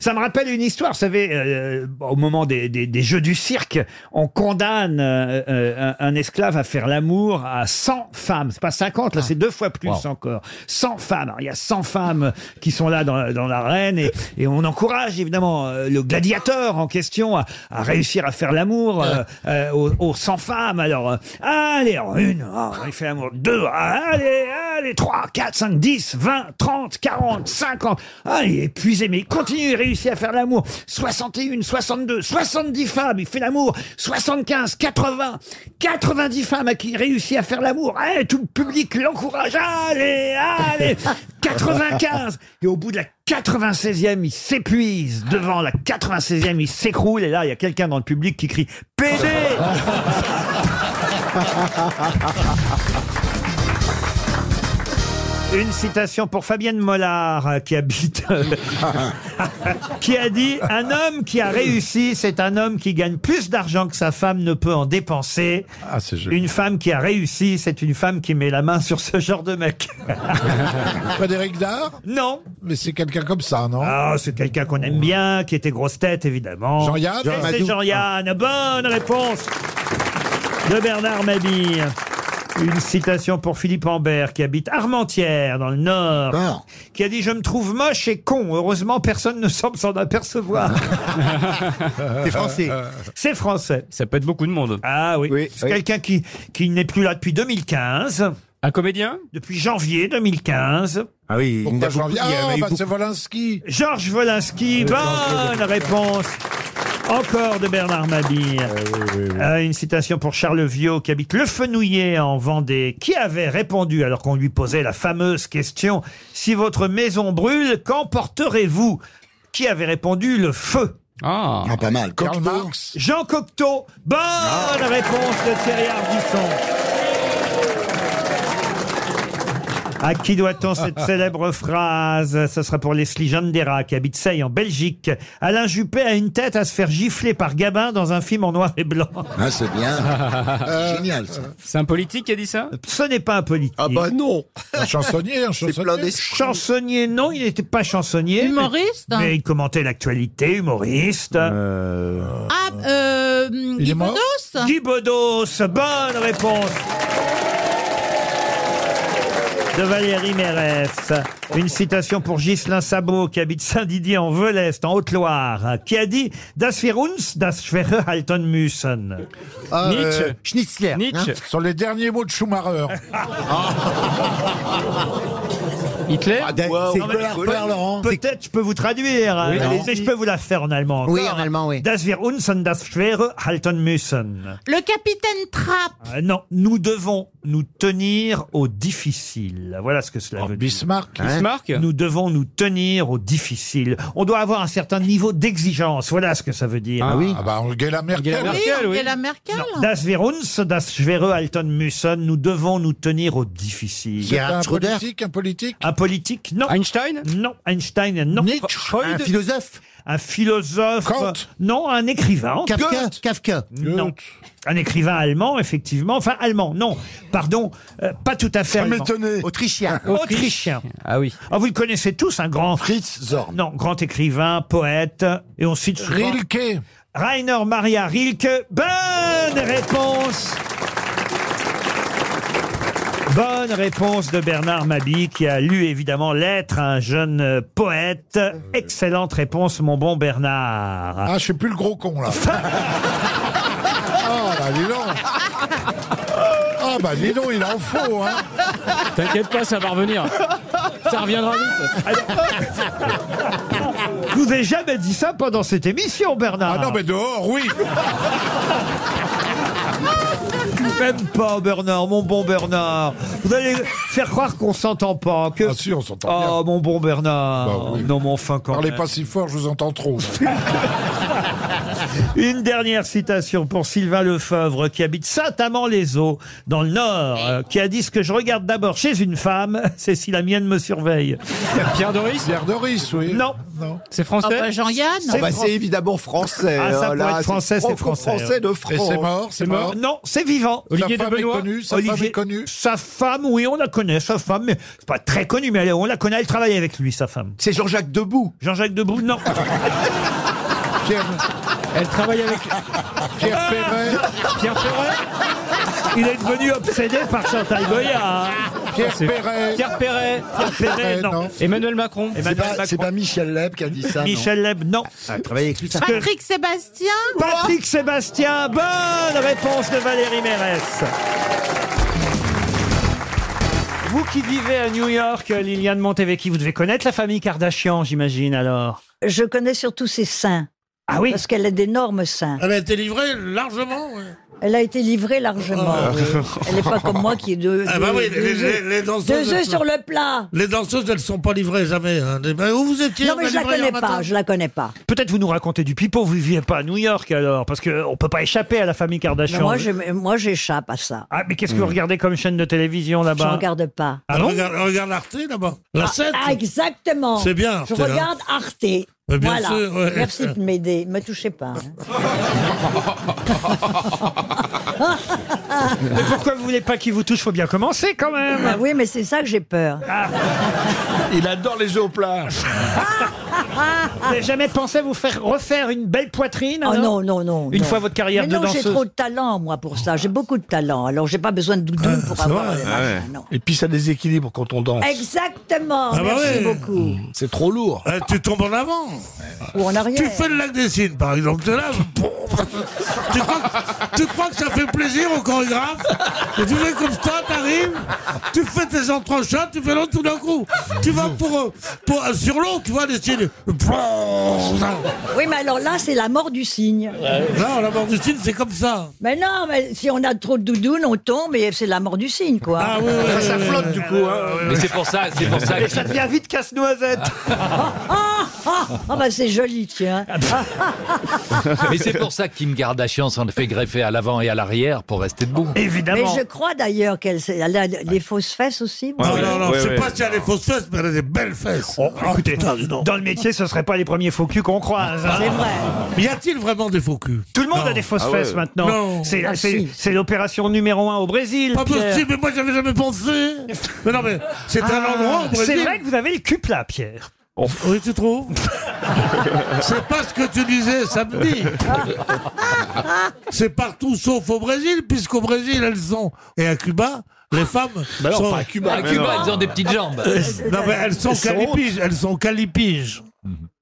Speaker 1: Ça me rappelle une histoire, vous savez, euh, au moment des, des- des Jeux du cirque, on condamne euh, euh, un, un esclave à faire l'amour à 100 femmes. C'est pas 50, là, c'est deux fois plus encore. 100 femmes. Alors, il y a 100 femmes qui sont là dans, dans l'arène et, et on encourage évidemment euh, le gladiateur en question à, à réussir à faire l'amour euh, euh, aux, aux 100 femmes. Alors, euh, allez, alors, une, ah, il fait l'amour, deux, ah, allez, allez, trois, quatre, cinq, dix, vingt, trente, quarante, cinquante. Allez, épuisé, mais il continue, il réussit à faire l'amour. 61, 62, 70 femmes, il fait l'amour. 75, 80, 90 femmes à qui il réussit à faire l'amour. Allez, tout le public l'encourage. Allez, allez. 95. Et au bout de la 96e, il s'épuise. Devant la 96e, il s'écroule. Et là, il y a quelqu'un dans le public qui crie PD Une citation pour Fabienne Mollard euh, qui habite, euh, qui a dit Un homme qui a réussi, c'est un homme qui gagne plus d'argent que sa femme ne peut en dépenser.
Speaker 3: Ah,
Speaker 1: Une femme qui a réussi, c'est une femme qui met la main sur ce genre de mec.
Speaker 3: Frédéric Dard
Speaker 1: Non.
Speaker 3: Mais c'est quelqu'un comme ça, non
Speaker 1: Ah, c'est quelqu'un qu'on aime bien, qui était grosse tête, évidemment.
Speaker 3: Jean-Yann Ah.
Speaker 1: Et C'est
Speaker 3: Madou.
Speaker 1: Jean-Yann. Bonne réponse de Bernard Mabille. Une citation pour Philippe Ambert, qui habite Armentières, dans le Nord, qui a dit « Je me trouve moche et con. Heureusement, personne ne semble s'en apercevoir.
Speaker 14: C'est français.
Speaker 1: C'est français.
Speaker 24: Ça peut être beaucoup de monde.
Speaker 1: Ah oui. C'est quelqu'un qui, qui n'est plus là depuis 2015.
Speaker 24: Un comédien
Speaker 1: Depuis janvier 2015.
Speaker 14: Ah oui,
Speaker 1: il y en a
Speaker 3: Pourquoi
Speaker 1: beaucoup-
Speaker 3: janvier
Speaker 1: il y en a
Speaker 3: Ah,
Speaker 1: eu
Speaker 3: bah,
Speaker 1: beaucoup.
Speaker 3: c'est Volinsky
Speaker 1: Georges Volinsky, bonne réponse encore de Bernard Mabille. Euh, une citation pour Charles Viau qui habite Le Fenouillet en Vendée, qui avait répondu alors qu'on lui posait la fameuse question Si votre maison brûle, qu'emporterez-vous Qui avait répondu Le feu.
Speaker 24: Ah,
Speaker 1: pas mal. Jean Cocteau, bonne réponse de Thierry Ardisson. À qui doit-on cette célèbre phrase Ce sera pour Leslie Jandera, qui habite Seille, en Belgique. Alain Juppé a une tête à se faire gifler par Gabin dans un film en noir et blanc.
Speaker 24: Ah, c'est bien. Euh,
Speaker 1: Génial, ça.
Speaker 24: C'est un politique qui a dit ça
Speaker 1: Ce n'est pas un politique. Ah bah
Speaker 24: non
Speaker 3: Un chansonnier, un chansonnier
Speaker 1: Chansonnier, non, il n'était pas chansonnier. mais-
Speaker 23: Humoriste, hein.
Speaker 1: Mais il commentait l'actualité, humoriste.
Speaker 23: Ah, euh,
Speaker 1: est mort
Speaker 23: Hippodos
Speaker 1: Guy Bedos, bonne réponse de Valérie Mérès. Une citation pour Ghislain Sabot, qui habite Saint-Didier en Velest, en Haute-Loire, qui a dit « Das wir uns, das wäre halten müssen
Speaker 3: Ah, Nietzsche. euh, Ah,
Speaker 1: Schnitzler.
Speaker 3: Nietzsche. Ce sont les derniers mots de Schumacher.
Speaker 1: Hitler
Speaker 3: Wow. Ah, c'est Nicolas Paul, Laurent.
Speaker 1: Peut-être je peux vous traduire,
Speaker 3: Oui,
Speaker 1: hein,
Speaker 3: allez-y.
Speaker 1: mais je peux vous la faire en allemand.
Speaker 3: Oui,
Speaker 1: encore.
Speaker 3: en allemand, oui.
Speaker 1: Das wir uns und das schwere halten müssen.
Speaker 23: Le capitaine Trapp.
Speaker 1: Euh, non, nous devons nous tenir au difficile. Voilà ce que cela
Speaker 3: Oh,
Speaker 1: veut dire. Bismarck.
Speaker 24: Bismarck
Speaker 1: Nous devons nous tenir au difficile. On doit avoir un certain niveau d'exigence. Voilà ce que ça veut dire.
Speaker 3: Ah oui. Ah bah Angela Merkel.
Speaker 23: Angela Merkel.
Speaker 1: Das wir uns, das schwere halten müssen. Nous devons nous tenir au difficile.
Speaker 3: C'est un politique, un politique
Speaker 1: Un politique, non. Einstein Non, Einstein, non. Nietzsche,
Speaker 3: Un
Speaker 1: philosophe un philosophe. Non, un écrivain.
Speaker 10: Kafka
Speaker 1: Kafka. Non. Un écrivain allemand, effectivement. Enfin, allemand, non. Pardon, euh, pas tout à fait.
Speaker 10: Ça
Speaker 1: allemand.
Speaker 10: m'étonnait.
Speaker 1: Autrichien. Autrichien. Ah oui. vous le connaissez tous, un grand. Fritz Zorn. Non, grand écrivain, poète. Et on cite souvent.
Speaker 10: Rilke.
Speaker 1: Rainer Maria Rilke. Bonne réponse. Bonne réponse de Bernard Mabi qui a lu évidemment L'être à un jeune euh, poète. Excellente réponse, mon bon Bernard. Ah, je suis plus le gros con là.
Speaker 19: Oh,
Speaker 3: Ah, bah dis donc. Ah, bah dis donc, il en faut, hein.
Speaker 24: T'inquiète pas, ça va revenir. Ça reviendra vite.
Speaker 1: Je vous ai jamais dit ça pendant cette émission, Bernard. Ah non, mais dehors, oui. Même pas, Bernard, mon bon Bernard. Vous allez faire croire qu'on s'entend pas. Que... Ah si, on s'entend Bah Oh, mon bon Bernard. Non, mais enfin, quand
Speaker 3: Parlez
Speaker 1: même.
Speaker 3: pas si fort, je vous entends trop.
Speaker 1: Une dernière citation pour Sylvain Lefebvre, qui habite Saint-Amand-les-Eaux, dans le Nord, euh, qui a dit ce que je regarde d'abord chez une femme, c'est si la mienne me surveille. Pierre Doris Pierre Doris, oui. Non. C'est
Speaker 12: français Ah bah, Jean-Yann
Speaker 20: Ah bah, c'est évidemment français.
Speaker 1: Ah, ça
Speaker 20: hein,
Speaker 1: pourrait
Speaker 20: là,
Speaker 1: être français, c'est français.
Speaker 20: franco-français de France.
Speaker 1: Non, c'est vivant.
Speaker 20: Olivier Sa de femme est Benoît connue, sa femme est
Speaker 1: connue. Sa femme, oui, on la connaît, sa femme. mais C'est pas très connue, mais elle- on la connaît, elle travaille avec lui, sa femme. C'est Jean-Jacques Debout. Jean-Jacques Debout, non. Elle travaille avec Pierre Perret. Ah Pierre Il est devenu obsédé par Chantal Goya. hein.
Speaker 3: Pierre Perret.
Speaker 24: Pierre Perret.
Speaker 1: Pierre Perret, non.
Speaker 24: Emmanuel Macron.
Speaker 1: Emmanuel Macron.
Speaker 24: C'est pas Michel Leb qui a dit Ah,
Speaker 1: ça, non Michel Leb, non.
Speaker 12: Patrick Sébastien
Speaker 1: Patrick Sébastien, bonne réponse de Valérie Mérès. Vous qui vivez à New York, Liliane Montevecchi, vous devez connaître la famille Kardashian, j'imagine alors.
Speaker 5: Je connais surtout ses seins.
Speaker 1: Ah oui
Speaker 5: Parce qu'elle a d'énormes seins.
Speaker 3: Elle a été livrée largement. ouais.
Speaker 5: Elle a été livrée largement.
Speaker 3: Ah.
Speaker 5: oui. Elle n'est pas comme moi qui ai deux,
Speaker 3: Ah bah
Speaker 5: deux-
Speaker 3: oui,
Speaker 5: deux
Speaker 3: les, les-
Speaker 5: œufs-
Speaker 3: les danseuses.
Speaker 5: deux
Speaker 3: elles
Speaker 5: œufs
Speaker 3: sont-
Speaker 5: sur le plat.
Speaker 3: Les danseuses, elles sont pas livrées jamais. hein. Les- Où vous étiez
Speaker 5: Non
Speaker 3: on
Speaker 5: mais
Speaker 3: m'a
Speaker 5: je la
Speaker 3: livré hier
Speaker 5: connais
Speaker 3: matin.
Speaker 5: pas, je la connais pas.
Speaker 1: Peut-être vous nous racontez du pipeau, vous ne viviez pas à New York alors, parce qu'on ne peut pas échapper à la famille Kardashian.
Speaker 5: Non, moi, je- moi, j'échappe à ça.
Speaker 1: Ah, mais qu'est-ce que vous
Speaker 13: Hmm.
Speaker 1: regardez comme chaîne de télévision
Speaker 5: Je
Speaker 1: là-bas
Speaker 5: regarde pas.
Speaker 1: Ah bon
Speaker 3: regarde, regarde Arte là-bas. La
Speaker 5: Ah,
Speaker 3: 7.
Speaker 5: ah, exactement.
Speaker 3: C'est bien,
Speaker 5: Je
Speaker 3: Arte, hein.
Speaker 5: regarde Arte.
Speaker 3: bien
Speaker 5: voilà.
Speaker 3: sûr, ouais.
Speaker 5: Merci de m'aider. Me touchez pas. hein.
Speaker 1: Mais pourquoi vous voulez pas qu'il vous touche Faut bien commencer quand
Speaker 5: Ah
Speaker 1: même.
Speaker 5: oui, mais c'est ça que j'ai peur.
Speaker 1: Il adore les jeux au plat. vous n'avez jamais pensé vous faire refaire une belle poitrine
Speaker 5: Oh
Speaker 1: alors
Speaker 5: non, non, non.
Speaker 1: Une
Speaker 5: non.
Speaker 1: fois votre carrière
Speaker 5: Mais
Speaker 1: de
Speaker 5: non, j'ai
Speaker 1: danseuse.
Speaker 5: trop de talent, moi, pour ça. J'ai beaucoup de talent. Alors, j'ai pas besoin de
Speaker 1: Ah,
Speaker 5: doudoune pour avoir. euh,
Speaker 24: Ah
Speaker 10: Et puis ça déséquilibre quand on danse.
Speaker 5: Exactement.
Speaker 3: Ah bah
Speaker 5: Merci
Speaker 3: ouais.
Speaker 5: beaucoup.
Speaker 10: C'est trop lourd.
Speaker 3: Ah, tu tombes en avant.
Speaker 5: Ou en arrière.
Speaker 3: Tu fais le lac des signes, par exemple. T'es là, boum. tu, crois que, tu crois que ça fait plaisir au chorégraphe Et tu fais comme ça, t'arrives, tu fais tes entrechats, tu fais l'autre tout d'un coup. Tu vas pour, euh, pour, euh, sur l'eau, tu vois, des signes.
Speaker 5: Oui, mais alors là, c'est la mort du cygne.
Speaker 3: Non, la mort du signe, c'est comme ça.
Speaker 5: Mais non, mais si on a trop de doudoune, on tombe et c'est la mort du cygne, quoi. Ah
Speaker 3: oui,
Speaker 5: oui.
Speaker 3: Ça flotte
Speaker 1: du coup. hein.
Speaker 13: Mais c'est pour ça, c'est pour ça.
Speaker 1: Mais
Speaker 13: que-
Speaker 1: ça devient vite casse-noisette.
Speaker 5: Ah, ah, ah, bah c'est joli, tiens.
Speaker 1: Ah, bah.
Speaker 13: Mais c'est pour ça que Kim Kardashian s'en fait greffer à l'avant et à l'arrière pour rester debout.
Speaker 5: Mais je crois d'ailleurs qu'elle s'est- elle a les fausses fesses aussi.
Speaker 3: Non,
Speaker 1: Ah,
Speaker 13: Ouais,
Speaker 3: non, non,
Speaker 13: ouais,
Speaker 3: je sais
Speaker 13: ouais.
Speaker 3: pas si elle a des fausses fesses, mais elle a des belles fesses.
Speaker 1: Oh,
Speaker 3: Ah,
Speaker 1: écoutez, dans le métier, ce ne seraient pas les premiers faux culs qu'on croise. hein.
Speaker 5: C'est vrai.
Speaker 3: Mais y a-t-il vraiment des faux culs
Speaker 1: Tout le monde
Speaker 3: Non.
Speaker 1: a des fausses
Speaker 3: Ah ouais.
Speaker 1: fesses maintenant.
Speaker 3: Non.
Speaker 1: C'est
Speaker 3: Ah,
Speaker 1: c'est-
Speaker 3: si.
Speaker 1: c'est l'opération numéro un au Brésil.
Speaker 3: Pas
Speaker 1: Pierre.
Speaker 3: possible, mais moi j'avais jamais pensé. Mais non, mais c'est un
Speaker 1: Ah,
Speaker 3: endroit au Brésil.
Speaker 1: C'est vrai que vous avez le cul plat, Pierre.
Speaker 3: Oui, tu trouves C'est pas ce que tu disais samedi. C'est partout sauf au Brésil, puisqu'au Brésil, elles sont. Et à Cuba, les femmes.
Speaker 13: Bah non,
Speaker 3: sont...
Speaker 13: pas à Cuba. À Mais Cuba, non. elles ont des petites jambes.
Speaker 3: Euh, non, mais elles sont
Speaker 13: Elles sont
Speaker 3: calipiges. Elles sont calipiges.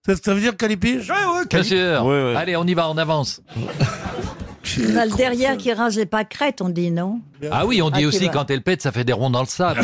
Speaker 3: Ça, ça veut dire calipiges
Speaker 1: Oui,
Speaker 13: Bien sûr. Allez, on y va, on avance.
Speaker 5: On a le derrière qui rase les pâquerettes, on dit, non
Speaker 13: Ah oui, on dit
Speaker 5: Ah,
Speaker 13: aussi
Speaker 5: Cuba.
Speaker 13: quand elle pète, ça fait des ronds dans le sable.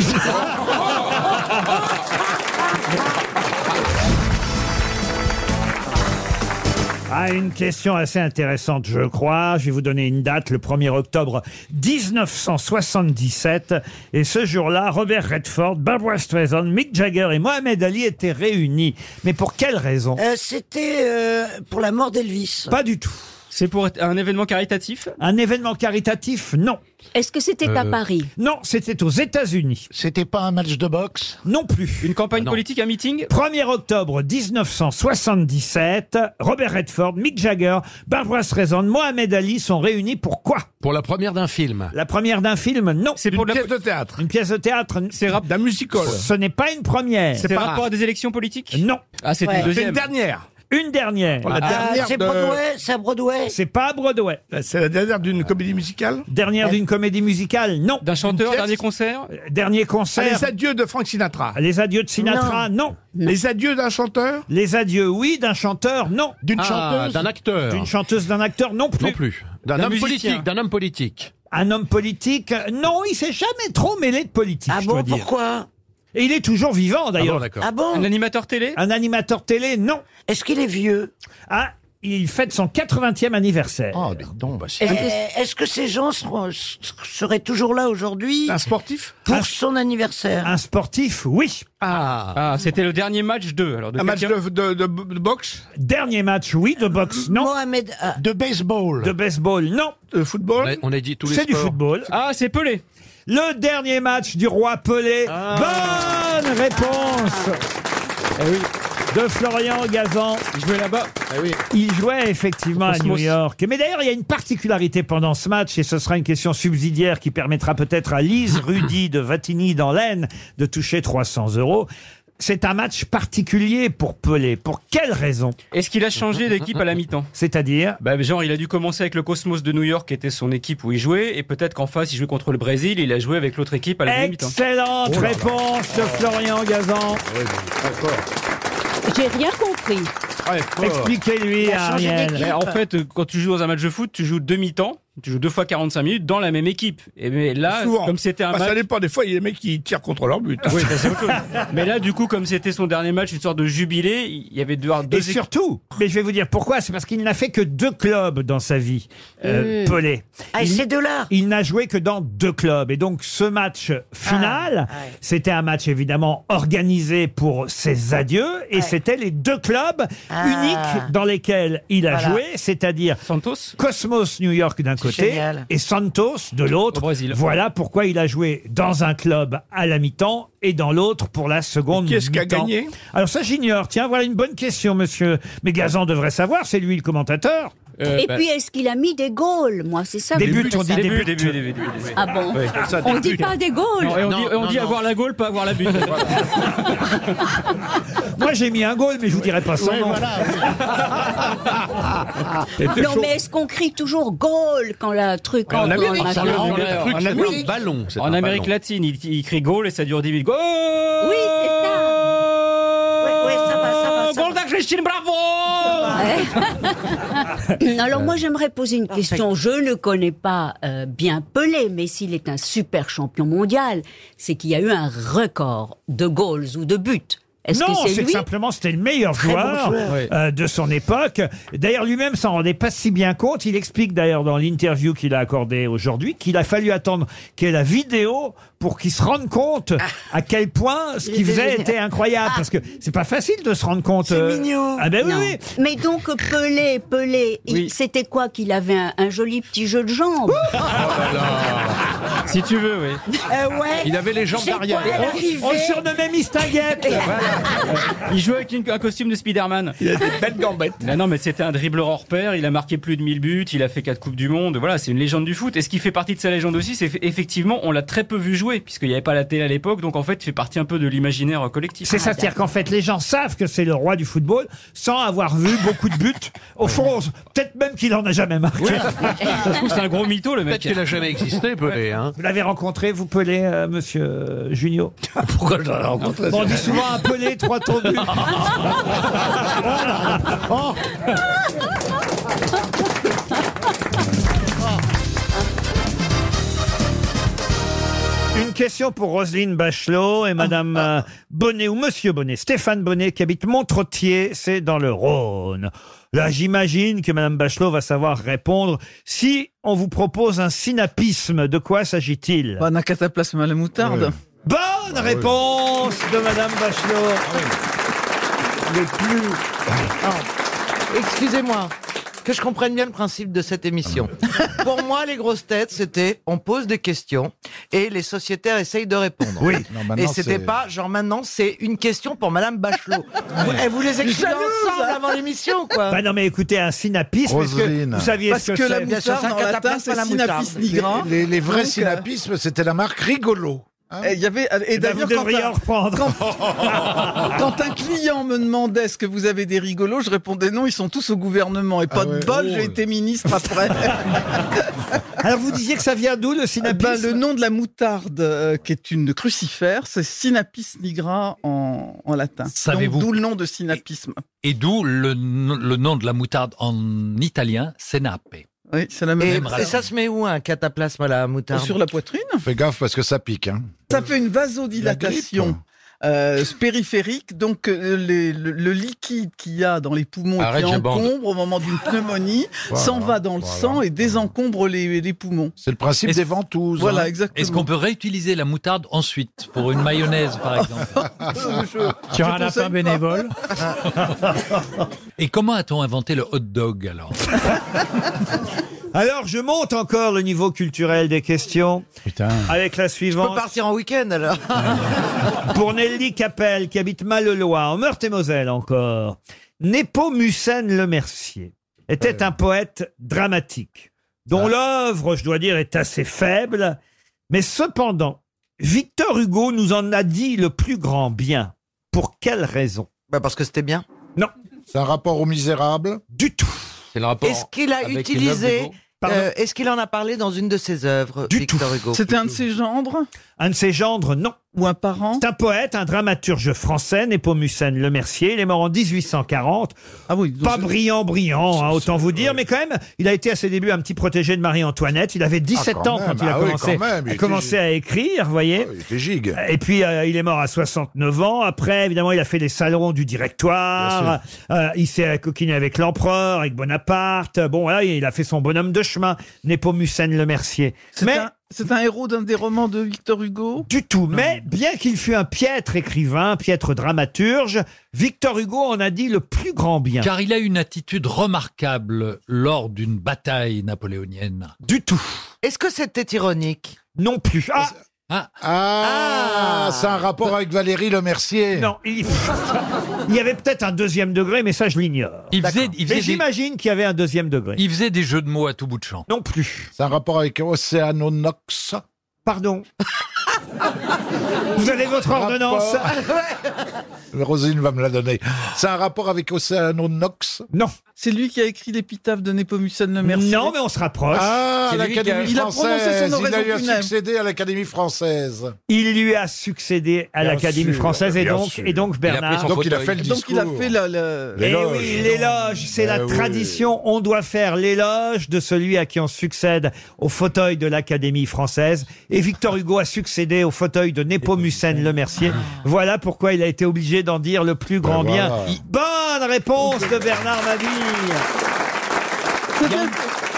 Speaker 1: Ah, une question assez intéressante, je crois. Je vais vous donner une date, le 1er octobre 1977. Et ce jour-là, Robert Redford, Barbara Streisand, Mick Jagger et Mohamed Ali étaient réunis. Mais pour quelle raison
Speaker 21: Euh, C'était euh, pour la mort d'Elvis.
Speaker 1: Pas du tout. C'est pour un événement caritatif Un événement caritatif, non.
Speaker 21: Est-ce que c'était
Speaker 1: Euh,
Speaker 21: à Paris
Speaker 1: Non, c'était aux États-Unis. C'était pas un match de boxe Non plus. Une campagne politique, un meeting 1er octobre 1977, Robert Redford, Mick Jagger, Barbara Streisand, Mohamed Ali sont réunis pour quoi Pour la première d'un film. La première d'un film, non. C'est pour une pièce de théâtre. Une pièce de théâtre. C'est rap d'un musical. Ce n'est pas une première. Ah.
Speaker 24: C'est par rapport à des élections politiques
Speaker 1: Non.
Speaker 24: Ah, c'est une
Speaker 1: Ouais.
Speaker 24: deuxième.
Speaker 1: C'est une dernière. Une dernière.
Speaker 24: La dernière
Speaker 1: Ah, c'est
Speaker 24: de-
Speaker 1: Broadway, c'est à Broadway. C'est pas à Broadway. Euh, C'est la dernière d'une comédie musicale Dernière d'une comédie musicale, non. D'un chanteur, dernier concert Dernier concert.
Speaker 25: Ah, les
Speaker 1: adieux de Frank Sinatra. Les adieux de Sinatra, non. Les adieux d'un chanteur Les adieux, oui, d'un chanteur, non.
Speaker 25: D'une Ah, chanteuse d'un acteur.
Speaker 1: D'une chanteuse, d'un acteur, non plus.
Speaker 25: Non plus. D'un homme politique,
Speaker 1: D'un homme politique. Un homme politique, euh, non, il s'est jamais trop mêlé de politique. Ah bon, pourquoi et il est toujours vivant d'ailleurs.
Speaker 25: Ah bon, d'accord. Ah bon Un
Speaker 1: animateur télé Un animateur télé, non. Est-ce qu'il est vieux Ah, il fête son 80e anniversaire.
Speaker 25: Ah,
Speaker 1: Oh, pardon,
Speaker 25: bah,
Speaker 26: Est-ce que- est-ce que ces gens seront- s- seraient toujours là aujourd'hui
Speaker 1: Un sportif
Speaker 26: Pour son anniversaire.
Speaker 1: Un sportif, oui.
Speaker 24: Ah, c'était le dernier match 2. Alors de
Speaker 25: Un match
Speaker 24: quelqu'un-
Speaker 25: de, de- de- de boxe
Speaker 1: Dernier match, oui, de boxe, non.
Speaker 25: De baseball.
Speaker 1: De baseball, non.
Speaker 25: De football.
Speaker 1: On a dit tous les C'est du football. Ah, c'est Pelé. Ah. Le dernier match du roi Pelé. Bonne réponse. Eh oui. De Florian Gazan. Il jouait là-bas.
Speaker 25: Eh
Speaker 1: Il jouait effectivement à New
Speaker 24: Cosmos.
Speaker 1: York. Mais d'ailleurs, il y a une particularité pendant ce match, et ce sera une question subsidiaire qui permettra peut-être à Lise Rudy de Vatigny dans l'Aisne de toucher 300 euros. C'est un match particulier pour Pelé. Pour quelle raison
Speaker 24: Est-ce qu'il a changé d'équipe à la mi-temps
Speaker 1: C'est-à-dire
Speaker 24: bah, Genre, il a dû commencer avec le Cosmos de New York, qui était son équipe où il jouait, et peut-être qu'en face, il jouait contre le Brésil, il a joué avec l'autre équipe à la même mi-temps.
Speaker 1: Excellente
Speaker 24: Oh là là.
Speaker 1: réponse de Florian Gazan.
Speaker 21: J'ai rien compris.
Speaker 1: Expliquez-lui,
Speaker 21: Il a changé
Speaker 1: Ariel.
Speaker 21: d'équipe.
Speaker 24: Mais en fait, euh, quand tu joues dans un match de foot, tu joues deux mi-temps, tu joues deux fois 45 minutes dans la même équipe. Et mais là,
Speaker 25: Souvent.
Speaker 24: comme c'était un
Speaker 25: Ah, Ça
Speaker 24: match.
Speaker 25: dépend, des fois, il y a des mecs qui tirent contre leur but.
Speaker 24: Oui, ça, c'est autre chose. mais là, du coup, comme c'était son dernier match, une sorte de jubilé, il y avait deux, deux
Speaker 1: Et
Speaker 24: équipes.
Speaker 1: surtout, mais je vais vous dire pourquoi, c'est parce qu'il n'a fait que deux clubs dans sa vie, euh,
Speaker 26: Mmh.
Speaker 1: Pelé.
Speaker 26: Ah, et
Speaker 1: Il-
Speaker 26: ces deux-là
Speaker 1: Il n'a joué que dans deux clubs. Et donc, ce match final,
Speaker 26: Ah,
Speaker 1: c'était un match évidemment organisé pour ses adieux, et c'était les deux clubs
Speaker 26: Ah.
Speaker 1: uniques dans lesquels il a
Speaker 26: Voilà.
Speaker 1: joué, c'est-à-dire Santos, Cosmos New York d'un côté,
Speaker 26: génial.
Speaker 1: et Santos de l'autre. Voilà pourquoi il a joué dans un club à la mi-temps et dans l'autre pour la seconde
Speaker 25: qui est-ce qui a
Speaker 1: mi-temps.
Speaker 25: gagné
Speaker 1: Alors ça, j'ignore. Tiens, voilà une bonne question, monsieur. Mais Gazan devrait savoir, c'est lui le commentateur.
Speaker 21: Et
Speaker 1: bah-
Speaker 21: puis, est-ce qu'il a mis des goals Moi, c'est ça.
Speaker 1: Des
Speaker 21: que je
Speaker 1: buts,
Speaker 21: voudrais
Speaker 1: on dit des
Speaker 21: savoir.
Speaker 1: buts.
Speaker 24: Début, début, début, début.
Speaker 21: Ah bon
Speaker 24: Oui.
Speaker 21: On dit pas des goals.
Speaker 24: Non, et on dit, on dit avoir la gaule, pas avoir la butte.
Speaker 1: Moi, j'ai mis un goal, mais je vous dirai pas son nom. Et t'es
Speaker 21: Ah, Non,
Speaker 1: chaud.
Speaker 21: mais est-ce qu'on crie toujours goal quand la truc
Speaker 24: En
Speaker 21: entre-
Speaker 24: Amérique,
Speaker 21: entre-
Speaker 24: c'est le-
Speaker 21: entre-
Speaker 24: le truc,
Speaker 21: en
Speaker 24: c'est
Speaker 21: Amérique.
Speaker 24: un ballon. En Amérique latine, il, il crie goal et ça dure 10 minutes. Goal Oui, c'est ça. Oui, ça va, ça
Speaker 19: Euh,
Speaker 24: va. Goal de Christine, bravo
Speaker 21: Alors moi j'aimerais poser une question. Je ne connais pas euh, bien Pelé, mais s'il est un super champion mondial, c'est qu'il y a eu un record de goals ou de buts. Est-ce que
Speaker 1: non,
Speaker 21: c'est
Speaker 1: que
Speaker 21: lui
Speaker 1: simplement c'était le meilleur
Speaker 21: Très bon
Speaker 1: joueur,
Speaker 21: joueur. Oui.
Speaker 1: euh, de son époque. D'ailleurs, lui-même s'en rendait pas si bien compte. Il explique d'ailleurs dans l'interview qu'il a accordée aujourd'hui qu'il a fallu attendre qu'il y ait la vidéo pour qu'il se rende compte à quel point ce
Speaker 21: Ah.
Speaker 1: qu'il
Speaker 21: Il était
Speaker 1: faisait
Speaker 21: génial. Ah.
Speaker 1: était incroyable. Parce que c'est pas facile de se rendre compte. euh, Ah ben oui,
Speaker 21: Non.
Speaker 1: oui.
Speaker 21: Mais donc Pelé, Pelé, il- c'était quoi qu'il avait un, un joli petit jeu de jambes
Speaker 24: Si tu veux, oui.
Speaker 21: Il avait les jambes C'est d'Ariel. quoi, elle arrivait
Speaker 1: On, on le surnommait Mistinguette.
Speaker 24: Il jouait avec une- un costume de Spider-Man. Il a des belles gambettes. non, mais c'était un dribbleur hors pair. Il a marqué plus de 1000 buts. Il a fait 4 Coupes du Monde. Voilà, c'est une légende du foot. Et ce qui fait partie de sa légende aussi, c'est effectivement, on l'a très peu vu jouer, puisqu'il n'y avait pas la télé à l'époque. Donc en fait, il fait partie un peu de l'imaginaire collectif.
Speaker 1: C'est ça, c'est-à-dire qu'en fait, les gens savent que c'est le roi du football sans avoir vu beaucoup de buts. Au fond, on- peut-être même qu'il en a jamais marqué.
Speaker 24: Je trouve que c'est un gros mytho, le mec.
Speaker 1: Peut-être qu'il a
Speaker 24: jamais
Speaker 1: existé, Pelé,
Speaker 2: hein.
Speaker 1: Vous l'avez rencontré, vous, Pelé, euh, monsieur euh, Junio Pourquoi je l'ai rencontré On dit souvent un Pelé, trois tondus.
Speaker 19: Oh,
Speaker 1: Une question pour Roselyne Bachelot et Madame euh, Bonnet ou Monsieur Bonnet, Stéphane Bonnet qui habite Montretier, c'est dans le Rhône. Là, j'imagine que Madame Bachelot va savoir répondre. Si on vous propose un synapisme, de quoi s'agit-il Un Bah, cataplasme à la moutarde. Bonne réponse de Madame Bachelot.
Speaker 17: Le plus. Ah. Excusez-moi. que je comprenne bien le principe de cette émission. Pour moi, les grosses têtes, c'était on pose des questions et les sociétaires essayent de répondre.
Speaker 14: Oui. Non, maintenant,
Speaker 17: et c'était
Speaker 14: c'est-
Speaker 17: pas genre maintenant, c'est une question pour Madame Bachelot. vous, eh, vous les écrivez
Speaker 14: Jalouse,
Speaker 17: ensemble avant l'émission ou quoi
Speaker 1: Bah non, mais écoutez, un synapiste, parce que
Speaker 2: Roselyne.
Speaker 1: vous saviez
Speaker 17: Parce
Speaker 1: ce que,
Speaker 17: que la
Speaker 1: c'est.
Speaker 17: moutarde,
Speaker 1: Ça, ça
Speaker 17: en latin,
Speaker 1: cataplasme
Speaker 17: c'est
Speaker 1: à la
Speaker 17: synapis
Speaker 1: moutarde.
Speaker 2: Les, les- les vrais
Speaker 1: Donc, euh,
Speaker 2: synapismes, c'était la marque rigolo.
Speaker 1: Ah
Speaker 2: hein.
Speaker 8: Et il y avait, et
Speaker 2: Eh ben,
Speaker 8: d'ailleurs,
Speaker 2: vous
Speaker 8: quand
Speaker 2: devriez
Speaker 8: un-
Speaker 2: en reprendre.
Speaker 8: Quand, quand un client me demandait est-ce que vous avez des rigolos, je répondais non, ils sont tous au gouvernement. Et pas
Speaker 1: Ah ouais,
Speaker 8: de bol,
Speaker 1: drôle.
Speaker 8: j'ai été ministre après. Eh ben,
Speaker 1: Alors vous disiez que ça vient d'où le synapis
Speaker 8: Le nom de la moutarde, euh, qui est une crucifère, c'est Sinapis nigra en, en latin.
Speaker 13: Savez-vous-
Speaker 8: Donc, D'où le nom de synapisme.
Speaker 13: Et d'où le, n- le nom de la moutarde en italien, senape.
Speaker 8: Oui, c'est la
Speaker 17: et,
Speaker 13: même
Speaker 17: et ça se met où un cataplasme à la moutarde
Speaker 8: Sur la poitrine
Speaker 2: Fais gaffe parce que ça pique. Hein.
Speaker 8: Ça fait une vasodilatation euh, périphérique, donc euh, les- le, le liquide qu'il y a dans les poumons et
Speaker 2: Arrête,
Speaker 8: qui
Speaker 2: je bande.
Speaker 8: encombre au moment d'une pneumonie
Speaker 2: Voilà,
Speaker 8: s'en va dans le
Speaker 2: voilà.
Speaker 8: sang et désencombre les, les poumons.
Speaker 2: C'est le principe
Speaker 13: Est-ce-
Speaker 2: des ventouses.
Speaker 8: Voilà,
Speaker 2: hein.
Speaker 8: exactement.
Speaker 13: Est-ce qu'on peut réutiliser la moutarde ensuite pour une mayonnaise, par exemple
Speaker 8: Oh,
Speaker 2: Ah.
Speaker 8: Je-
Speaker 13: Sur
Speaker 8: je
Speaker 13: un lapin
Speaker 8: conseille pas.
Speaker 13: bénévole. Et comment a-t-on inventé le hot dog alors
Speaker 1: Alors je monte encore le niveau culturel des questions. Avec la
Speaker 17: On peut
Speaker 1: suivante.
Speaker 17: partir en week-end alors.
Speaker 1: Pour Nelly Capel, qui habite Malelois, en Meurthe-et-Moselle encore. Népomucène Le Mercier était un poète dramatique, dont l'œuvre, je dois dire, est assez faible. Mais cependant, Victor Hugo nous en a dit le plus grand bien. Pour quelle raison
Speaker 17: Bah, Parce que c'était bien.
Speaker 1: Non.
Speaker 2: C'est un rapport aux misérables
Speaker 1: Du tout.
Speaker 2: C'est le
Speaker 17: Est-ce qu'il a utilisé euh, Est-ce qu'il en a parlé dans une de ses œuvres, Victor Hugo
Speaker 8: C'était un de ses gendres
Speaker 1: Un de ses gendres, non.
Speaker 8: Ou un parent
Speaker 1: C'est un poète, un dramaturge français, Népomucène Le Mercier. Il est mort en 1840.
Speaker 8: Ah
Speaker 1: Pas brillant, brillant, hein, autant vous dire, mais quand même, il a été à ses débuts un petit protégé de Marie-Antoinette. Il avait 17
Speaker 2: quand
Speaker 1: ans
Speaker 2: même,
Speaker 1: quand il a
Speaker 2: ah oui,
Speaker 1: commencé,
Speaker 2: quand même, il
Speaker 1: a
Speaker 2: était- Ah
Speaker 1: commencé à écrire, vous voyez. Et puis, euh, il est mort à 69 ans. Après, évidemment, il a fait les salons du directoire. Euh, il s'est coquiné avec l'empereur, avec Bonaparte. Bon, voilà, il a fait son bonhomme de chemin, Népomucène Le Mercier.
Speaker 8: C'est un- c'est un héros d'un des romans de Victor Hugo
Speaker 1: Du tout. Mais bien qu'il fût un piètre écrivain, piètre dramaturge, Victor Hugo en a dit le plus grand bien.
Speaker 13: Car il a une attitude remarquable lors d'une bataille napoléonienne.
Speaker 1: Du tout.
Speaker 17: Est-ce que c'était ironique
Speaker 1: Non plus. Ah
Speaker 13: Ah,
Speaker 2: Ah,
Speaker 8: Ah.
Speaker 2: c'est un rapport avec Valérie Lemercier.
Speaker 1: Non, il, il y avait peut-être un deuxième degré, mais ça je l'ignore.
Speaker 13: Il faisait- il faisait
Speaker 1: mais
Speaker 13: des-
Speaker 1: j'imagine qu'il y avait un deuxième degré.
Speaker 13: Il faisait des jeux de mots à tout bout de champ.
Speaker 1: Non plus.
Speaker 2: C'est un rapport avec Océanonox.
Speaker 1: Pardon. Vous avez votre ordonnance
Speaker 2: Rosine va me la donner. C'est un rapport avec Océanonox.
Speaker 1: Non.
Speaker 8: C'est lui qui a écrit l'épitaphe de Népomucène Le Mercier.
Speaker 1: Non, mais on se rapproche.
Speaker 2: Ah,
Speaker 8: C'est lui qui a-
Speaker 2: l'Académie
Speaker 8: Il a prononcé
Speaker 2: française.
Speaker 8: son
Speaker 2: Il
Speaker 8: oraison
Speaker 2: a eu à
Speaker 8: funèbre.
Speaker 2: succéder à l'Académie française.
Speaker 1: Il lui a succédé à
Speaker 2: Bien
Speaker 1: l'Académie
Speaker 2: sûr,
Speaker 1: française et
Speaker 2: bien
Speaker 1: donc,
Speaker 2: sûr.
Speaker 1: et donc
Speaker 2: Il a pris
Speaker 1: Bernard.
Speaker 2: son Donc, il a fauteuil. fait le
Speaker 8: Donc il a
Speaker 2: discours.
Speaker 8: fait la- la-
Speaker 1: Eh
Speaker 2: L'éloge.
Speaker 1: oui, l'éloge, c'est la
Speaker 2: Euh, Eh oui.
Speaker 1: tradition. On doit faire l'éloge de celui à qui on succède au fauteuil de l'Académie française. Et Victor Hugo a succédé au fauteuil de Népomucène Le Mercier. Voilà pourquoi il a été obligé d'en dire le plus grand
Speaker 2: Ah. Ben
Speaker 1: bien.
Speaker 2: voilà.
Speaker 1: Bonne réponse de Bernard Mabille.
Speaker 8: C'était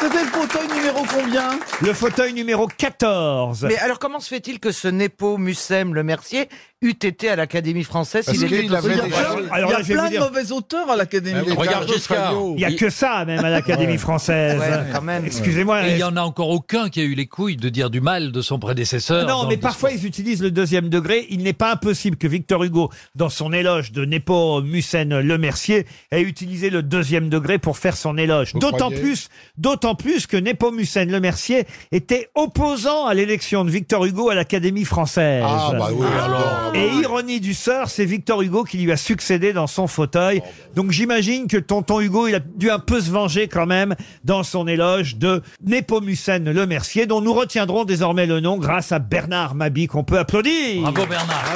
Speaker 8: c'était le fauteuil numéro combien
Speaker 1: Le fauteuil numéro 14.
Speaker 17: Mais alors comment se fait-il que ce Nepo Mussem Le Mercier eût été à l'Académie française
Speaker 2: Parce
Speaker 17: s'il était
Speaker 2: qu'il
Speaker 17: au-
Speaker 2: avait
Speaker 8: Il y a
Speaker 2: des-
Speaker 8: plein,
Speaker 1: alors là,
Speaker 8: il
Speaker 1: je
Speaker 8: y
Speaker 1: vais
Speaker 8: a plein
Speaker 1: vous
Speaker 8: de
Speaker 1: dire-
Speaker 8: mauvais auteurs à l'Académie.
Speaker 2: Ah oui, Regarde Giscard.
Speaker 1: Il n'y a que ça, même, à l'Académie française.
Speaker 17: Ouais, quand même.
Speaker 1: Excusez-moi.
Speaker 13: Et il n'y en a encore aucun qui a eu les couilles de dire du mal de son prédécesseur.
Speaker 1: Non,
Speaker 13: dans
Speaker 1: mais
Speaker 13: le
Speaker 1: parfois ils utilisent le deuxième degré. Il n'est pas impossible que Victor Hugo, dans son éloge de Nepo Mucène Le Mercier, ait utilisé le deuxième degré pour faire son éloge.
Speaker 2: Vous
Speaker 1: D'autant
Speaker 2: croyez
Speaker 1: plus, d'autant plus que Nepomucène Le Mercier était opposant à l'élection de Victor Hugo à l'Académie française.
Speaker 2: Ah, bah oui, alors.
Speaker 1: Et ironie du sort, c'est Victor Hugo qui lui a succédé dans son fauteuil. Donc j'imagine que tonton Hugo, il a dû un peu se venger quand même dans son éloge de Népomucène Le Mercier, dont nous retiendrons désormais le nom grâce à Bernard Mabi, qu'on peut applaudir.
Speaker 13: Bravo Bernard.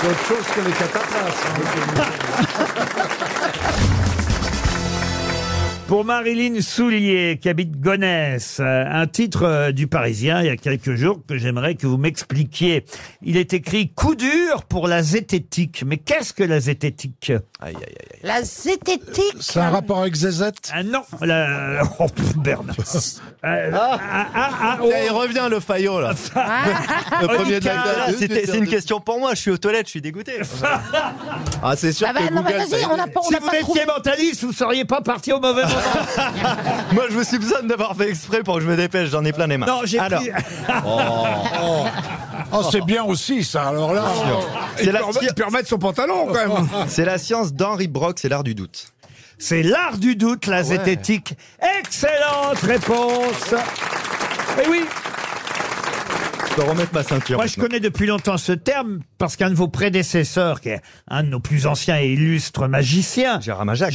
Speaker 14: C'est autre chose que les
Speaker 2: hein,
Speaker 14: cataplasmes.
Speaker 1: Ah. Pour Marilyn Soulier, qui habite Gonesse, euh, un titre euh, du Parisien il y a quelques jours que j'aimerais que vous m'expliquiez. Il est écrit Coup dur pour la zététique. Mais qu'est-ce que la zététique
Speaker 12: La zététique.
Speaker 2: C'est un rapport avec Zézette
Speaker 1: Ah oh. non, la... Oh, pff, Bernard. Ça
Speaker 15: il revient le faillot là.
Speaker 1: Ah.
Speaker 15: le premier de la
Speaker 1: Lucas.
Speaker 15: classe. C'était- C'est une question pour moi. Je suis aux toilettes, je suis dégoûté. ah, c'est sûr
Speaker 1: Ah bah
Speaker 15: que
Speaker 1: non, mais
Speaker 15: Google.
Speaker 1: vas-y,
Speaker 15: ça-
Speaker 1: on a pas- on Si a vous pas étiez trouvé. mentaliste, vous seriez pas parti au mauvais moment.
Speaker 15: moi, je me suis besoin d'avoir fait exprès pour que je me dépêche. J'en ai plein les mains.
Speaker 1: Non, j'ai
Speaker 15: Alors.
Speaker 1: pris-
Speaker 15: Oh.
Speaker 2: Oh, c'est bien aussi, ça. Alors là,
Speaker 15: C'est la sci-
Speaker 2: remettre son pantalon, quand même.
Speaker 15: C'est la science d'Henri Brock, c'est l'art du doute.
Speaker 1: C'est l'art du doute, la zététique. Excellente réponse. Et oui.
Speaker 15: Je dois remettre ma ceinture.
Speaker 1: Moi, je
Speaker 15: maintenant.
Speaker 1: connais depuis longtemps ce terme parce qu'un de vos prédécesseurs, qui est un de nos plus anciens et illustres magiciens, Gérard Majax,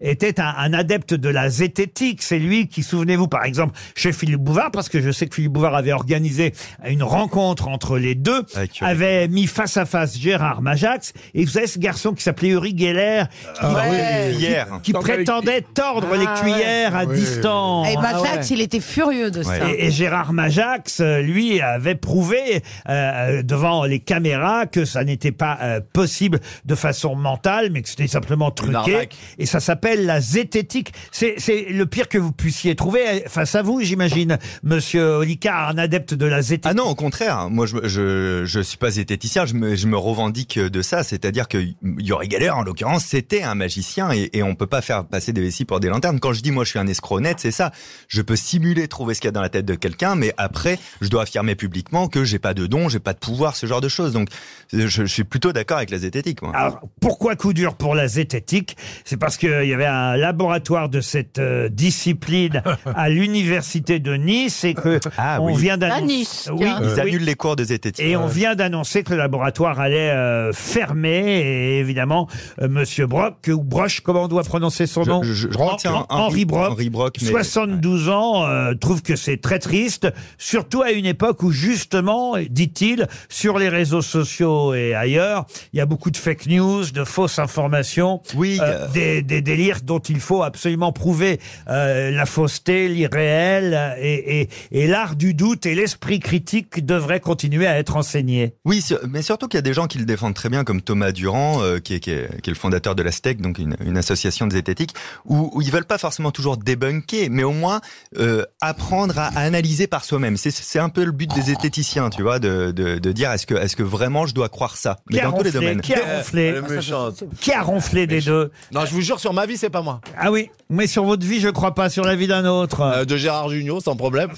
Speaker 1: était un, un adepte de la zététique. C'est lui qui, souvenez-vous, par exemple, chez Philippe Bouvard, parce que je sais que Philippe Bouvard avait organisé une rencontre entre les deux, avait mis face à face Gérard Majax et vous savez ce garçon qui s'appelait Uri Geller, qui,
Speaker 15: Ah oui,
Speaker 1: qui-
Speaker 15: hier.
Speaker 1: qui prétendait tordre les cuillères à distance.
Speaker 7: Eh ben,
Speaker 12: Et
Speaker 1: Ah ouais.
Speaker 12: Majax, il était furieux de ça.
Speaker 1: Et, et Gérard Majax, euh, lui, avait prouvé euh, devant les caméras que ça n'était pas euh, possible de façon mentale, mais que c'était simplement truqué.
Speaker 15: arnaque.
Speaker 1: Et ça s'appelle la zététique. C'est c'est le pire que vous puissiez trouver euh, face à vous, j'imagine, monsieur Olicard, un adepte de la zététique.
Speaker 15: Ah non, au contraire. Moi, je, je, je suis pas zététicien. Je me, je me revendique de ça. C'est-à-dire que Yuri Geller, en l'occurrence, c'était un magicien et, et on peut pas faire passer des vessies pour des lanternes. Quand je dis moi, je suis un escroc honnête, c'est ça. Je peux simuler trouver ce qu'il y a dans la tête de quelqu'un, mais après, je dois affirmer publiquement que j'ai pas de don, j'ai pas de pouvoir, ce genre de choses. Donc, je, je suis plutôt d'accord avec la zététique, moi.
Speaker 1: Alors, pourquoi coup dur pour la zététique C'est parce qu'il y avait un laboratoire de cette euh, discipline à l'université de Nice et que on
Speaker 15: Ah oui. Euh,
Speaker 1: vient d'annoncer.
Speaker 15: À Nice,
Speaker 1: Oui,
Speaker 15: tiens. Ils
Speaker 1: oui.
Speaker 15: annulent les cours de zététique.
Speaker 1: Et on
Speaker 15: Ouais.
Speaker 1: vient d'annoncer que le laboratoire allait euh, fermer. Et évidemment, euh, Monsieur Brock ou Broche, comment on doit prononcer son nom
Speaker 15: je- je crois que c'est
Speaker 1: Hen-
Speaker 15: Henri-
Speaker 1: Henri Brock.
Speaker 15: Henri Brock, mais-
Speaker 1: 72 ans, euh, trouve que c'est très triste, surtout à une époque où justement, dit-il, sur les réseaux sociaux et ailleurs, il y a beaucoup de fake news, de fausses informations,
Speaker 15: oui,
Speaker 1: euh, des, des délires dont il faut absolument prouver euh, la fausseté, l'irréel, et, et- et l'art du doute et l'esprit critique devraient continuer à être enseignés.
Speaker 15: Oui, sur- mais surtout qu'il y a des gens qui le défendent très bien, comme Thomas Durand, euh, qui, est, qui est- qui est le fondateur de la STEC, donc une, une association de zététique, où, où ils veulent pas forcément toujours débunker, mais au moins euh, apprendre à, à analyser par soi-même. C'est- C'est un peu le but des zététiciens, tu vois, de, de, de dire est-ce que, est que vraiment je dois croire ça Mais
Speaker 1: Qui a
Speaker 15: dans tous les
Speaker 1: ronflé
Speaker 15: domaines.
Speaker 1: Qui a ronflé
Speaker 25: Ah,
Speaker 15: Euh, le
Speaker 12: Ah,
Speaker 15: méchant.
Speaker 1: Qui a ronflé des deux
Speaker 15: Non, je vous jure, sur ma vie, c'est pas moi.
Speaker 1: Ah oui, mais sur votre vie, je crois pas, sur la vie d'un autre.
Speaker 15: Euh, de Gérard Junior, sans problème.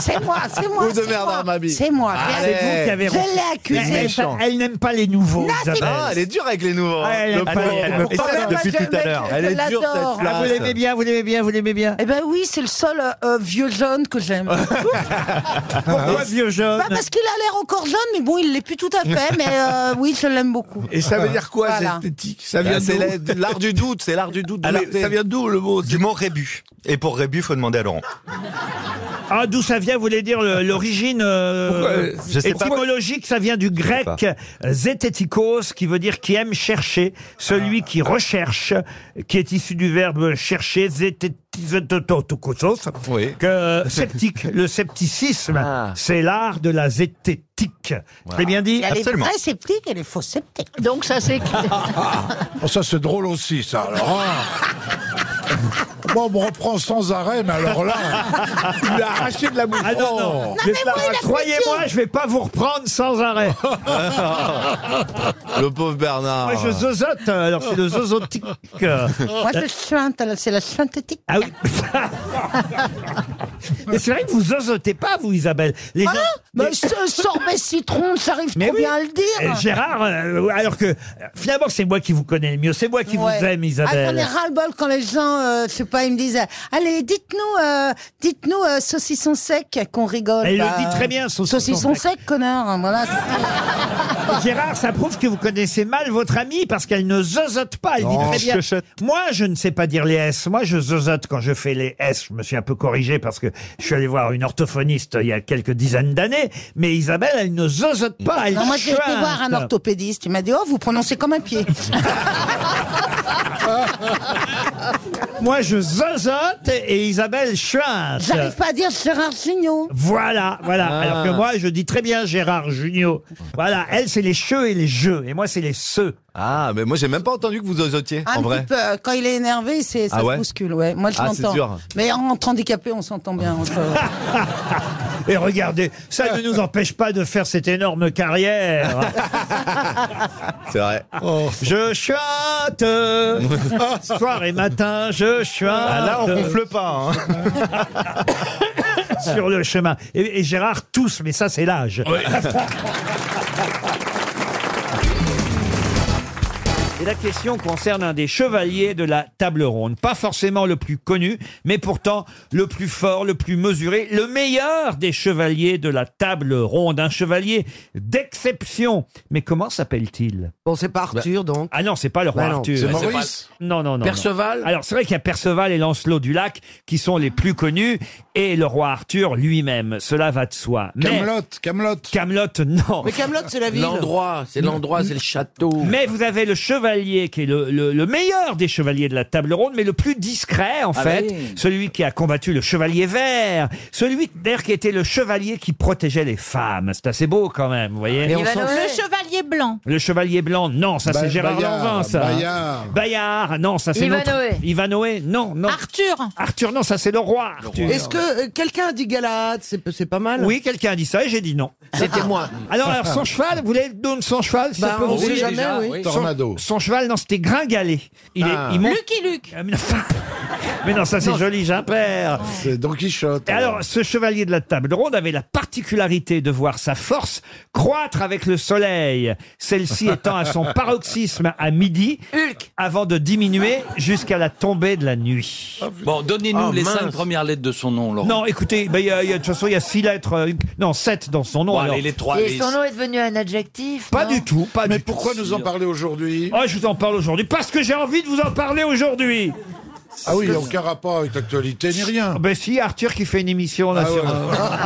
Speaker 12: C'est moi, c'est moi.
Speaker 15: Ou de
Speaker 12: c'est
Speaker 15: Bernard
Speaker 12: moi.
Speaker 15: Mabie.
Speaker 12: C'est moi.
Speaker 15: Ah,
Speaker 12: Regardez.
Speaker 15: c'est vous qui avez
Speaker 12: Je
Speaker 15: reçu.
Speaker 12: l'ai
Speaker 1: Elle
Speaker 12: accusé.
Speaker 1: n'aime pas- Elle n'aime pas les nouveaux.
Speaker 12: Non, c'est-
Speaker 1: Isabelle.
Speaker 15: Ah, elle est dure avec les nouveaux. hein.
Speaker 1: Ah, elle
Speaker 15: Le
Speaker 1: aime pas
Speaker 15: pauvre,
Speaker 1: les-
Speaker 15: elle me
Speaker 1: Ah,
Speaker 15: tape
Speaker 1: mais
Speaker 15: depuis
Speaker 1: moi, je
Speaker 15: tout à
Speaker 1: l'aime,
Speaker 15: l'heure.
Speaker 12: je
Speaker 15: Elle est dure, cette
Speaker 12: l'adore.
Speaker 1: Ah, vous
Speaker 15: place.
Speaker 1: l'aimez bien, vous l'aimez bien, vous l'aimez bien.
Speaker 12: Eh ben oui, c'est le seul euh, euh, vieux jaune que j'aime.
Speaker 20: Ah,
Speaker 1: Pourquoi vieux jaune
Speaker 12: Pas parce qu'il a l'air encore jaune, mais bon, il l'est plus tout à fait. Mais euh, oui, je l'aime beaucoup.
Speaker 25: Et ça veut dire quoi,
Speaker 12: Voilà.
Speaker 25: zététique Ça
Speaker 15: Ah,
Speaker 25: vient
Speaker 15: c'est
Speaker 25: d'où
Speaker 15: la- l'art du doute, c'est l'art du doute. de
Speaker 25: Alors,
Speaker 15: l'été.
Speaker 25: ça vient d'où le mot
Speaker 15: Du mot rébut. Et pour rébut, faut demander à Laurent.
Speaker 1: Ah, d'où ça vient, vous voulez dire le- l'origine euh,
Speaker 15: Pourquoi Je sais pas.
Speaker 1: étymologique, ça vient du grec zététikos, qui veut dire qui aime chercher, celui qui
Speaker 15: Ah.
Speaker 1: recherche, qui est issu du verbe chercher, zététikos,
Speaker 15: Oui. Ah.
Speaker 1: que sceptique, le scepticisme, c'est l'art de la zététique. Très bien dit
Speaker 12: Il y a les vrais sceptiques et les faux sceptiques.
Speaker 23: Donc ça c'est
Speaker 2: Oh, ça, c'est drôle aussi, ça. Alors, Bon, on me reprend sans arrêt, mais alors là, il a arraché de la bouche.
Speaker 1: Ah non, non.
Speaker 2: Oh.
Speaker 1: Mais là, Croyez-moi, je vais pas vous reprendre sans arrêt.
Speaker 15: Le pauvre Bernard.
Speaker 1: Moi, je zozote, alors c'est le zozotique.
Speaker 12: Moi, je chante, c'est la synthétique.
Speaker 1: Ah oui. Mais c'est vrai que vous zozotez pas, vous, Isabelle. Les gens-
Speaker 12: Ah Mais
Speaker 1: les-
Speaker 12: ce sorbet citron, j'arrive trop
Speaker 1: oui.
Speaker 12: bien à le dire.
Speaker 1: Euh, Gérard, euh, alors que euh, finalement, c'est moi qui vous connais le mieux. C'est moi qui vous aime,
Speaker 12: Ah, j'en ai
Speaker 1: Isabelle.
Speaker 12: ras-le-bol quand les gens, euh, je sais pas, ils me disent euh, Allez, dites-nous, euh, dites-nous euh, saucisson sec qu'on rigole.
Speaker 1: Elle le
Speaker 12: Bah,
Speaker 1: dit très bien, saucisson
Speaker 12: sec, connard. hein, Voilà.
Speaker 1: Gérard, ça prouve que vous connaissez mal votre amie parce qu'elle ne zozote pas. Elle
Speaker 15: Non,
Speaker 1: dit très bien.
Speaker 15: chuchote.
Speaker 1: Moi, je ne sais pas dire les S. Moi, je zozote quand je fais les S. Je me suis un peu corrigé parce que je suis allé voir une orthophoniste il y a quelques dizaines d'années. Mais Isabelle, elle ne zozote pas. Elle
Speaker 12: Non, moi, j'ai été
Speaker 1: chuinte.
Speaker 12: voir un orthopédiste. Il m'a dit Oh, vous prononcez comme un pied.
Speaker 1: Ah, Moi, je zozote et Isabelle chuinte.
Speaker 12: J'arrive pas à dire Gérard Gignot.
Speaker 1: Voilà, voilà.
Speaker 15: Ah.
Speaker 1: Alors que moi, je dis très bien Gérard Junior. Voilà, elle, c'est les cheux et les jeux. Et moi, c'est les ceux.
Speaker 4: Ah, mais moi j'ai même pas entendu que vous
Speaker 17: Ah.
Speaker 4: osotiez,
Speaker 12: Un
Speaker 4: en
Speaker 12: petit
Speaker 4: vrai.
Speaker 12: peu, euh, quand il est énervé, c'est, ça
Speaker 4: Ah
Speaker 12: se
Speaker 4: ouais
Speaker 12: bouscule, ouais. Moi, je
Speaker 4: Ah, c'est
Speaker 12: l'entends.
Speaker 4: dur.
Speaker 12: Mais en- entre handicapés, on s'entend bien. entre-
Speaker 1: Et regardez, ça ne nous empêche pas de faire cette énorme carrière. Oh.
Speaker 4: C'est vrai.
Speaker 1: Je chante soir et matin, je chante.
Speaker 4: Ah, là, on gonfle pas. hein.
Speaker 1: Sur le chemin. Et, et Gérard tous, mais ça c'est l'âge. Et la question concerne un des chevaliers de la table ronde. Pas forcément le plus connu, mais pourtant le plus fort, le plus mesuré, le meilleur des chevaliers de la table ronde. Un chevalier d'exception. Mais comment s'appelle-t-il
Speaker 17: Bon, c'est pas Arthur, donc.
Speaker 1: Ah non, c'est pas le roi
Speaker 17: Bah non.
Speaker 1: Arthur.
Speaker 17: C'est Ouais, c'est Maurice
Speaker 1: pas- Non, non, non. non.
Speaker 17: Perceval
Speaker 1: Alors, c'est vrai qu'il y a Perceval et Lancelot du Lac qui sont les plus connus et le roi Arthur lui-même. Cela va de soi.
Speaker 2: Camelot,
Speaker 1: Camelot. Camelot, non.
Speaker 17: Mais Kaamelott, c'est la ville. L'endroit, c'est l'endroit, c'est le
Speaker 1: château. Mais vous avez le chevalier qui est le, le- le meilleur des chevaliers de la table ronde, mais le plus discret en
Speaker 19: Ah
Speaker 1: fait.
Speaker 19: oui.
Speaker 1: Celui qui a combattu le chevalier vert. Celui d'ailleurs qui était le chevalier qui protégeait les femmes. C'est assez beau quand même, vous
Speaker 7: Ah,
Speaker 1: voyez.
Speaker 7: Le chevalier blanc.
Speaker 1: Le Chevalier Blanc, non, ça
Speaker 2: Ba-
Speaker 1: c'est Gérard
Speaker 2: Bayard,
Speaker 1: Lanvin, ça.
Speaker 2: Bayard.
Speaker 1: Bayard, non, ça c'est
Speaker 7: Ivanhoé.
Speaker 1: l'autre. Ivanhoé, non, non. Arthur. Arthur, non, ça c'est le roi. Arthur.
Speaker 17: Est-ce que euh, quelqu'un a dit Galahad C'est c'est pas mal
Speaker 1: Oui, quelqu'un a dit ça et j'ai dit non. Ah.
Speaker 17: C'était moi.
Speaker 1: Alors, alors, son cheval, vous voulez donner son cheval si
Speaker 17: Bah,
Speaker 1: ça peut
Speaker 17: on
Speaker 1: vous
Speaker 17: sait
Speaker 1: aider
Speaker 17: jamais, Déjà, oui. oui.
Speaker 1: Son-
Speaker 2: Tornado.
Speaker 1: Son, cheval, non, c'était Gringalet. Il
Speaker 2: Ah.
Speaker 1: est, il monte-
Speaker 7: Lucky Luke.
Speaker 1: Ah, mais non, Mais non, ça c'est
Speaker 2: Non.
Speaker 1: joli, j'impère.
Speaker 17: Ah.
Speaker 2: C'est Don Quichotte.
Speaker 1: Et alors, ce chevalier de la table ronde avait la particularité de voir sa force croître avec le soleil, celle-ci étant à son paroxysme à midi, avant de diminuer jusqu'à la tombée de la nuit.
Speaker 16: Bon, donnez-nous
Speaker 1: Ah,
Speaker 16: les
Speaker 1: mince.
Speaker 16: cinq premières lettres de son nom, Laurent.
Speaker 1: Non, écoutez, bah, il y a- il y a- de toute façon, il y a six lettres, euh, non, sept dans son nom.
Speaker 16: Bon,
Speaker 1: alors.
Speaker 16: allez, les trois,
Speaker 19: Et son nom est devenu un adjectif
Speaker 1: Pas
Speaker 19: non
Speaker 1: du tout, pas
Speaker 2: Mais
Speaker 1: du tout.
Speaker 2: pourquoi nous en parler aujourd'hui
Speaker 1: Oh, je vous en parle aujourd'hui parce que j'ai envie de vous en parler aujourd'hui.
Speaker 2: Ah oui, il n'y a aucun rapport avec l'actualité ni rien.
Speaker 1: Ben si, Arthur qui fait une émission là
Speaker 2: Ah
Speaker 1: sur-
Speaker 2: ouais.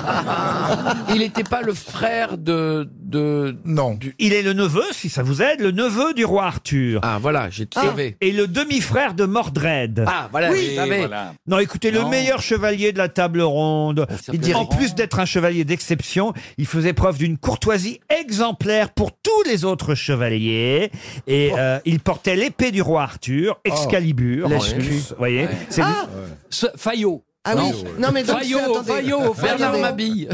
Speaker 19: Il n'était pas le frère de. de...
Speaker 2: Non.
Speaker 1: Il est le neveu, si ça vous aide, le neveu du roi Arthur.
Speaker 19: Ah voilà, j'ai tout
Speaker 1: Et-
Speaker 19: sauvé.
Speaker 1: Et le demi-frère de Mordred.
Speaker 19: Ah, voilà, Oui. je savais. Voilà.
Speaker 1: Non, écoutez,
Speaker 19: Non.
Speaker 1: le meilleur chevalier de la table ronde.
Speaker 19: Il dit
Speaker 1: en
Speaker 19: rien.
Speaker 1: plus d'être un chevalier d'exception, il faisait preuve d'une courtoisie exemplaire pour tous les autres chevaliers. Et euh, il portait l'épée du roi Arthur,
Speaker 19: Oh.
Speaker 1: Excalibur. Vous
Speaker 19: L'excuse.
Speaker 1: voyez C'est
Speaker 19: Ah.
Speaker 1: du-
Speaker 19: Ce- Fayot.
Speaker 17: Ah oui, non, mais donc, c'est-
Speaker 19: Fayot,
Speaker 17: attendez.
Speaker 19: Fayot, Bernard
Speaker 17: Attendez.
Speaker 19: Mabille.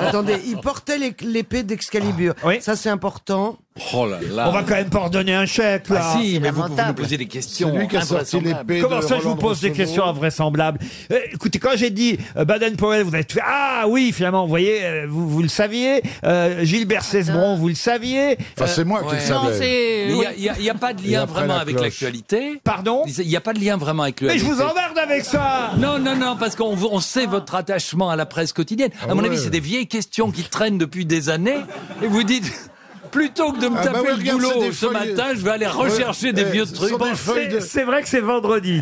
Speaker 17: Attendez, il portait l'é- l'épée d'Excalibur. Ça, c'est important.
Speaker 19: Oh là là.
Speaker 1: Ah, On va quand même pas redonner un chèque, là.
Speaker 19: Ah si, mais vous, vous nous posez des questions.
Speaker 2: Celui qui a sorti
Speaker 19: invraisemblables.
Speaker 2: l'épée
Speaker 1: Comment
Speaker 2: de
Speaker 1: ça, je vous
Speaker 2: Roland
Speaker 1: pose des
Speaker 2: Roncevaux.
Speaker 1: questions invraisemblables Euh, Écoutez, quand j'ai dit euh, Baden-Powell, vous avez tout fait. Ah oui, finalement, vous voyez, euh, vous, vous le saviez. Euh, Gilbert Cesbron, vous le saviez. Euh,
Speaker 2: Enfin, c'est moi qui le
Speaker 19: Euh, Ouais.
Speaker 2: savais.
Speaker 19: Mais il y a- il y a- il n'y a, pas de
Speaker 2: Et
Speaker 19: lien
Speaker 2: après
Speaker 19: vraiment
Speaker 2: la
Speaker 19: avec
Speaker 2: cloche.
Speaker 19: l'actualité.
Speaker 1: Pardon
Speaker 19: Il n'y a pas de lien vraiment avec
Speaker 1: Mais
Speaker 19: l'actualité.
Speaker 1: je vous emmerde avec ça
Speaker 19: Non, non, non, parce qu'on vous- on sait votre attachement à la presse quotidienne. À
Speaker 2: Ah
Speaker 19: mon
Speaker 2: ouais.
Speaker 19: avis, c'est des vieilles questions qui traînent depuis des années. Et vous dites, plutôt que de me
Speaker 2: Ah bah
Speaker 19: taper
Speaker 2: oui,
Speaker 19: le
Speaker 2: regarde, c'est
Speaker 19: boulot
Speaker 2: des
Speaker 19: ce
Speaker 2: feuilles-
Speaker 19: matin, je vais aller rechercher
Speaker 2: Ouais,
Speaker 19: des
Speaker 2: eh,
Speaker 19: vieux
Speaker 2: ce
Speaker 19: trucs.
Speaker 2: sont des
Speaker 19: Bon,
Speaker 2: feuilles de-
Speaker 1: C'est vrai que c'est vendredi.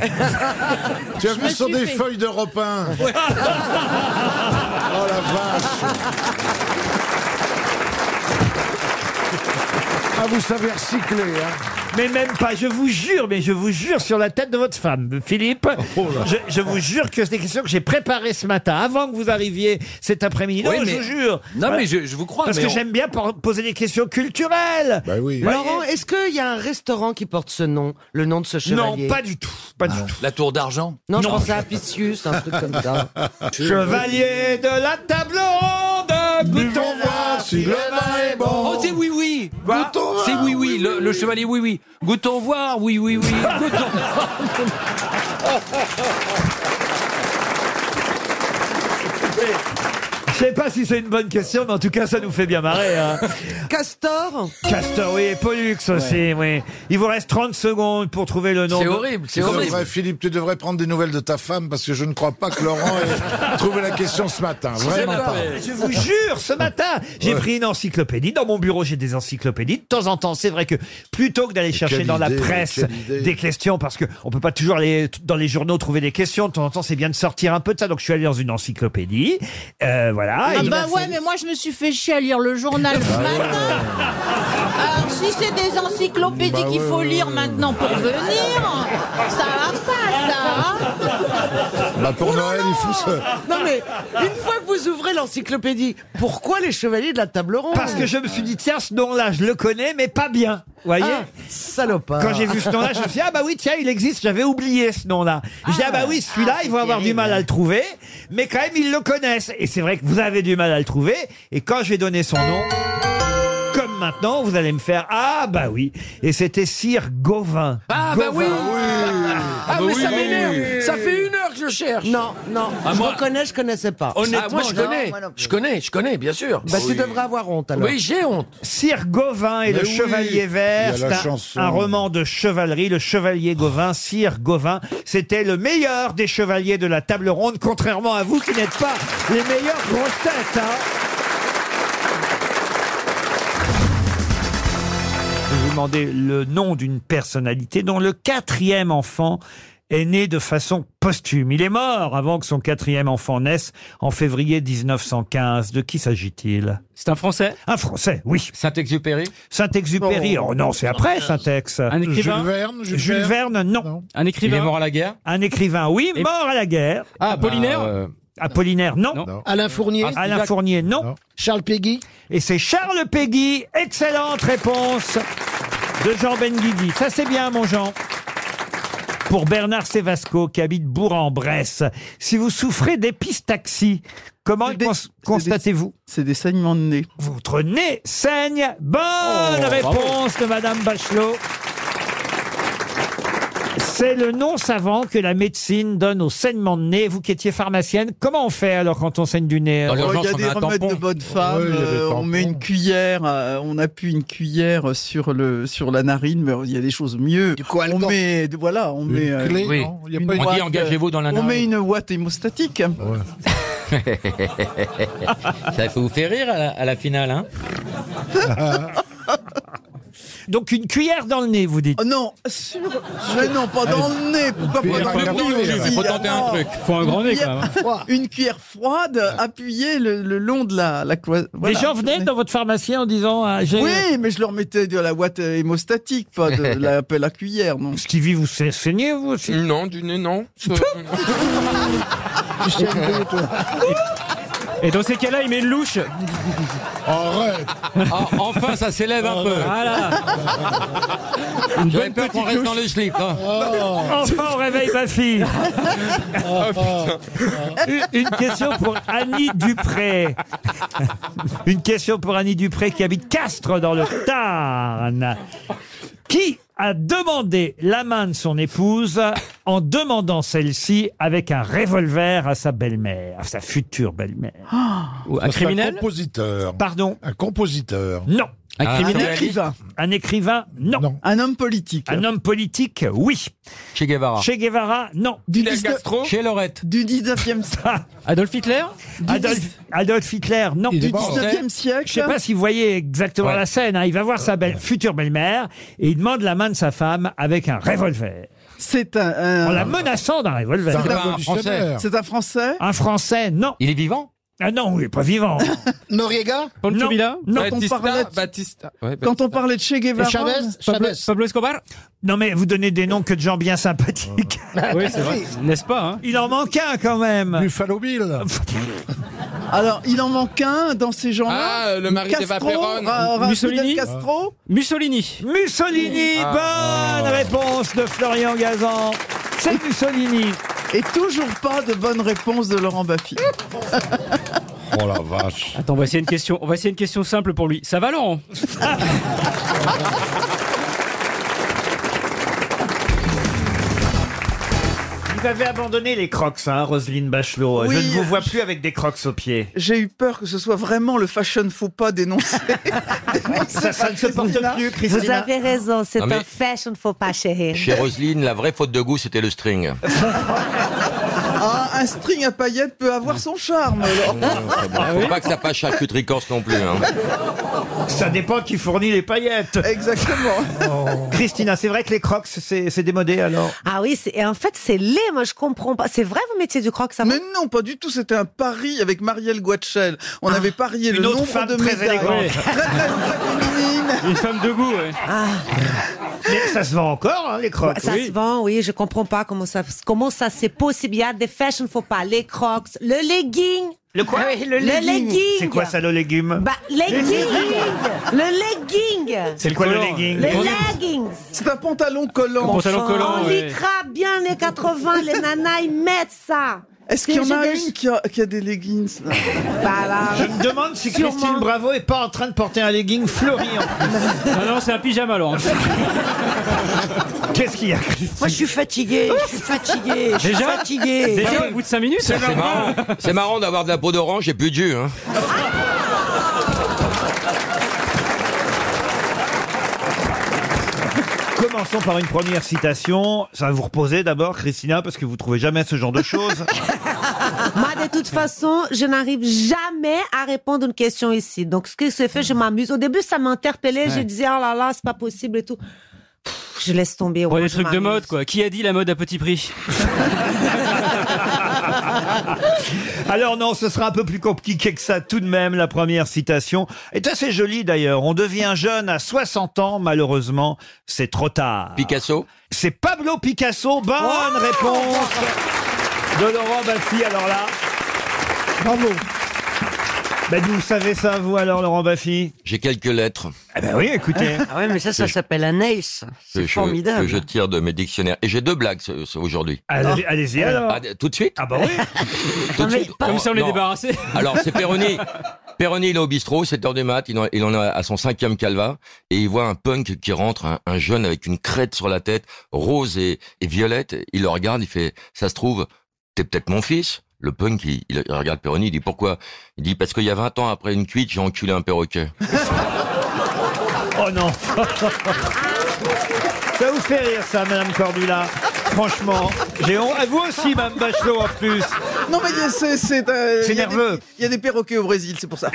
Speaker 2: Tu as
Speaker 19: Je
Speaker 2: vu
Speaker 19: me
Speaker 2: sur
Speaker 19: suis
Speaker 2: des
Speaker 19: fait-
Speaker 2: feuilles de repin
Speaker 19: Ouais.
Speaker 2: Oh la vache Ah, vous savez recycler, hein
Speaker 1: Mais même pas, je vous jure, mais je vous jure sur la tête de votre femme, Philippe.
Speaker 19: Oh
Speaker 1: je, je vous jure que c'est des questions que j'ai préparées ce matin, avant que vous arriviez cet après-midi. Non,
Speaker 19: Oui,
Speaker 1: je
Speaker 19: mais-
Speaker 1: vous jure.
Speaker 19: Non,
Speaker 1: Voilà.
Speaker 19: mais je- je vous crois,
Speaker 1: Parce
Speaker 19: mais
Speaker 1: que
Speaker 19: on-
Speaker 1: j'aime bien por- poser des questions culturelles.
Speaker 2: Bah oui.
Speaker 17: Laurent, est-ce qu'il y a un restaurant qui porte ce nom, le nom de ce chevalier
Speaker 1: Non, pas du tout. Pas du tout.
Speaker 19: Ah. La tour d'argent
Speaker 17: Non, je
Speaker 1: Non.
Speaker 17: pensais à Piscius, un truc comme ça.
Speaker 1: Chevalier de la table ronde, goûtons voir si le vin est
Speaker 19: Oh,
Speaker 1: bon. hein.
Speaker 19: c'est oui, oui.
Speaker 1: Quoi
Speaker 19: Goûtons C'est oui, oui. Le, le chevalier, oui, oui. Goûtons voir, oui, oui, oui. Goûtons voir.
Speaker 1: Je sais pas si c'est une bonne question, mais en tout cas, ça nous fait bien marrer. hein.
Speaker 17: Castor
Speaker 1: Castor, oui, et Pollux aussi, oui. Il vous reste 30 secondes pour trouver le nom. de-
Speaker 2: Tu devrais, Philippe, tu devrais prendre des nouvelles de ta femme parce que je ne crois pas que Laurent ait trouvé la question ce matin. Vraiment pas.
Speaker 1: Je vous jure, ce matin, j'ai pris une encyclopédie. Dans mon bureau, j'ai des encyclopédies. De temps en temps, c'est vrai que plutôt que d'aller chercher
Speaker 2: quelle
Speaker 1: dans la
Speaker 2: idée,
Speaker 1: presse
Speaker 2: quelle idée.
Speaker 1: des questions, parce que on peut pas toujours aller t- dans les journaux trouver des Ah questions, de temps en temps, c'est bien de sortir un peu de ça. Donc, je suis allé dans une encyclopédie. Euh, Voilà.
Speaker 7: Ah,
Speaker 1: Et-
Speaker 7: bah ouais, mais moi je me suis fait chier à lire le journal ce matin. Alors si c'est des encyclopédies
Speaker 1: Bah
Speaker 7: qu'il
Speaker 1: ouais,
Speaker 7: faut
Speaker 1: ouais,
Speaker 7: lire maintenant pour venir, ça va pas ça. hein.
Speaker 2: Bah
Speaker 3: Oh
Speaker 2: pour Noël, il faut se...
Speaker 17: Non mais, une fois que vous ouvrez l'encyclopédie, pourquoi les chevaliers de la table ronde
Speaker 1: Parce que je me suis dit, tiens, ce nom-là, je le connais, mais pas bien. Vous voyez
Speaker 17: Ah, salopard.
Speaker 1: Quand j'ai vu ce nom-là, je me suis dit, ah bah oui, tiens, il existe, j'avais oublié ce nom-là. J'ai dit, ah bah oui, celui-là, ils vont avoir du mal à le trouver, mais quand même, ils le connaissent. Et c'est vrai que vous avez du mal à le trouver, et quand je vais donner son nom, comme maintenant, vous allez me faire, ah bah oui. Et c'était Sir Gauvin.
Speaker 3: Ah, bah oui. Ah, mais ça m'énerve. Ça fait
Speaker 17: une heure que je cherche. Non, non.
Speaker 19: Ah,
Speaker 17: je
Speaker 19: moi-
Speaker 17: reconnais, je connaissais
Speaker 1: Ah,
Speaker 17: pas. Ah,
Speaker 19: Honnêtement, moi, je connais. je connais, je connais, bien sûr.
Speaker 17: Bah, tu devrais avoir honte alors.
Speaker 19: Oui, j'ai honte.
Speaker 1: Sire Gauvin et
Speaker 19: Mais
Speaker 1: le
Speaker 19: oui,
Speaker 1: Chevalier Vert,
Speaker 19: il y a
Speaker 1: c'est
Speaker 19: la
Speaker 1: un-
Speaker 19: chanson.
Speaker 1: un, roman de chevalerie, le Chevalier Gauvin, Sire Gauvin, c'était le meilleur des chevaliers de la table ronde, contrairement à vous qui n'êtes pas les meilleures grosses têtes. hein. Je vais vous demander le nom d'une personnalité dont le quatrième enfant est né de façon posthume. Il est mort avant que son quatrième enfant naisse en février 1915. De qui s'agit-il C'est un Français Un Français, oui. Saint-Exupéry Saint-Exupéry, oh, non, c'est après Saint-Ex. Un
Speaker 24: Euh, écrivain Jules
Speaker 1: Verne
Speaker 24: Verne, Jules
Speaker 1: Jules
Speaker 24: Verne
Speaker 1: Verne, non.
Speaker 24: Un écrivain Il est mort à la guerre
Speaker 1: Un écrivain, oui,
Speaker 24: Et-
Speaker 1: mort à la guerre.
Speaker 24: Ah, Apollinaire Ah,
Speaker 1: Bah, Apollinaire, non.
Speaker 9: Alain Fournier
Speaker 1: Alain
Speaker 9: Jacques-
Speaker 1: Fournier, non.
Speaker 9: Charles Péguy
Speaker 1: Et c'est Charles Péguy. Excellente réponse de Jean Benguigui. Ça, c'est bien, mon Jean. Pour Bernard Sévasco, qui habite Bourg-en-Bresse, si vous souffrez d'épistaxie, comment le cons- constatez-vous
Speaker 8: C'est des saignements de nez. Oh,
Speaker 1: Votre nez saigne. Bonne réponse de Madame Bachelot. C'est le nom savant que la médecine donne au saignement de nez. Vous qui étiez pharmacienne, comment on fait alors quand on saigne du nez
Speaker 8: Alors, Euh, Oh, il y a des remèdes de bonne femme. euh, on met une cuillère, euh, on appuie une cuillère sur le sur la narine, mais il y a des choses mieux. on met, voilà, on met euh,
Speaker 19: clé, Oui. non Il y a pas une- Ah On dit
Speaker 8: ouate,
Speaker 19: engagez-vous dans la
Speaker 8: On
Speaker 19: narine.
Speaker 8: met une ouate hémostatique.
Speaker 19: Ça vous fait rire à la, à la finale, hein
Speaker 1: Donc une cuillère dans le nez, vous
Speaker 17: Oh
Speaker 1: dites
Speaker 8: Non, sur... mais non, pas dans le nez. Pourquoi
Speaker 19: Cuillère
Speaker 8: pas dans
Speaker 19: dans le
Speaker 8: le
Speaker 19: nez,
Speaker 8: nez
Speaker 19: faut tenter un
Speaker 8: Non.
Speaker 19: truc. Faut un grand nez, quand même, hein.
Speaker 8: Une cuillère froide appuyée le, le long de la, la cloison.
Speaker 1: Les gens venaient dans votre pharmacie en disant ah, j'ai-
Speaker 8: Oui, mais je leur mettais de la ouate euh, hémostatique, pas de la pelle à cuillère, non.
Speaker 1: Stevie, vous saignez, vous aussi
Speaker 11: Non, du nez, non.
Speaker 24: Et dans ces cas-là, il met une louche.
Speaker 2: Arrête
Speaker 19: Ah, Enfin, ça s'élève un peu. Une bonne peur qu'on reste dans les slips. hein.
Speaker 1: Enfin, on réveille ma fille.
Speaker 19: Oh,
Speaker 1: Une question pour Annie Dupré. Une question pour Annie Dupré qui habite Castres dans le Tarn. Qui a demandé la main de son épouse en demandant celle-ci avec un revolver à sa belle-mère, à sa future belle-mère
Speaker 2: Ou
Speaker 1: Oh, un criminel
Speaker 2: Un compositeur.
Speaker 1: Pardon
Speaker 2: Un compositeur.
Speaker 1: Non.
Speaker 2: Un Ah, criminel
Speaker 1: Un écrivain Un écrivain, non.
Speaker 8: Un homme politique
Speaker 1: Un homme politique, oui.
Speaker 19: Che Guevara.
Speaker 1: Che Guevara, non.
Speaker 19: Fidel Castro Chez Lorette.
Speaker 8: Du 19e siècle.
Speaker 1: Adolf Hitler Adolf, Adolf Hitler, non.
Speaker 8: Du 19e siècle.
Speaker 1: Je sais pas si vous voyez exactement
Speaker 8: Ouais.
Speaker 1: la scène. hein. Il va voir sa belle, future belle-mère et il demande la main de sa femme avec un revolver.
Speaker 8: C'est un, un-
Speaker 1: En la menaçant d'un revolver.
Speaker 8: C'est un Français. C'est un Français
Speaker 1: Un Français, non.
Speaker 19: Il est vivant
Speaker 1: Ah non, il est pas vivant.
Speaker 9: Noriega
Speaker 24: Paul
Speaker 1: Non.
Speaker 24: Kabila
Speaker 1: Non.
Speaker 8: Quand on parlait de- Quand on parlait de Che Guevara,
Speaker 24: Pablo, Pablo Escobar
Speaker 1: Non mais vous donnez des noms que de gens bien sympathiques.
Speaker 24: Oui, c'est vrai. N'est-ce pas hein
Speaker 1: Il en manque un quand même.
Speaker 2: Buffalo Bill.
Speaker 8: Alors, il en manque un dans ces gens-là.
Speaker 11: Ah, euh, le mari d'Eva
Speaker 8: Castro,
Speaker 11: Perón.
Speaker 8: Ra- Ra-
Speaker 24: Mussolini
Speaker 8: Fidel Castro.
Speaker 1: Ah.
Speaker 24: Mussolini.
Speaker 1: Mussolini,
Speaker 11: Ah.
Speaker 1: bonne réponse de Florian Gazan. C'est Mussolini.
Speaker 8: Et toujours pas de bonne réponse de Laurent Baffy.
Speaker 2: Oh la vache.
Speaker 24: Attends, on va essayer une question. On va essayer une question simple pour lui. Ça va, Laurent
Speaker 1: Vous avez abandonné les crocs, hein, Roselyne Bachelot.
Speaker 8: Oui.
Speaker 1: Je ne vous vois plus avec des crocs aux pieds.
Speaker 8: J'ai eu peur que ce soit vraiment le fashion faux pas dénoncé.
Speaker 1: Ça, ça ne se porte plus,
Speaker 20: Vous avez raison, c'est
Speaker 16: Non, mais-
Speaker 20: un fashion faux pas, chérie.
Speaker 16: Chez Roselyne, la vraie faute de goût, c'était le string.
Speaker 8: Ah, un Un string à paillettes peut avoir son charme, alors.
Speaker 1: Ah oui
Speaker 16: Faut pas que ça passe charcuterie corse non plus. hein.
Speaker 1: Ça dépend qui fournit les paillettes. Oh.
Speaker 8: Exactement.
Speaker 1: Christina, c'est vrai que les crocs, c'est c'est démodé alors
Speaker 11: Ah oui, c'est- et en fait, c'est laid, moi je comprends pas. C'est vrai, vous mettiez du croc, ça
Speaker 8: Mais non, pas du tout. C'était un pari avec Marielle Guatchel. On avait parié
Speaker 1: Ah. Une
Speaker 8: le
Speaker 1: autre
Speaker 8: nombre
Speaker 1: femme
Speaker 8: de
Speaker 1: très
Speaker 8: médailles.
Speaker 1: élégante.
Speaker 8: Très, très, très féminine.
Speaker 24: Une femme de goût, ouais.
Speaker 1: Mais ça se vend encore,
Speaker 8: Oh,
Speaker 1: hein, les crocs.
Speaker 11: Ah. Ça se vend, oui, je comprends pas comment ça, comment ça c'est possible. Il y a des fashion faut pas, les crocs, le legging.
Speaker 1: Le quoi
Speaker 11: Ah le, legging.
Speaker 1: C'est quoi ça, le légume
Speaker 11: Bah, legging. le legging.
Speaker 1: C'est le quoi, le legging
Speaker 11: Les
Speaker 1: Le-
Speaker 11: leggings.
Speaker 8: C'est un pantalon collant.
Speaker 1: Un pantalon collant,
Speaker 11: On
Speaker 1: ouais.
Speaker 11: lycra bien les 80, les nanas, ils mettent ça.
Speaker 8: Est-ce qu'il y en
Speaker 11: C'est
Speaker 8: a
Speaker 11: juste-
Speaker 8: une qui a, qui a des leggings là
Speaker 11: Bah là.
Speaker 1: Je me demande si
Speaker 11: Sûrement.
Speaker 1: Christine Bravo est pas en train de porter un legging fleuri en plus.
Speaker 24: Non, non, c'est un pyjama, Laurent.
Speaker 1: Qu'est-ce qu'il y a, Christine
Speaker 26: Moi, je suis fatigué, je suis fatigué, je suis
Speaker 19: Déjà
Speaker 26: fatigué.
Speaker 24: Déjà, au bout de 5 minutes
Speaker 19: C'est
Speaker 24: normal.
Speaker 19: marrant.
Speaker 16: C'est marrant d'avoir de la peau d'orange et plus de jus. Hein.
Speaker 1: Commençons par une première citation. Ça va vous reposer d'abord, Christina, parce que vous trouvez jamais ce genre de choses.
Speaker 11: Moi, de toute façon, je n'arrive jamais à répondre à une question ici. Donc, ce qui se fait, je m'amuse. Au début, ça m'interpellait. Je
Speaker 24: Ouais.
Speaker 11: disais, oh là là, c'est pas possible et tout. Pff, je laisse tomber. au
Speaker 24: Pour
Speaker 11: moins,
Speaker 24: les
Speaker 11: je
Speaker 24: trucs de
Speaker 11: m'amuse.
Speaker 24: mode, quoi. Qui a dit la mode à petit prix
Speaker 1: Alors non, ce sera un peu plus compliqué que ça tout de même. La première citation est assez jolie d'ailleurs. On devient jeune à 60 ans, malheureusement, c'est trop tard. Picasso C'est Pablo Picasso. Bonne réponse de Laurent Baffy. Alors là, bravo. Ben, vous savez ça, vous, alors, Laurent Baffy
Speaker 16: J'ai quelques lettres.
Speaker 1: Ah ben oui, écoutez.
Speaker 26: Ah ouais, mais ça, ça
Speaker 16: Que je-
Speaker 26: s'appelle un ace.
Speaker 16: que
Speaker 26: C'est
Speaker 16: je,
Speaker 26: formidable.
Speaker 16: que je tire de mes dictionnaires. Et j'ai deux blagues ce- ce- aujourd'hui.
Speaker 1: Allez- allez-y, alors.
Speaker 16: Ah, d- tout de suite
Speaker 1: Ah bah oui.
Speaker 16: tout de
Speaker 11: mais
Speaker 16: suite.
Speaker 11: pas-
Speaker 24: Comme ça, on est
Speaker 16: non.
Speaker 24: débarrassé.
Speaker 16: Alors, c'est Perroni. Perroni, il est au bistrot, 7 heures du mat, il en, il en a à son cinquième calva, et il voit un punk qui rentre, un, un jeune avec une crête sur la tête, rose et, et violette. Il le regarde, il fait, ça se trouve, t'es peut-être mon fils. Le punk, il, il regarde Perroni, il dit, pourquoi? Il dit, parce qu'il y a 20 ans, après une cuite, j'ai enculé un perroquet.
Speaker 1: Oh non Ça vous fait rire ça, Madame Cordula Franchement, j'ai honte. À Vous aussi, Madame Bachelot, en plus.
Speaker 8: Non, mais il y a- c'est. C'est euh,
Speaker 1: C'est
Speaker 8: il y a des-
Speaker 1: nerveux.
Speaker 8: Il y a des perroquets au Brésil, c'est pour ça.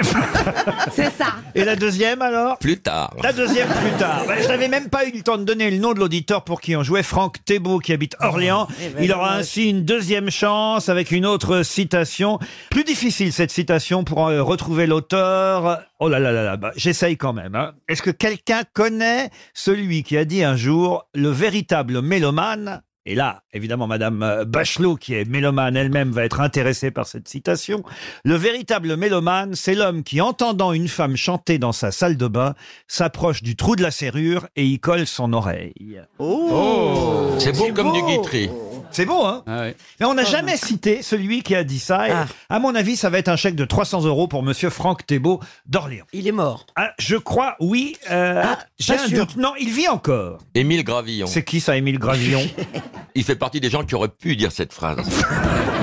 Speaker 11: C'est ça.
Speaker 1: Et la deuxième, alors
Speaker 16: Plus tard.
Speaker 1: La deuxième plus tard. Ben, je n'avais même pas eu le temps de donner le nom de l'auditeur pour qui on jouait, Franck Thébault, qui habite Orléans.
Speaker 11: Eh ben,
Speaker 1: Il aura
Speaker 11: dommage.
Speaker 1: ainsi une deuxième chance avec une autre citation. Plus difficile cette citation pour euh, retrouver l'auteur. Oh là là là là, bah, j'essaye quand même. hein. Est-ce que quelqu'un connaît celui qui a dit un jour le véritable mélomane et là, évidemment, Madame euh, Bachelot, qui est mélomane elle-même, va être intéressée par cette citation. Le véritable mélomane, c'est l'homme qui, entendant une femme chanter dans sa salle de bain, s'approche du trou de la serrure et y colle son oreille.
Speaker 16: Oh. C'est beau comme du
Speaker 1: beau.
Speaker 16: Guitry. Ah
Speaker 1: C'est beau, hein Mais on n'a jamais cité celui qui a dit ça. Et
Speaker 26: Ah.
Speaker 1: À mon avis, ça va être un chèque de 300 euros pour Monsieur Franck Thébault d'Orléans.
Speaker 26: Il est mort. Ah,
Speaker 1: Ah, je crois, oui. euh, J'ai
Speaker 26: pas
Speaker 1: un
Speaker 26: sûr.
Speaker 1: doute. Non, il vit encore.
Speaker 16: Émile Gravillon.
Speaker 1: C'est qui ça, Émile Gravillon
Speaker 16: Il fait partie des gens qui auraient pu dire cette phrase.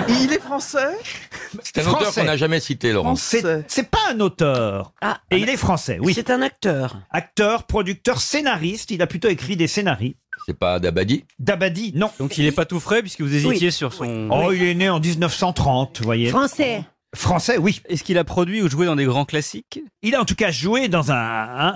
Speaker 8: Il est français
Speaker 16: C'est un auteur
Speaker 1: Français.
Speaker 16: qu'on n'a jamais cité, Laurent.
Speaker 1: C'est c'est pas un auteur. et il est français, oui.
Speaker 26: euh. Ah. C'est un acteur.
Speaker 1: Acteur, producteur, scénariste. Il a plutôt écrit des scénarii.
Speaker 16: C'est pas Dabadi
Speaker 1: Dabadi, non.
Speaker 24: Donc il est pas tout frais puisque vous hésitiez sur son.
Speaker 1: Oh, il est né en 1930, vous voyez.
Speaker 11: Français.
Speaker 1: Français, oui.
Speaker 24: Est-ce qu'il a produit ou joué dans des grands classiques
Speaker 1: Il a en tout cas joué dans un,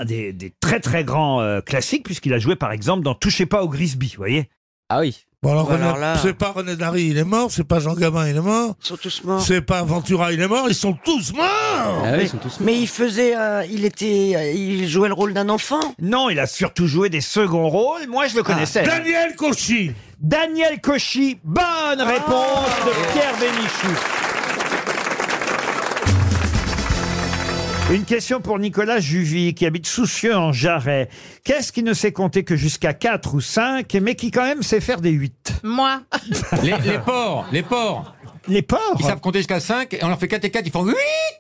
Speaker 1: un des, des très très grands euh, classiques, puisqu'il a joué par exemple dans Touchez pas au Grisby, vous voyez
Speaker 24: Ah oui.
Speaker 3: Bon,
Speaker 1: Oh
Speaker 3: alors,
Speaker 26: Alors
Speaker 3: Oh, René-
Speaker 26: là-
Speaker 3: c'est pas René Dary, il est mort, c'est pas Jean Gabin, il est mort,
Speaker 26: Ils sont tous morts.
Speaker 3: c'est pas Ventura, il est mort, ils sont tous morts
Speaker 24: Ah oui, ils sont tous.
Speaker 26: Mais il faisait, euh, il était, euh, il jouait le rôle d'un enfant. Ah.
Speaker 1: Non, il a surtout joué des seconds rôles. Moi, je le connaissais.
Speaker 3: Daniel Cauchy
Speaker 1: Daniel Cauchy,
Speaker 26: Ah.
Speaker 1: bonne réponse de Pierre Bénichou. Une question pour Nicolas Juvy, qui habite Soucieux en Jarret. Qu'est-ce qui ne sait compter que jusqu'à 4 ou 5, mais qui quand même sait faire des 8
Speaker 7: Moi.
Speaker 19: Les, les porcs, les porcs.
Speaker 1: Les porcs
Speaker 19: Ils savent compter jusqu'à 5 et on leur fait 4 et 4, ils font 8,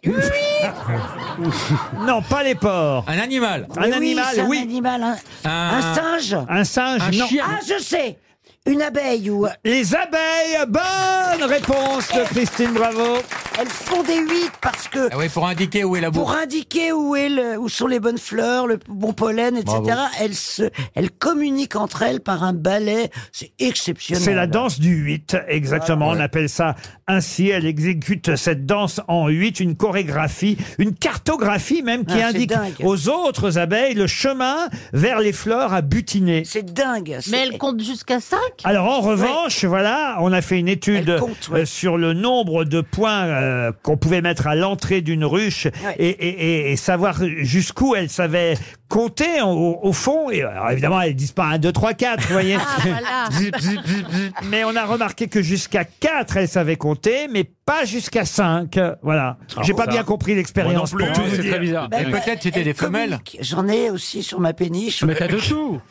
Speaker 19: 8.
Speaker 1: Non, pas les porcs.
Speaker 19: Un animal.
Speaker 1: Un
Speaker 26: Mais oui,
Speaker 1: animal,
Speaker 26: c'est
Speaker 1: oui.
Speaker 26: Un animal, un,
Speaker 19: Un-
Speaker 26: un singe.
Speaker 1: Un singe,
Speaker 19: Un
Speaker 1: non.
Speaker 19: chien.
Speaker 26: Ah, je sais. Une abeille ou. euh, Eh.
Speaker 1: Les abeilles, bonne réponse de Christine Bravo.
Speaker 26: elles font des 8 parce que.
Speaker 19: Ah oui, pour indiquer où est la
Speaker 26: Pour
Speaker 19: bourse.
Speaker 26: indiquer où, est le- où sont les bonnes fleurs, le bon pollen, etc.,
Speaker 19: Bravo.
Speaker 26: elles, se, elles communiquent entre elles par un ballet. C'est exceptionnel.
Speaker 1: C'est la danse du 8, exactement. On appelle ça ainsi. Elle exécute cette danse en 8, une chorégraphie, une cartographie même qui
Speaker 26: Ah, c'est
Speaker 1: indique
Speaker 26: dingue.
Speaker 1: aux autres abeilles le chemin vers les fleurs à butiner.
Speaker 26: C'est dingue.
Speaker 7: Mais elle compte jusqu'à 5
Speaker 1: Alors en revanche, voilà, on a fait une étude euh, sur le nombre de points euh, qu'on pouvait mettre à l'entrée d'une ruche et, et- et- et savoir jusqu'où elle savait compter au, au fond. Et alors, évidemment, elle disent pas 1, 2, 3, 4, vous voyez.
Speaker 26: Ah,
Speaker 7: voilà.
Speaker 1: Zip, zip, zip, zip. mais on a remarqué que jusqu'à 4, elle savait compter, mais pas jusqu'à 5. Voilà.
Speaker 10: Ah,
Speaker 1: J'ai pas
Speaker 19: ça.
Speaker 1: bien compris l'expérience
Speaker 19: Moi non
Speaker 1: pour
Speaker 19: plus,
Speaker 1: tout
Speaker 19: c'est
Speaker 1: vous dire.
Speaker 19: très bizarre.
Speaker 26: Bah,
Speaker 19: Et
Speaker 26: bah,
Speaker 19: peut-être c'était
Speaker 26: elles
Speaker 19: des femelles.
Speaker 26: communiquent. J'en ai aussi sur ma péniche.
Speaker 19: Mais t'as de tout.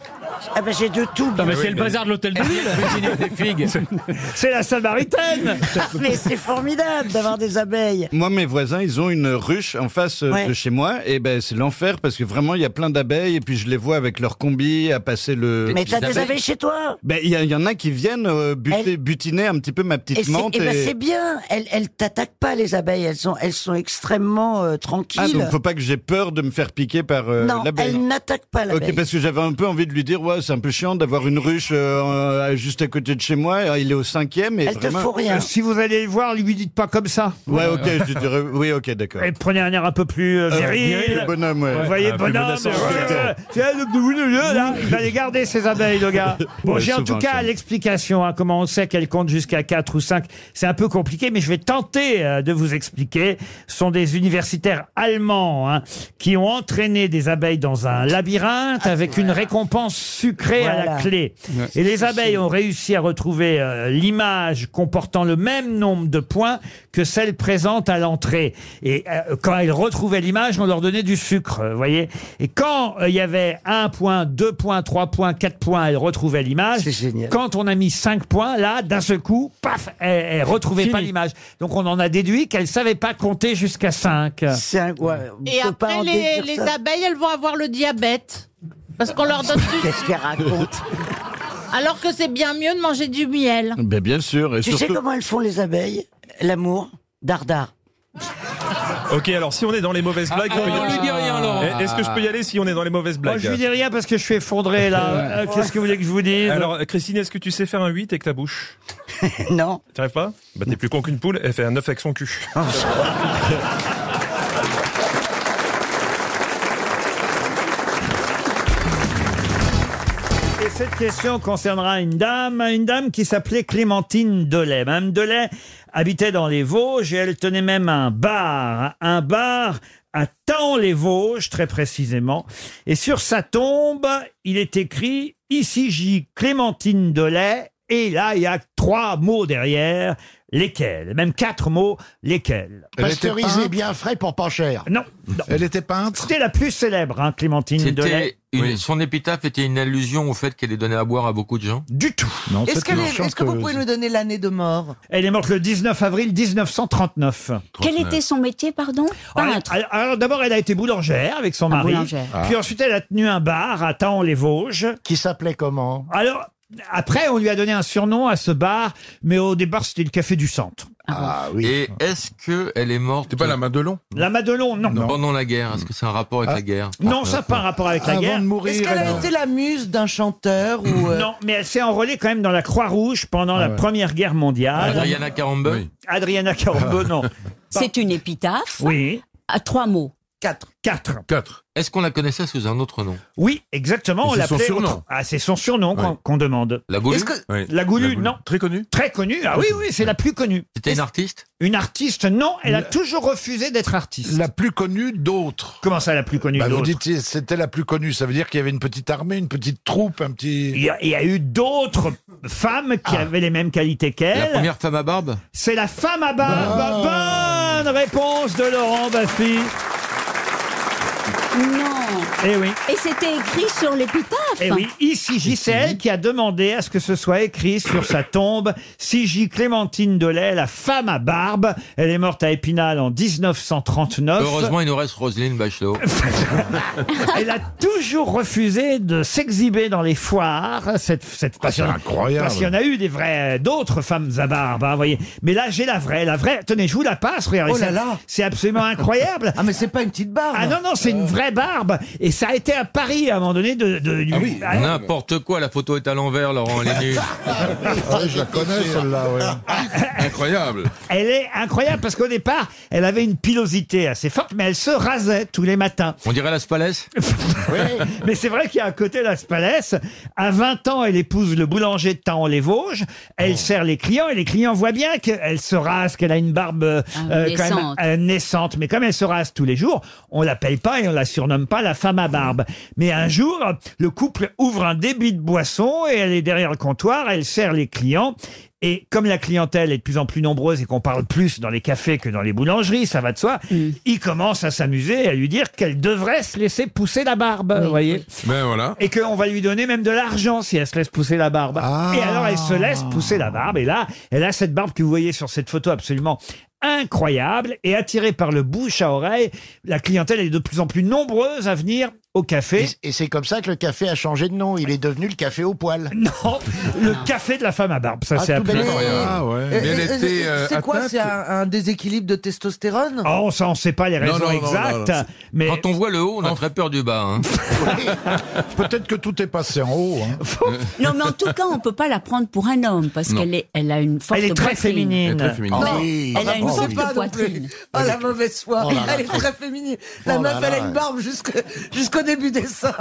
Speaker 26: Ah ben j'ai de tout.
Speaker 19: Non, mais
Speaker 26: bien
Speaker 19: c'est
Speaker 26: sûr.
Speaker 19: le bazar de l'hôtel de ville. des figues.
Speaker 1: C'est la Samaritaine
Speaker 26: Ah, Mais c'est formidable d'avoir des abeilles.
Speaker 10: Moi, mes voisins, ils ont une ruche en face euh,
Speaker 26: Ouais.
Speaker 10: de chez moi. Et ben, c'est l'enfer parce que vraiment, il y a plein d'abeilles. Et puis, je les vois avec leur combi à passer le.
Speaker 26: Mais t'as des abeilles chez toi
Speaker 10: Ben, il y, a- il y en a qui viennent euh, buter- butiner un petit peu ma
Speaker 26: Et
Speaker 10: petite
Speaker 26: c'est
Speaker 10: menthe.
Speaker 26: eh ben, c'est bien, elles, elles t'attaquent pas les abeilles, elles sont, elles sont extrêmement euh, tranquilles.
Speaker 10: Ah, donc faut pas que j'ai peur de me faire piquer par euh,
Speaker 26: non,
Speaker 10: l'abeille.
Speaker 26: elles n'attaquent pas l'abeille.
Speaker 10: Ok, parce que j'avais un peu envie de lui dire, ouais, c'est un peu chiant d'avoir une ruche euh, euh, juste à côté de chez moi. Il est au cinquième et vraiment.
Speaker 1: Euh, Si vous allez le voir, lui dites pas comme ça.
Speaker 10: Ouais, ok, je dirais, oui, ok, d'accord.
Speaker 1: Et prenez un air un peu plus euh,
Speaker 10: Euh,
Speaker 1: viril.
Speaker 10: viril, bonhomme, ouais.
Speaker 1: Vous voyez,
Speaker 10: Ah, plus
Speaker 1: bonhomme.
Speaker 10: menaçant,
Speaker 1: euh,
Speaker 10: exactement.
Speaker 1: Tiens, le bout de lieu, là, il va les garder, ces abeilles, le gars. Bon,
Speaker 10: Ouais,
Speaker 1: j'ai en tout
Speaker 10: souvent,
Speaker 1: cas
Speaker 10: ça.
Speaker 1: l'explication, hein, comment on sait qu'elles comptent jusqu'à 4 ou 5. C'est un peu compliqué, mais je vais tenter euh, de vous expliquer. Ce sont des universitaires allemands hein, qui ont entraîné des abeilles dans un labyrinthe
Speaker 10: Ah,
Speaker 1: avec une récompense sucrée à la
Speaker 19: Voilà.
Speaker 1: clé. Et les abeilles ont réussi à retrouver euh, l'image comportant le même nombre de points que celle présente à l'entrée. Et euh, quand elles retrouvaient l'image, on leur donnait du sucre, euh, vous voyez. Et quand euh, il y avait un point, deux points, trois points, quatre points, elles retrouvaient l'image. Quand on a mis cinq points, là, d'un seul coup, paf, elles, elles retrouvaient
Speaker 26: Fini.
Speaker 1: pas l'image. Donc on en a déduit qu'elles savaient pas compter jusqu'à cinq.
Speaker 26: Cinq, ouais.
Speaker 7: Et
Speaker 26: peut pas
Speaker 7: après,
Speaker 26: en
Speaker 7: les,
Speaker 26: déduire
Speaker 7: les
Speaker 26: ça.
Speaker 7: abeilles, elles vont avoir le diabète. Parce qu'on leur donne du...
Speaker 26: Qu'est-ce qu'elle raconte
Speaker 7: Alors que c'est bien mieux de manger du miel.
Speaker 10: Ben, bien sûr. Et
Speaker 26: Tu sais
Speaker 10: surtout-
Speaker 26: comment elles font les abeilles L'amour Dardar.
Speaker 5: Ok, alors si on est dans les mauvaises blagues,
Speaker 1: ah,
Speaker 5: on peut y
Speaker 1: on
Speaker 5: aller.
Speaker 1: lui dit rien, Laurent.
Speaker 5: Eh, Est-ce que je peux y aller si on est dans les mauvaises blagues
Speaker 1: Moi, je lui dis rien parce que je suis effondré, là. Euh, Qu'est-ce que vous voulez que je vous dise
Speaker 5: Alors, Christine, est-ce que tu sais faire un 8 avec ta bouche
Speaker 26: Non.
Speaker 5: T'arrives pas Bah, t'es plus con qu'une poule, elle fait un 9 avec son cul.
Speaker 1: Et cette question concernera une dame, une dame qui s'appelait Clémentine Delay. Madame Delay habitait dans les Vosges et elle tenait même un bar, un bar à Taon-les-Vosges, très précisément. Et sur sa tombe, il est écrit « Ici j'y Clémentine Delay ». Et là, il y a trois mots derrière, lesquels Même quatre mots, lesquels
Speaker 2: Pasteurisé bien frais pour pas cher.
Speaker 1: Non.
Speaker 2: Elle était peintre.
Speaker 1: C'était la plus célèbre, hein, Clémentine Delay.
Speaker 16: C'était
Speaker 26: une-
Speaker 16: son épitaphe était une allusion au fait qu'elle ait donné à boire à beaucoup de gens.
Speaker 1: Du tout.
Speaker 17: Est-ce qu'elle est- est-ce que vous pouvez nous donner l'année de mort
Speaker 1: Elle est morte le 19 avril 1939.
Speaker 21: Quel était son métier, pardon
Speaker 1: Alors, alors- alors, d'abord, Ah, elle a été boulangère avec son
Speaker 21: Ah,
Speaker 1: mari.
Speaker 21: boulangère.
Speaker 1: Puis ensuite, elle a tenu un bar à Taon-les-Vosges.
Speaker 2: Qui s'appelait comment
Speaker 1: Alors, après, on lui a donné un surnom à ce bar, mais au départ, c'était le Café du Centre.
Speaker 2: Ah oui.
Speaker 16: Et est-ce que elle est morte C'est pas la
Speaker 2: Madelon
Speaker 1: La Madelon, non. Ah.
Speaker 16: Pendant la guerre, est-ce que c'est un rapport avec la guerre
Speaker 1: Non, ça n'a pas un rapport avec la
Speaker 16: Avant
Speaker 1: guerre.
Speaker 16: de mourir,
Speaker 17: Est-ce qu'elle a été la muse d'un chanteur ou euh,
Speaker 1: Non, mais elle s'est enrôlée quand même dans la Croix-Rouge pendant la Première Guerre mondiale.
Speaker 16: Adriana Carambeu
Speaker 1: Adriana Carambeau, non.
Speaker 21: C'est une épitaphe
Speaker 1: Oui.
Speaker 21: à trois mots.
Speaker 17: Quatre.
Speaker 1: Quatre.
Speaker 16: Est-ce qu'on la connaissait sous un autre nom
Speaker 1: Oui, exactement.
Speaker 16: Et
Speaker 1: on
Speaker 16: c'est son
Speaker 1: l'appelait
Speaker 16: surnom.
Speaker 1: autre- Ah, c'est son surnom qu'on qu'on demande.
Speaker 16: La Goulue
Speaker 1: Est-ce que-
Speaker 16: Oui.
Speaker 1: La Goulue,
Speaker 16: La Goulue.
Speaker 1: non. Très connue Très connue, ah oui, oui, c'est la plus connue.
Speaker 16: C'était une artiste
Speaker 1: Une artiste, non, elle a
Speaker 2: La-
Speaker 1: toujours refusé d'être artiste.
Speaker 2: La plus connue d'autres.
Speaker 1: Comment ça, la plus connue
Speaker 2: Bah, vous
Speaker 1: d'autres
Speaker 2: dites, c'était la plus connue. Ça veut dire qu'il y avait une petite armée, une petite troupe, un petit.
Speaker 1: Il y a, il y a eu d'autres femmes qui avaient les mêmes qualités
Speaker 16: Ah. La
Speaker 1: qu'elle.
Speaker 16: première femme à barbe Ah.
Speaker 1: C'est la femme à barbe. Bonne réponse de Laurent Baffy.
Speaker 21: Non.
Speaker 1: Eh oui.
Speaker 21: Et c'était écrit sur l'épitaphe.
Speaker 1: Et oui, ici, c'est elle qui a demandé à ce que ce soit écrit sur sa tombe. J. Clémentine Delay, la femme à barbe. Elle est morte à Épinal en 1939.
Speaker 16: Heureusement, il nous reste Roselyne Bachelot.
Speaker 1: Elle a toujours refusé de s'exhiber dans les foires. Cette, cette passionnée-
Speaker 2: incroyable.
Speaker 1: Parce qu'il y en a eu des vrais, d'autres femmes à barbe, hein, voyez. Mais là, j'ai la vraie, la vraie. Tenez, je vous la passe, regardez.
Speaker 17: Oh là
Speaker 1: ça.
Speaker 17: là.
Speaker 1: C'est absolument incroyable.
Speaker 17: Ah, mais c'est pas une petite barbe. Euh.
Speaker 1: Ah non, non, c'est une vraie barbe. Et ça a été à Paris, à un moment donné, de... de ah oui.
Speaker 16: N'importe quoi, la photo est à l'envers, Laurent, elle est nue.
Speaker 2: Ah je la connais, celle-là,
Speaker 16: Incroyable.
Speaker 1: Elle est incroyable parce qu'au départ, elle avait une pilosité assez forte, mais elle se rasait tous les matins.
Speaker 16: On dirait la Spalès
Speaker 1: mais c'est vrai qu'il y a un côté Las Palès. À 20 ans, elle épouse le boulanger de Taon-les-Vosges. Elle sert les clients et les clients voient bien qu'elle se rase, qu'elle a une barbe euh,
Speaker 21: Ah,
Speaker 1: quand même,
Speaker 21: naissante.
Speaker 1: euh, naissante. Mais comme elle se rase tous les jours, on l'appelle pas et on la surnomme pas la femme à barbe. Mais un jour, le couple ouvre un débit de boisson et elle est derrière le comptoir, elle sert les clients. Et comme la clientèle est de plus en plus nombreuse et qu'on parle plus dans les cafés que dans les boulangeries, ça va de soi, il commence à s'amuser et à lui dire qu'elle devrait se laisser pousser la barbe, vous voyez
Speaker 13: Ben voilà.
Speaker 1: et qu'on va lui donner même de l'argent si elle se laisse pousser la barbe.
Speaker 14: Ah.
Speaker 1: Et alors elle se laisse pousser la barbe, et là, elle a cette barbe que vous voyez sur cette photo absolument incroyable, et attirée par le bouche à oreille, la clientèle est de plus en plus nombreuse à venir au café.
Speaker 14: Et c'est comme ça que le café a changé de nom. Il est devenu le café au poil.
Speaker 1: Non, le café de la femme à barbe, ça
Speaker 14: Ah,
Speaker 1: c'est
Speaker 14: tout
Speaker 1: appelé.
Speaker 14: bêtement. Ah ouais.
Speaker 17: Et- et- et-
Speaker 14: euh,
Speaker 17: C'est quoi C'est un, un déséquilibre de testostérone
Speaker 1: Oh, ça, on sait pas les raisons exactes. Mais...
Speaker 16: Quand on voit le haut, on a très peur du bas. hein.
Speaker 2: Peut-être que tout est passé en haut. hein.
Speaker 21: Non, mais en tout cas, on peut pas la prendre pour un homme parce
Speaker 2: Non.
Speaker 21: qu'elle est, elle a une forte
Speaker 1: Elle est très
Speaker 21: poitrine.
Speaker 1: féminine. Elle est très féminine.
Speaker 21: Non,
Speaker 1: Ah oui.
Speaker 21: elle a une
Speaker 1: Ah,
Speaker 21: forte
Speaker 1: pas non
Speaker 21: poitrine.
Speaker 17: Oh la mauvaise foi
Speaker 21: Oh là là.
Speaker 17: Elle est très féminine. La
Speaker 21: Oh là
Speaker 17: meuf,
Speaker 21: là,
Speaker 17: elle a une
Speaker 21: ouais.
Speaker 17: barbe jusque- jusqu'au début des seins.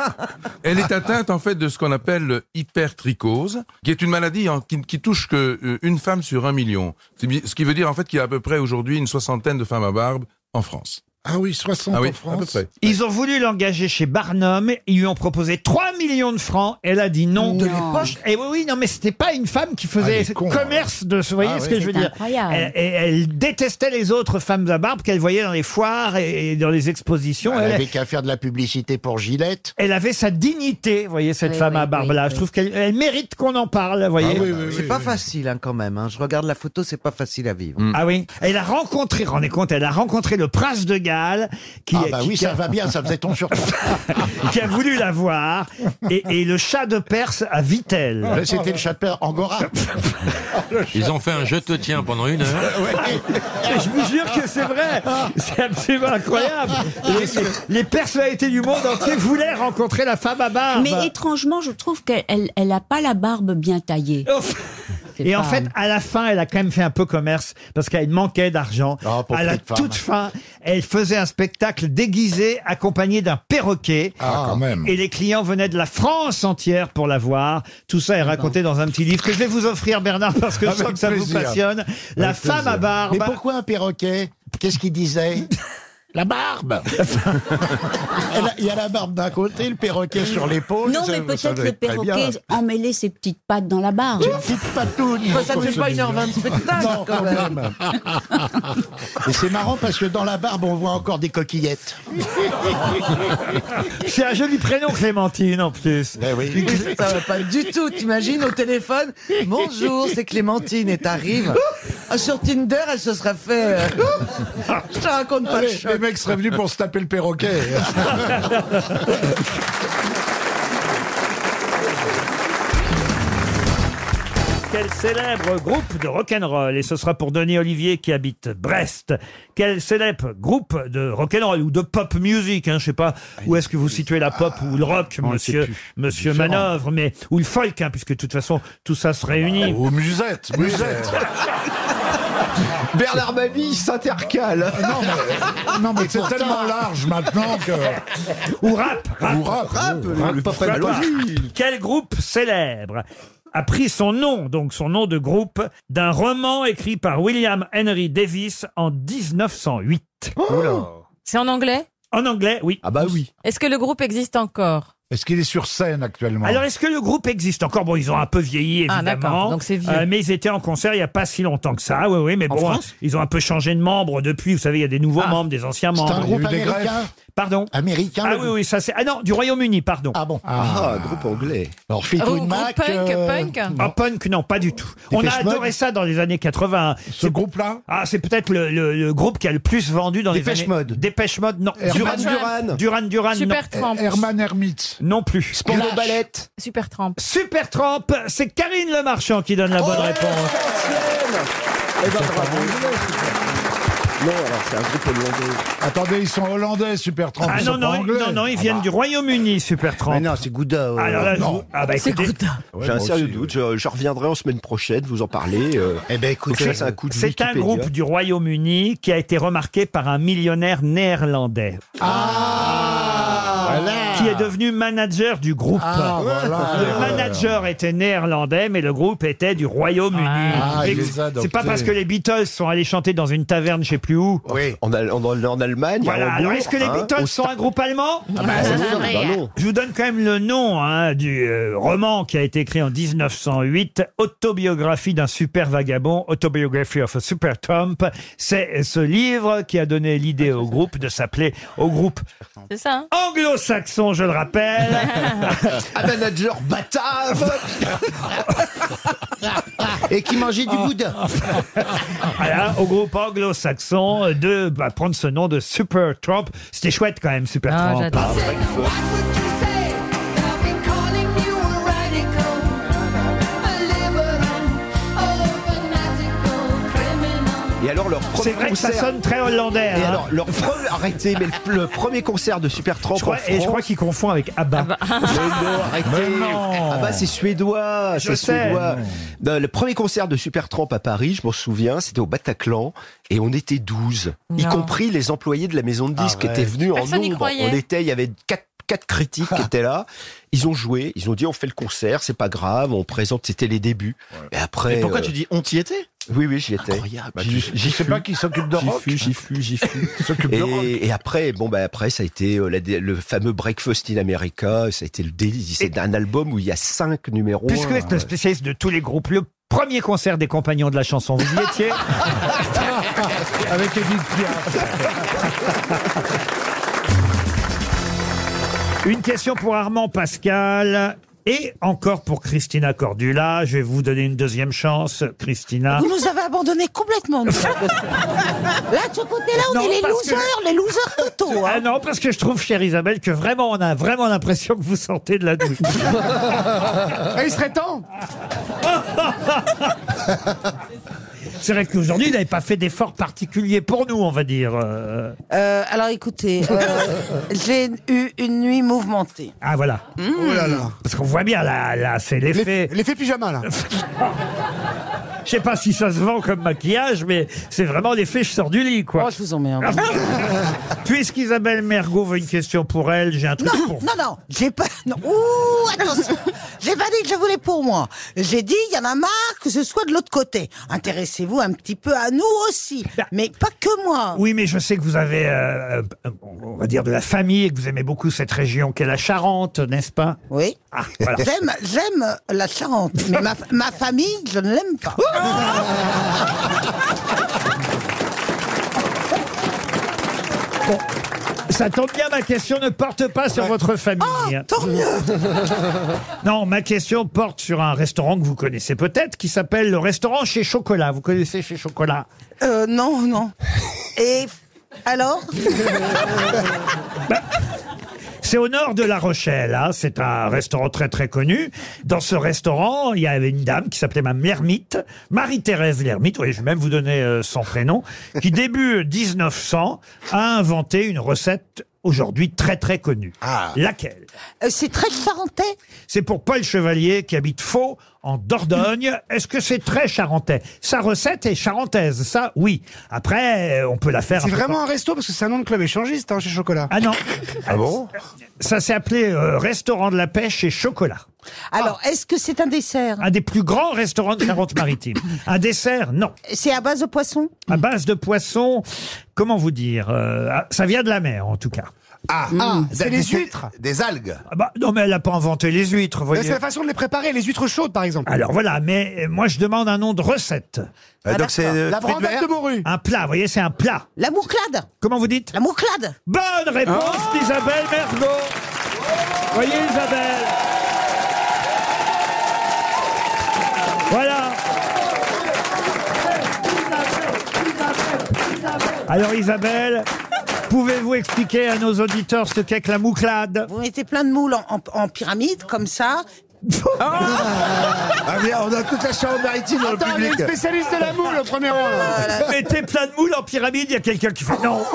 Speaker 13: Elle est atteinte en fait de ce qu'on appelle le hypertrichose, qui est une maladie en- qui, qui touche que euh, une femme sur un million. C'est bi- Ce qui veut dire en fait qu'il y a à peu près aujourd'hui une soixantaine de femmes à barbe en France.
Speaker 2: Ah oui, 60
Speaker 13: Ah oui,
Speaker 2: en
Speaker 13: à peu
Speaker 2: France.
Speaker 13: près.
Speaker 1: Ils ont voulu l'engager chez Barnum, ils lui ont proposé 3 millions de francs, elle a dit non.
Speaker 21: De Non. l'époque
Speaker 1: Et oui, oui, non, mais c'était pas une femme qui
Speaker 2: Ah,
Speaker 1: faisait
Speaker 2: elle est con,
Speaker 1: commerce de ce, vous voyez
Speaker 2: Ah
Speaker 1: ce
Speaker 2: oui.
Speaker 1: que je veux
Speaker 2: C'est
Speaker 1: dire.
Speaker 21: incroyable.
Speaker 1: Elle, elle- elle détestait les autres femmes à barbe qu'elle voyait dans les foires et, et dans les expositions.
Speaker 14: Elle
Speaker 1: elle,
Speaker 14: avait qu'à faire de la publicité pour Gillette.
Speaker 1: elle avait sa dignité, vous voyez, cette
Speaker 14: Oui,
Speaker 1: femme
Speaker 14: oui,
Speaker 1: à barbe-là.
Speaker 14: oui,
Speaker 1: Je
Speaker 14: oui.
Speaker 1: trouve qu'elle elle mérite qu'on en parle, vous
Speaker 14: Ah
Speaker 1: voyez.
Speaker 17: c'est pas facile hein, quand même. hein. Je regarde la photo, c'est pas facile à vivre.
Speaker 1: Ah oui, elle a rencontré, rendez compte, elle a rencontré le prince de Galles qui,
Speaker 14: Ah bah
Speaker 1: qui-
Speaker 14: oui, ça va bien, ça faisait ton sur ton.
Speaker 1: qui a voulu la voir et, et le chat de Perse à Vittel.
Speaker 14: Là, C'était le chapeur Angora.
Speaker 16: Ils ont fait un je te tiens pendant une heure.
Speaker 1: Mais je vous jure que c'est vrai. C'est absolument incroyable. Les, les personnalités du monde entier voulaient rencontrer la femme à barbe.
Speaker 21: Mais étrangement, je trouve qu'elle elle, elle a pas la barbe bien taillée.
Speaker 1: Et en
Speaker 21: pas-
Speaker 1: fait, à la fin, elle a quand même fait un peu commerce parce qu'elle manquait d'argent.
Speaker 2: Ah,
Speaker 1: à la
Speaker 14: pauvre
Speaker 1: toute fin, elle faisait un spectacle déguisé accompagné d'un perroquet.
Speaker 2: Ah, quand même.
Speaker 1: Et les clients venaient de la France entière pour la voir. Tout ça est raconté dans un petit livre que je vais vous offrir, Bernard, parce que je
Speaker 2: Avec
Speaker 1: sens que ça vous
Speaker 2: plaisir.
Speaker 1: passionne. La
Speaker 2: Avec
Speaker 1: femme à
Speaker 2: plaisir.
Speaker 1: barbe.
Speaker 14: Mais pourquoi un perroquet Qu'est-ce qu'il disait La
Speaker 13: Bah.
Speaker 14: barbe Elle a- Il y a la barbe d'un côté, le perroquet sur l'épaule.
Speaker 21: Non,
Speaker 14: ça-
Speaker 21: mais
Speaker 14: ça
Speaker 21: peut-être
Speaker 14: doit
Speaker 21: le
Speaker 14: être très bien.
Speaker 21: perroquet emmêlait ses petites pattes dans la barbe.
Speaker 14: Petite patoune.
Speaker 17: Enfin, ça ne fait pas une heure vingt de spectacle
Speaker 14: Non,
Speaker 17: quand même.
Speaker 14: Et c'est marrant parce que dans la barbe, on voit encore des coquillettes.
Speaker 1: C'est un joli prénom, Clémentine, en plus.
Speaker 2: Eh
Speaker 17: Ça va pas du tout, t'imagines au téléphone Bonjour, c'est Clémentine et t'arrives. Ah, sur Tinder, elle se serait fait. euh, Je te raconte pas le
Speaker 2: Allez,
Speaker 17: choc.
Speaker 2: les mecs seraient venus pour se taper le perroquet.
Speaker 1: Quel célèbre groupe de rock'n'roll, et ce sera pour Denis Olivier qui habite Brest, quel célèbre groupe de rock'n'roll ou de pop music, hein, je sais pas où est-ce que vous situez la pop ou le
Speaker 2: Ah,
Speaker 1: rock, monsieur, monsieur
Speaker 2: Différent.
Speaker 1: Manœuvre, mais, ou le folk, hein, puisque de toute façon, tout ça se réunit.
Speaker 2: Ou Oh, musette, musette.
Speaker 4: Bernard Mabille s'intercale.
Speaker 2: non, mais, non, mais c'est
Speaker 4: pourtant-
Speaker 2: tellement large maintenant que.
Speaker 1: Ou rap, rap.
Speaker 2: Ou rap, oui,
Speaker 4: Ah,
Speaker 1: Rap,
Speaker 2: oui,
Speaker 1: pourquoi
Speaker 2: pourquoi
Speaker 1: pas.
Speaker 2: pas.
Speaker 1: Quel groupe célèbre a pris son nom, donc son nom de groupe, d'un roman écrit par William Henry Davis en 1908
Speaker 20: C'est en anglais
Speaker 1: En anglais, oui.
Speaker 4: Ah bah oui.
Speaker 20: Est-ce que le groupe existe encore
Speaker 2: Est-ce qu'il est sur scène actuellement
Speaker 1: Alors, est-ce que le groupe existe encore Bon, ils ont un peu vieilli,
Speaker 20: Ah,
Speaker 1: évidemment. Euh,
Speaker 20: d'accord. Donc, c'est vieux.
Speaker 1: mais ils étaient en concert il n'y a pas si longtemps que ça. Oui, oui, mais
Speaker 20: En
Speaker 1: bon,
Speaker 20: France Ah.
Speaker 1: ils ont un peu changé de membres depuis. Vous savez, il y a des nouveaux membres, des anciens membres.
Speaker 14: C'est un
Speaker 1: Il y a eu
Speaker 14: groupe
Speaker 1: des greffes.
Speaker 14: américain
Speaker 1: Pardon Américain Ah oui, oui, ça c'est. Ah non, du Royaume-Uni, pardon. Ah bon
Speaker 3: Ah,
Speaker 1: groupe anglais.
Speaker 3: Alors, Fleetwood Oh, Mac, groupe punk, euh, punk
Speaker 1: Ah, punk, non, pas du tout. On a
Speaker 3: Depeche Mode
Speaker 1: adoré ça dans les années 80. Ce groupe-là Ah, c'est peut-être le, le- le groupe qui a le plus vendu dans les
Speaker 3: Depeche
Speaker 1: années...
Speaker 3: Mode.
Speaker 1: Dépêche Mode, non.
Speaker 3: Herman Duran.
Speaker 1: Duran Duran,
Speaker 4: Supertramp.
Speaker 1: non. Herman Hermit. Non plus.
Speaker 4: Spandau Ballet. Supertramp.
Speaker 1: Supertramp, c'est Karine Le Marchand qui donne la bonne réponse.
Speaker 3: Eh ben, Non, alors c'est un groupe hollandais. Attendez, ils sont hollandais, Super Trump.
Speaker 1: Ah non, non, non, non, ils
Speaker 3: bah.
Speaker 1: viennent du Royaume-Uni, Supertramp. Mais non, c'est Gouda. Alors là, je
Speaker 3: Non.
Speaker 1: vous- ah bah
Speaker 3: C'est
Speaker 1: écoutez,
Speaker 20: J'ai un sérieux doute, je, je reviendrai en semaine prochaine vous en parler. euh.
Speaker 19: Eh ben,
Speaker 20: Donc ça, c'est un coup de
Speaker 1: c'est un
Speaker 20: Wikipédia.
Speaker 1: groupe du Royaume-Uni qui a été remarqué par un millionnaire néerlandais.
Speaker 20: Ah,
Speaker 1: Qui est devenu manager du groupe.
Speaker 3: Ah, voilà.
Speaker 1: Le manager était néerlandais, mais le groupe était du Royaume-Uni.
Speaker 20: Ah,
Speaker 1: Et
Speaker 20: il les a
Speaker 1: c'est
Speaker 20: adoptés.
Speaker 1: pas parce que les Beatles sont allés chanter dans une taverne, je sais plus où.
Speaker 20: En, Al- en- en Allemagne.
Speaker 15: Bah,
Speaker 1: Voilà,
Speaker 20: à
Speaker 1: alors
Speaker 20: Hambourg,
Speaker 1: est-ce que les
Speaker 20: hein,
Speaker 1: Beatles
Speaker 20: au
Speaker 1: sont
Speaker 20: Star-
Speaker 1: un groupe allemand
Speaker 20: Ah bah, ça
Speaker 1: Non,
Speaker 20: serait,
Speaker 1: bah
Speaker 20: hein.
Speaker 1: non. Je vous donne quand même le nom hein, du euh, roman qui a été écrit en 1908, Autobiographie d'un super vagabond, Autobiography of a Super Trump. C'est ce livre qui a donné l'idée au groupe de s'appeler au groupe
Speaker 4: C'est ça, hein
Speaker 1: anglo-saxon, je le rappelle.
Speaker 19: Ah,
Speaker 20: Un manager bâtard
Speaker 1: Et qui mangeait du boudin. voilà, au groupe anglo-saxon, de bah, prendre ce nom de Super Trump. C'était chouette quand même, Super
Speaker 4: Ah,
Speaker 1: Trump.
Speaker 20: bah,
Speaker 4: j'adore.
Speaker 20: Et alors leur premier
Speaker 1: C'est vrai que ça
Speaker 20: concert-
Speaker 1: sonne très
Speaker 20: Et
Speaker 1: hollandais, hein.
Speaker 20: alors leur pre- arrêtez, mais le, le premier concert de Supertramp
Speaker 1: Je crois-
Speaker 20: en France.
Speaker 1: et je crois qu'il confond avec Abba.
Speaker 20: Mais non, arrêtez. Ah bah c'est suédois,
Speaker 1: Je
Speaker 20: c'est
Speaker 1: sais.
Speaker 20: suédois. Non, le premier concert de Supertramp à Paris, je m'en souviens, c'était au Bataclan et on était 12, y
Speaker 4: Non.
Speaker 20: compris les employés de la maison de disques qui
Speaker 3: Arrête.
Speaker 20: étaient venus
Speaker 4: Personne
Speaker 20: en
Speaker 4: n'y
Speaker 20: nombre.
Speaker 4: croyait.
Speaker 20: On était, il y avait quatre quatre critiques qui étaient là, ils ont joué, ils ont dit on fait le concert, c'est pas grave, on présente, c'était les débuts. Et après
Speaker 3: Mais pourquoi
Speaker 20: euh,
Speaker 3: tu dis on t'y était
Speaker 20: oui, oui, j'y étais.
Speaker 3: Incroyable.
Speaker 20: Bah,
Speaker 3: Tu-
Speaker 20: j'y-
Speaker 3: tu
Speaker 20: j'y
Speaker 3: sais
Speaker 20: fus.
Speaker 3: pas qui s'occupe de
Speaker 20: J'y
Speaker 3: rock
Speaker 20: fus, j'y fus, j'y fus.
Speaker 3: de
Speaker 20: et,
Speaker 3: rock.
Speaker 20: et après, bon, bah, après, ça a été euh, la dé- le fameux Breakfast in America. Ça a été le délice. C'est un album où il y a cinq numéros.
Speaker 1: Puisque vous êtes le spécialiste de tous les groupes, le premier concert des compagnons de la chanson, vous y étiez
Speaker 3: Avec Edith
Speaker 1: Une question pour Armand Pascal et encore pour Christina Cordula. Je vais vous donner une deuxième chance, Christina.
Speaker 12: Vous nous avez abandonné complètement. nous. là, de ce côté-là, on
Speaker 1: Non,
Speaker 12: est les
Speaker 1: parce que-
Speaker 12: losers, les losers totaux.
Speaker 1: Ah non, parce que je trouve, chère Isabelle, que vraiment, on a vraiment l'impression que vous sortez de la douche.
Speaker 19: il serait temps.
Speaker 1: C'est vrai qu'aujourd'hui, vous n'avez pas fait d'effort particulier pour nous, on va dire. euh.
Speaker 12: Euh, alors écoutez, euh, j'ai eu une nuit mouvementée.
Speaker 1: Ah, voilà.
Speaker 12: Oh là là.
Speaker 1: Parce qu'on voit bien, là, là c'est l'effet.
Speaker 3: L'effet pyjama, là.
Speaker 1: Je sais pas si ça se vend comme maquillage, mais c'est vraiment l'effet je sors du lit, quoi.
Speaker 12: Oh, je vous emmerde.
Speaker 1: Puisqu'Isabelle Mergot veut une question pour elle, j'ai un truc
Speaker 12: Non,
Speaker 1: pour vous.
Speaker 12: non, non, j'ai pas. Non. Ouh, attention. j'ai pas dit que je voulais pour moi. J'ai dit, il y en a marre que ce soit de l'autre côté. Intéressez-vous un petit peu à nous aussi, mais pas que moi.
Speaker 1: Oui, mais je sais que vous avez, euh, euh, on va dire, de la famille et que vous aimez beaucoup cette région qu'est la Charente, n'est-ce pas
Speaker 12: Oui.
Speaker 1: Ah, voilà.
Speaker 12: J'aime, j'aime la Charente, mais ma, ma famille, je ne l'aime pas.
Speaker 1: Bon, ça tombe bien, ma question ne porte pas sur votre famille.
Speaker 12: Ah, tant mieux
Speaker 1: Non, ma question porte sur un restaurant que vous connaissez peut-être, qui s'appelle le restaurant Chez Chocolat. Vous connaissez Chez Chocolat
Speaker 12: Euh, non, non. Et alors
Speaker 1: C'est au nord de La Rochelle, hein. c'est un restaurant très très connu. Dans ce restaurant, il y avait une dame qui s'appelait Mme Lermite, Marie-Thérèse Lermite, oui, je vais même vous donner euh, son prénom, qui début 1900 a inventé une recette aujourd'hui très très connue. Laquelle
Speaker 12: Euh, C'est très charentais.
Speaker 1: C'est pour Paul Chevalier qui habite Faux, en Dordogne. Est-ce que c'est très charentais Sa recette est charentaise, ça oui. Après, euh, on peut la faire...
Speaker 27: C'est
Speaker 1: un peu
Speaker 27: vraiment un resto parce que c'est un nom de club échangiste hein, chez Chocolat.
Speaker 1: Ah non. Ah bon Ça s'est appelé euh, Restaurant de la pêche et chocolat.
Speaker 12: Alors, est-ce que c'est un dessert
Speaker 1: Un des plus grands restaurants de Charente-Maritime. Un dessert, non.
Speaker 12: C'est à base de poisson
Speaker 1: À base de poisson, comment vous dire euh, ah, Ça vient de la mer, en tout cas. Ah,
Speaker 27: Hmm.
Speaker 15: Ah, c'est les huîtres.
Speaker 1: Des algues. bah, non, mais elle n'a pas inventé les huîtres, vous
Speaker 15: Mais
Speaker 1: voyez.
Speaker 15: C'est la façon de les préparer, les huîtres chaudes par exemple.
Speaker 1: Alors voilà, mais euh, moi je demande un nom de recette.
Speaker 15: Ah, donc c'est, euh, La fruits de brandade mer de morue.
Speaker 1: Un plat, vous voyez, c'est un plat. La mouclade. Comment vous dites La mouclade. Bonne réponse
Speaker 15: Ah.
Speaker 1: d'Isabelle Mergo. Voyez Isabelle. Voilà. Alors Isabelle, pouvez-vous expliquer à nos auditeurs ce qu'est que la mouclade
Speaker 12: Vous mettez plein de moules en, en- en pyramide, comme ça.
Speaker 2: Ah bien, on a toute la chambre maritime dans
Speaker 15: Attends, il y
Speaker 2: le
Speaker 15: a
Speaker 2: public.
Speaker 15: une spécialiste de la moule au premier rang.
Speaker 1: Vous Mettez plein de moules en pyramide, il y a quelqu'un qui fait non.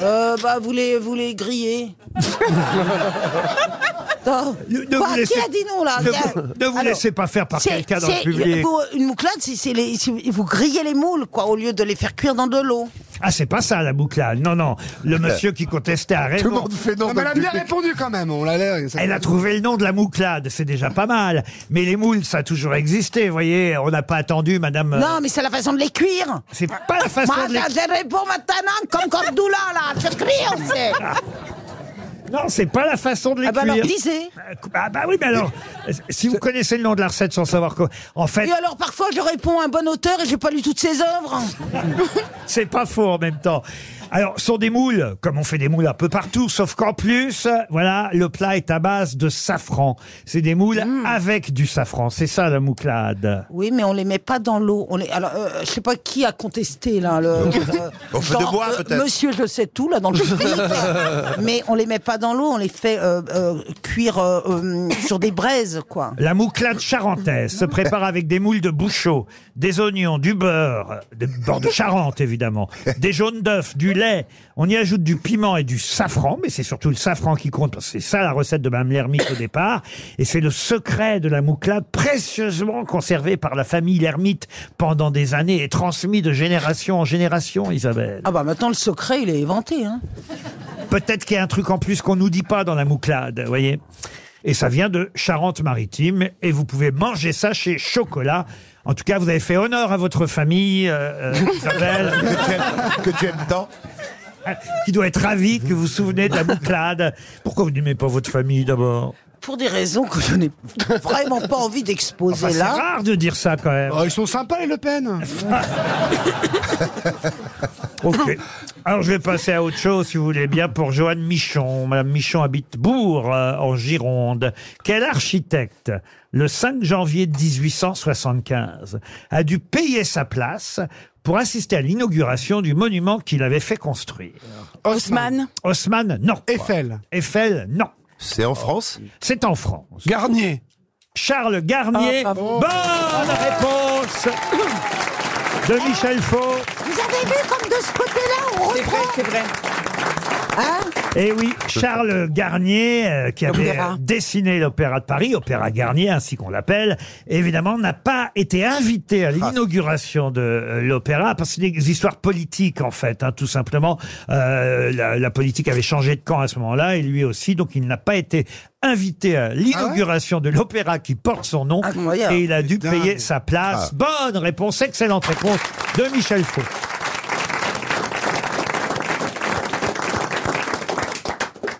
Speaker 12: Euh, bah, vous les, vous les grillez. Attends.
Speaker 1: ne
Speaker 12: Quoi,
Speaker 1: vous laissez-
Speaker 12: Qui a dit
Speaker 15: Oh
Speaker 12: non, là
Speaker 1: Ne
Speaker 12: Il y a-
Speaker 1: vous- ne vous laissez pas faire par
Speaker 12: c'est-
Speaker 1: quelqu'un dans le
Speaker 12: c'est-
Speaker 1: public.
Speaker 12: vous- une mouclade, c'est, c'est les, c'est- vous grillez les moules, quoi, au lieu de les faire cuire dans de l'eau.
Speaker 1: Ah, c'est pas ça la bouclade. Non, non. Le monsieur qui contestait a raison.
Speaker 15: Non, mais elle a bien répondu quand même. On l'a l'air- ça-
Speaker 1: Elle a trouvé le nom de la mouclade, c'est déjà pas mal. Mais les moules, ça a toujours existé, vous voyez. On n'a pas attendu, madame. euh,
Speaker 12: Non, mais c'est la façon de les cuire.
Speaker 1: C'est pas la façon
Speaker 12: Moi,
Speaker 1: de les-
Speaker 12: je réponds maintenant comme Cordula, là. Je crie, on sait.
Speaker 1: Non, c'est pas la façon de les
Speaker 12: Ah bah alors,
Speaker 1: cuire.
Speaker 12: lisez.
Speaker 1: Ah bah oui, mais alors, si vous connaissez le nom de la recette sans savoir quoi, en fait,
Speaker 12: Et alors, parfois, je réponds à un bon auteur et j'ai pas lu toutes ses œuvres.
Speaker 1: c'est pas faux en même temps. Alors, ce sont des moules, comme on fait des moules un peu partout, sauf qu'en plus, voilà, le plat est à base de safran. C'est des moules avec du safran. C'est ça, la mouclade.
Speaker 12: Oui, mais on les met pas dans l'eau. On les... Alors, euh, je sais pas qui a contesté là. Le, euh,
Speaker 1: Au feu de bois, peut-être.
Speaker 12: Monsieur, je sais tout là dans le public. mais on les met pas dans l'eau. On les fait euh, euh, cuire euh, euh, sur des braises, quoi.
Speaker 1: La mouclade charentaise se prépare avec des moules de bouchot, des oignons, du beurre, des beurre de Charente évidemment, des jaunes d'œufs, du lait. On y ajoute du piment et du safran, mais c'est surtout le safran qui compte. parce que C'est ça la recette de Mme l'ermite au départ. Et c'est le secret de la mouclade précieusement conservée par la famille l'ermite pendant des années et transmis de génération en génération, Isabelle.
Speaker 12: Ah bah maintenant le secret, il est éventé. Hein.
Speaker 1: Peut-être qu'il y a un truc en plus qu'on nous dit pas dans la mouclade, vous voyez. Et ça vient de Charente-Maritime et vous pouvez manger ça chez Chocolat. En tout cas, vous avez fait honneur à votre famille, euh, euh, Isabelle. Euh,
Speaker 2: Que tu aimes- que tu aimes tant.
Speaker 1: Qui doit être ravie que vous vous souvenez de la mouclade. Pourquoi vous n'aimez pas votre famille d'abord
Speaker 12: Pour des raisons que je n'ai vraiment pas envie d'exposer
Speaker 1: Enfin, C'est
Speaker 12: là.
Speaker 1: rare de dire ça quand même.
Speaker 15: Oh, ils sont sympas les Le Pen.
Speaker 1: Ok. Alors, je vais passer à autre chose, si vous voulez bien, pour Joanne Michon. Madame Michon habite Bourg, euh, en Gironde. Quel architecte, le 5 janvier 1875, a dû payer sa place pour assister à l'inauguration du monument qu'il avait fait construire
Speaker 15: Haussmann
Speaker 1: Haussmann, non.
Speaker 15: Eiffel
Speaker 1: Eiffel, non.
Speaker 2: C'est en France
Speaker 1: C'est en France.
Speaker 15: Garnier
Speaker 1: Charles Garnier.
Speaker 15: Ah, bravo.
Speaker 1: Bonne réponse de Michel Faux.
Speaker 12: Vous avez vu comme de ce côté-là, on reprend. C'est vrai, c'est vrai. Hein
Speaker 1: Et Eh oui, Charles Garnier, euh, qui avait
Speaker 12: L'opéra.
Speaker 1: euh, dessiné l'Opéra de Paris, Opéra Garnier ainsi qu'on l'appelle, évidemment n'a pas été invité à l'inauguration de euh, l'Opéra, parce que c'est des histoires politiques en fait, hein, tout simplement. Euh, la, la politique avait changé de camp à ce moment-là, et lui aussi, donc il n'a pas été invité à l'inauguration de l'Opéra qui porte son nom,
Speaker 12: Incroyable.
Speaker 1: et il a dû
Speaker 12: C'est dingue.
Speaker 1: payer sa place. Bonne réponse, excellente réponse de Michel Faux.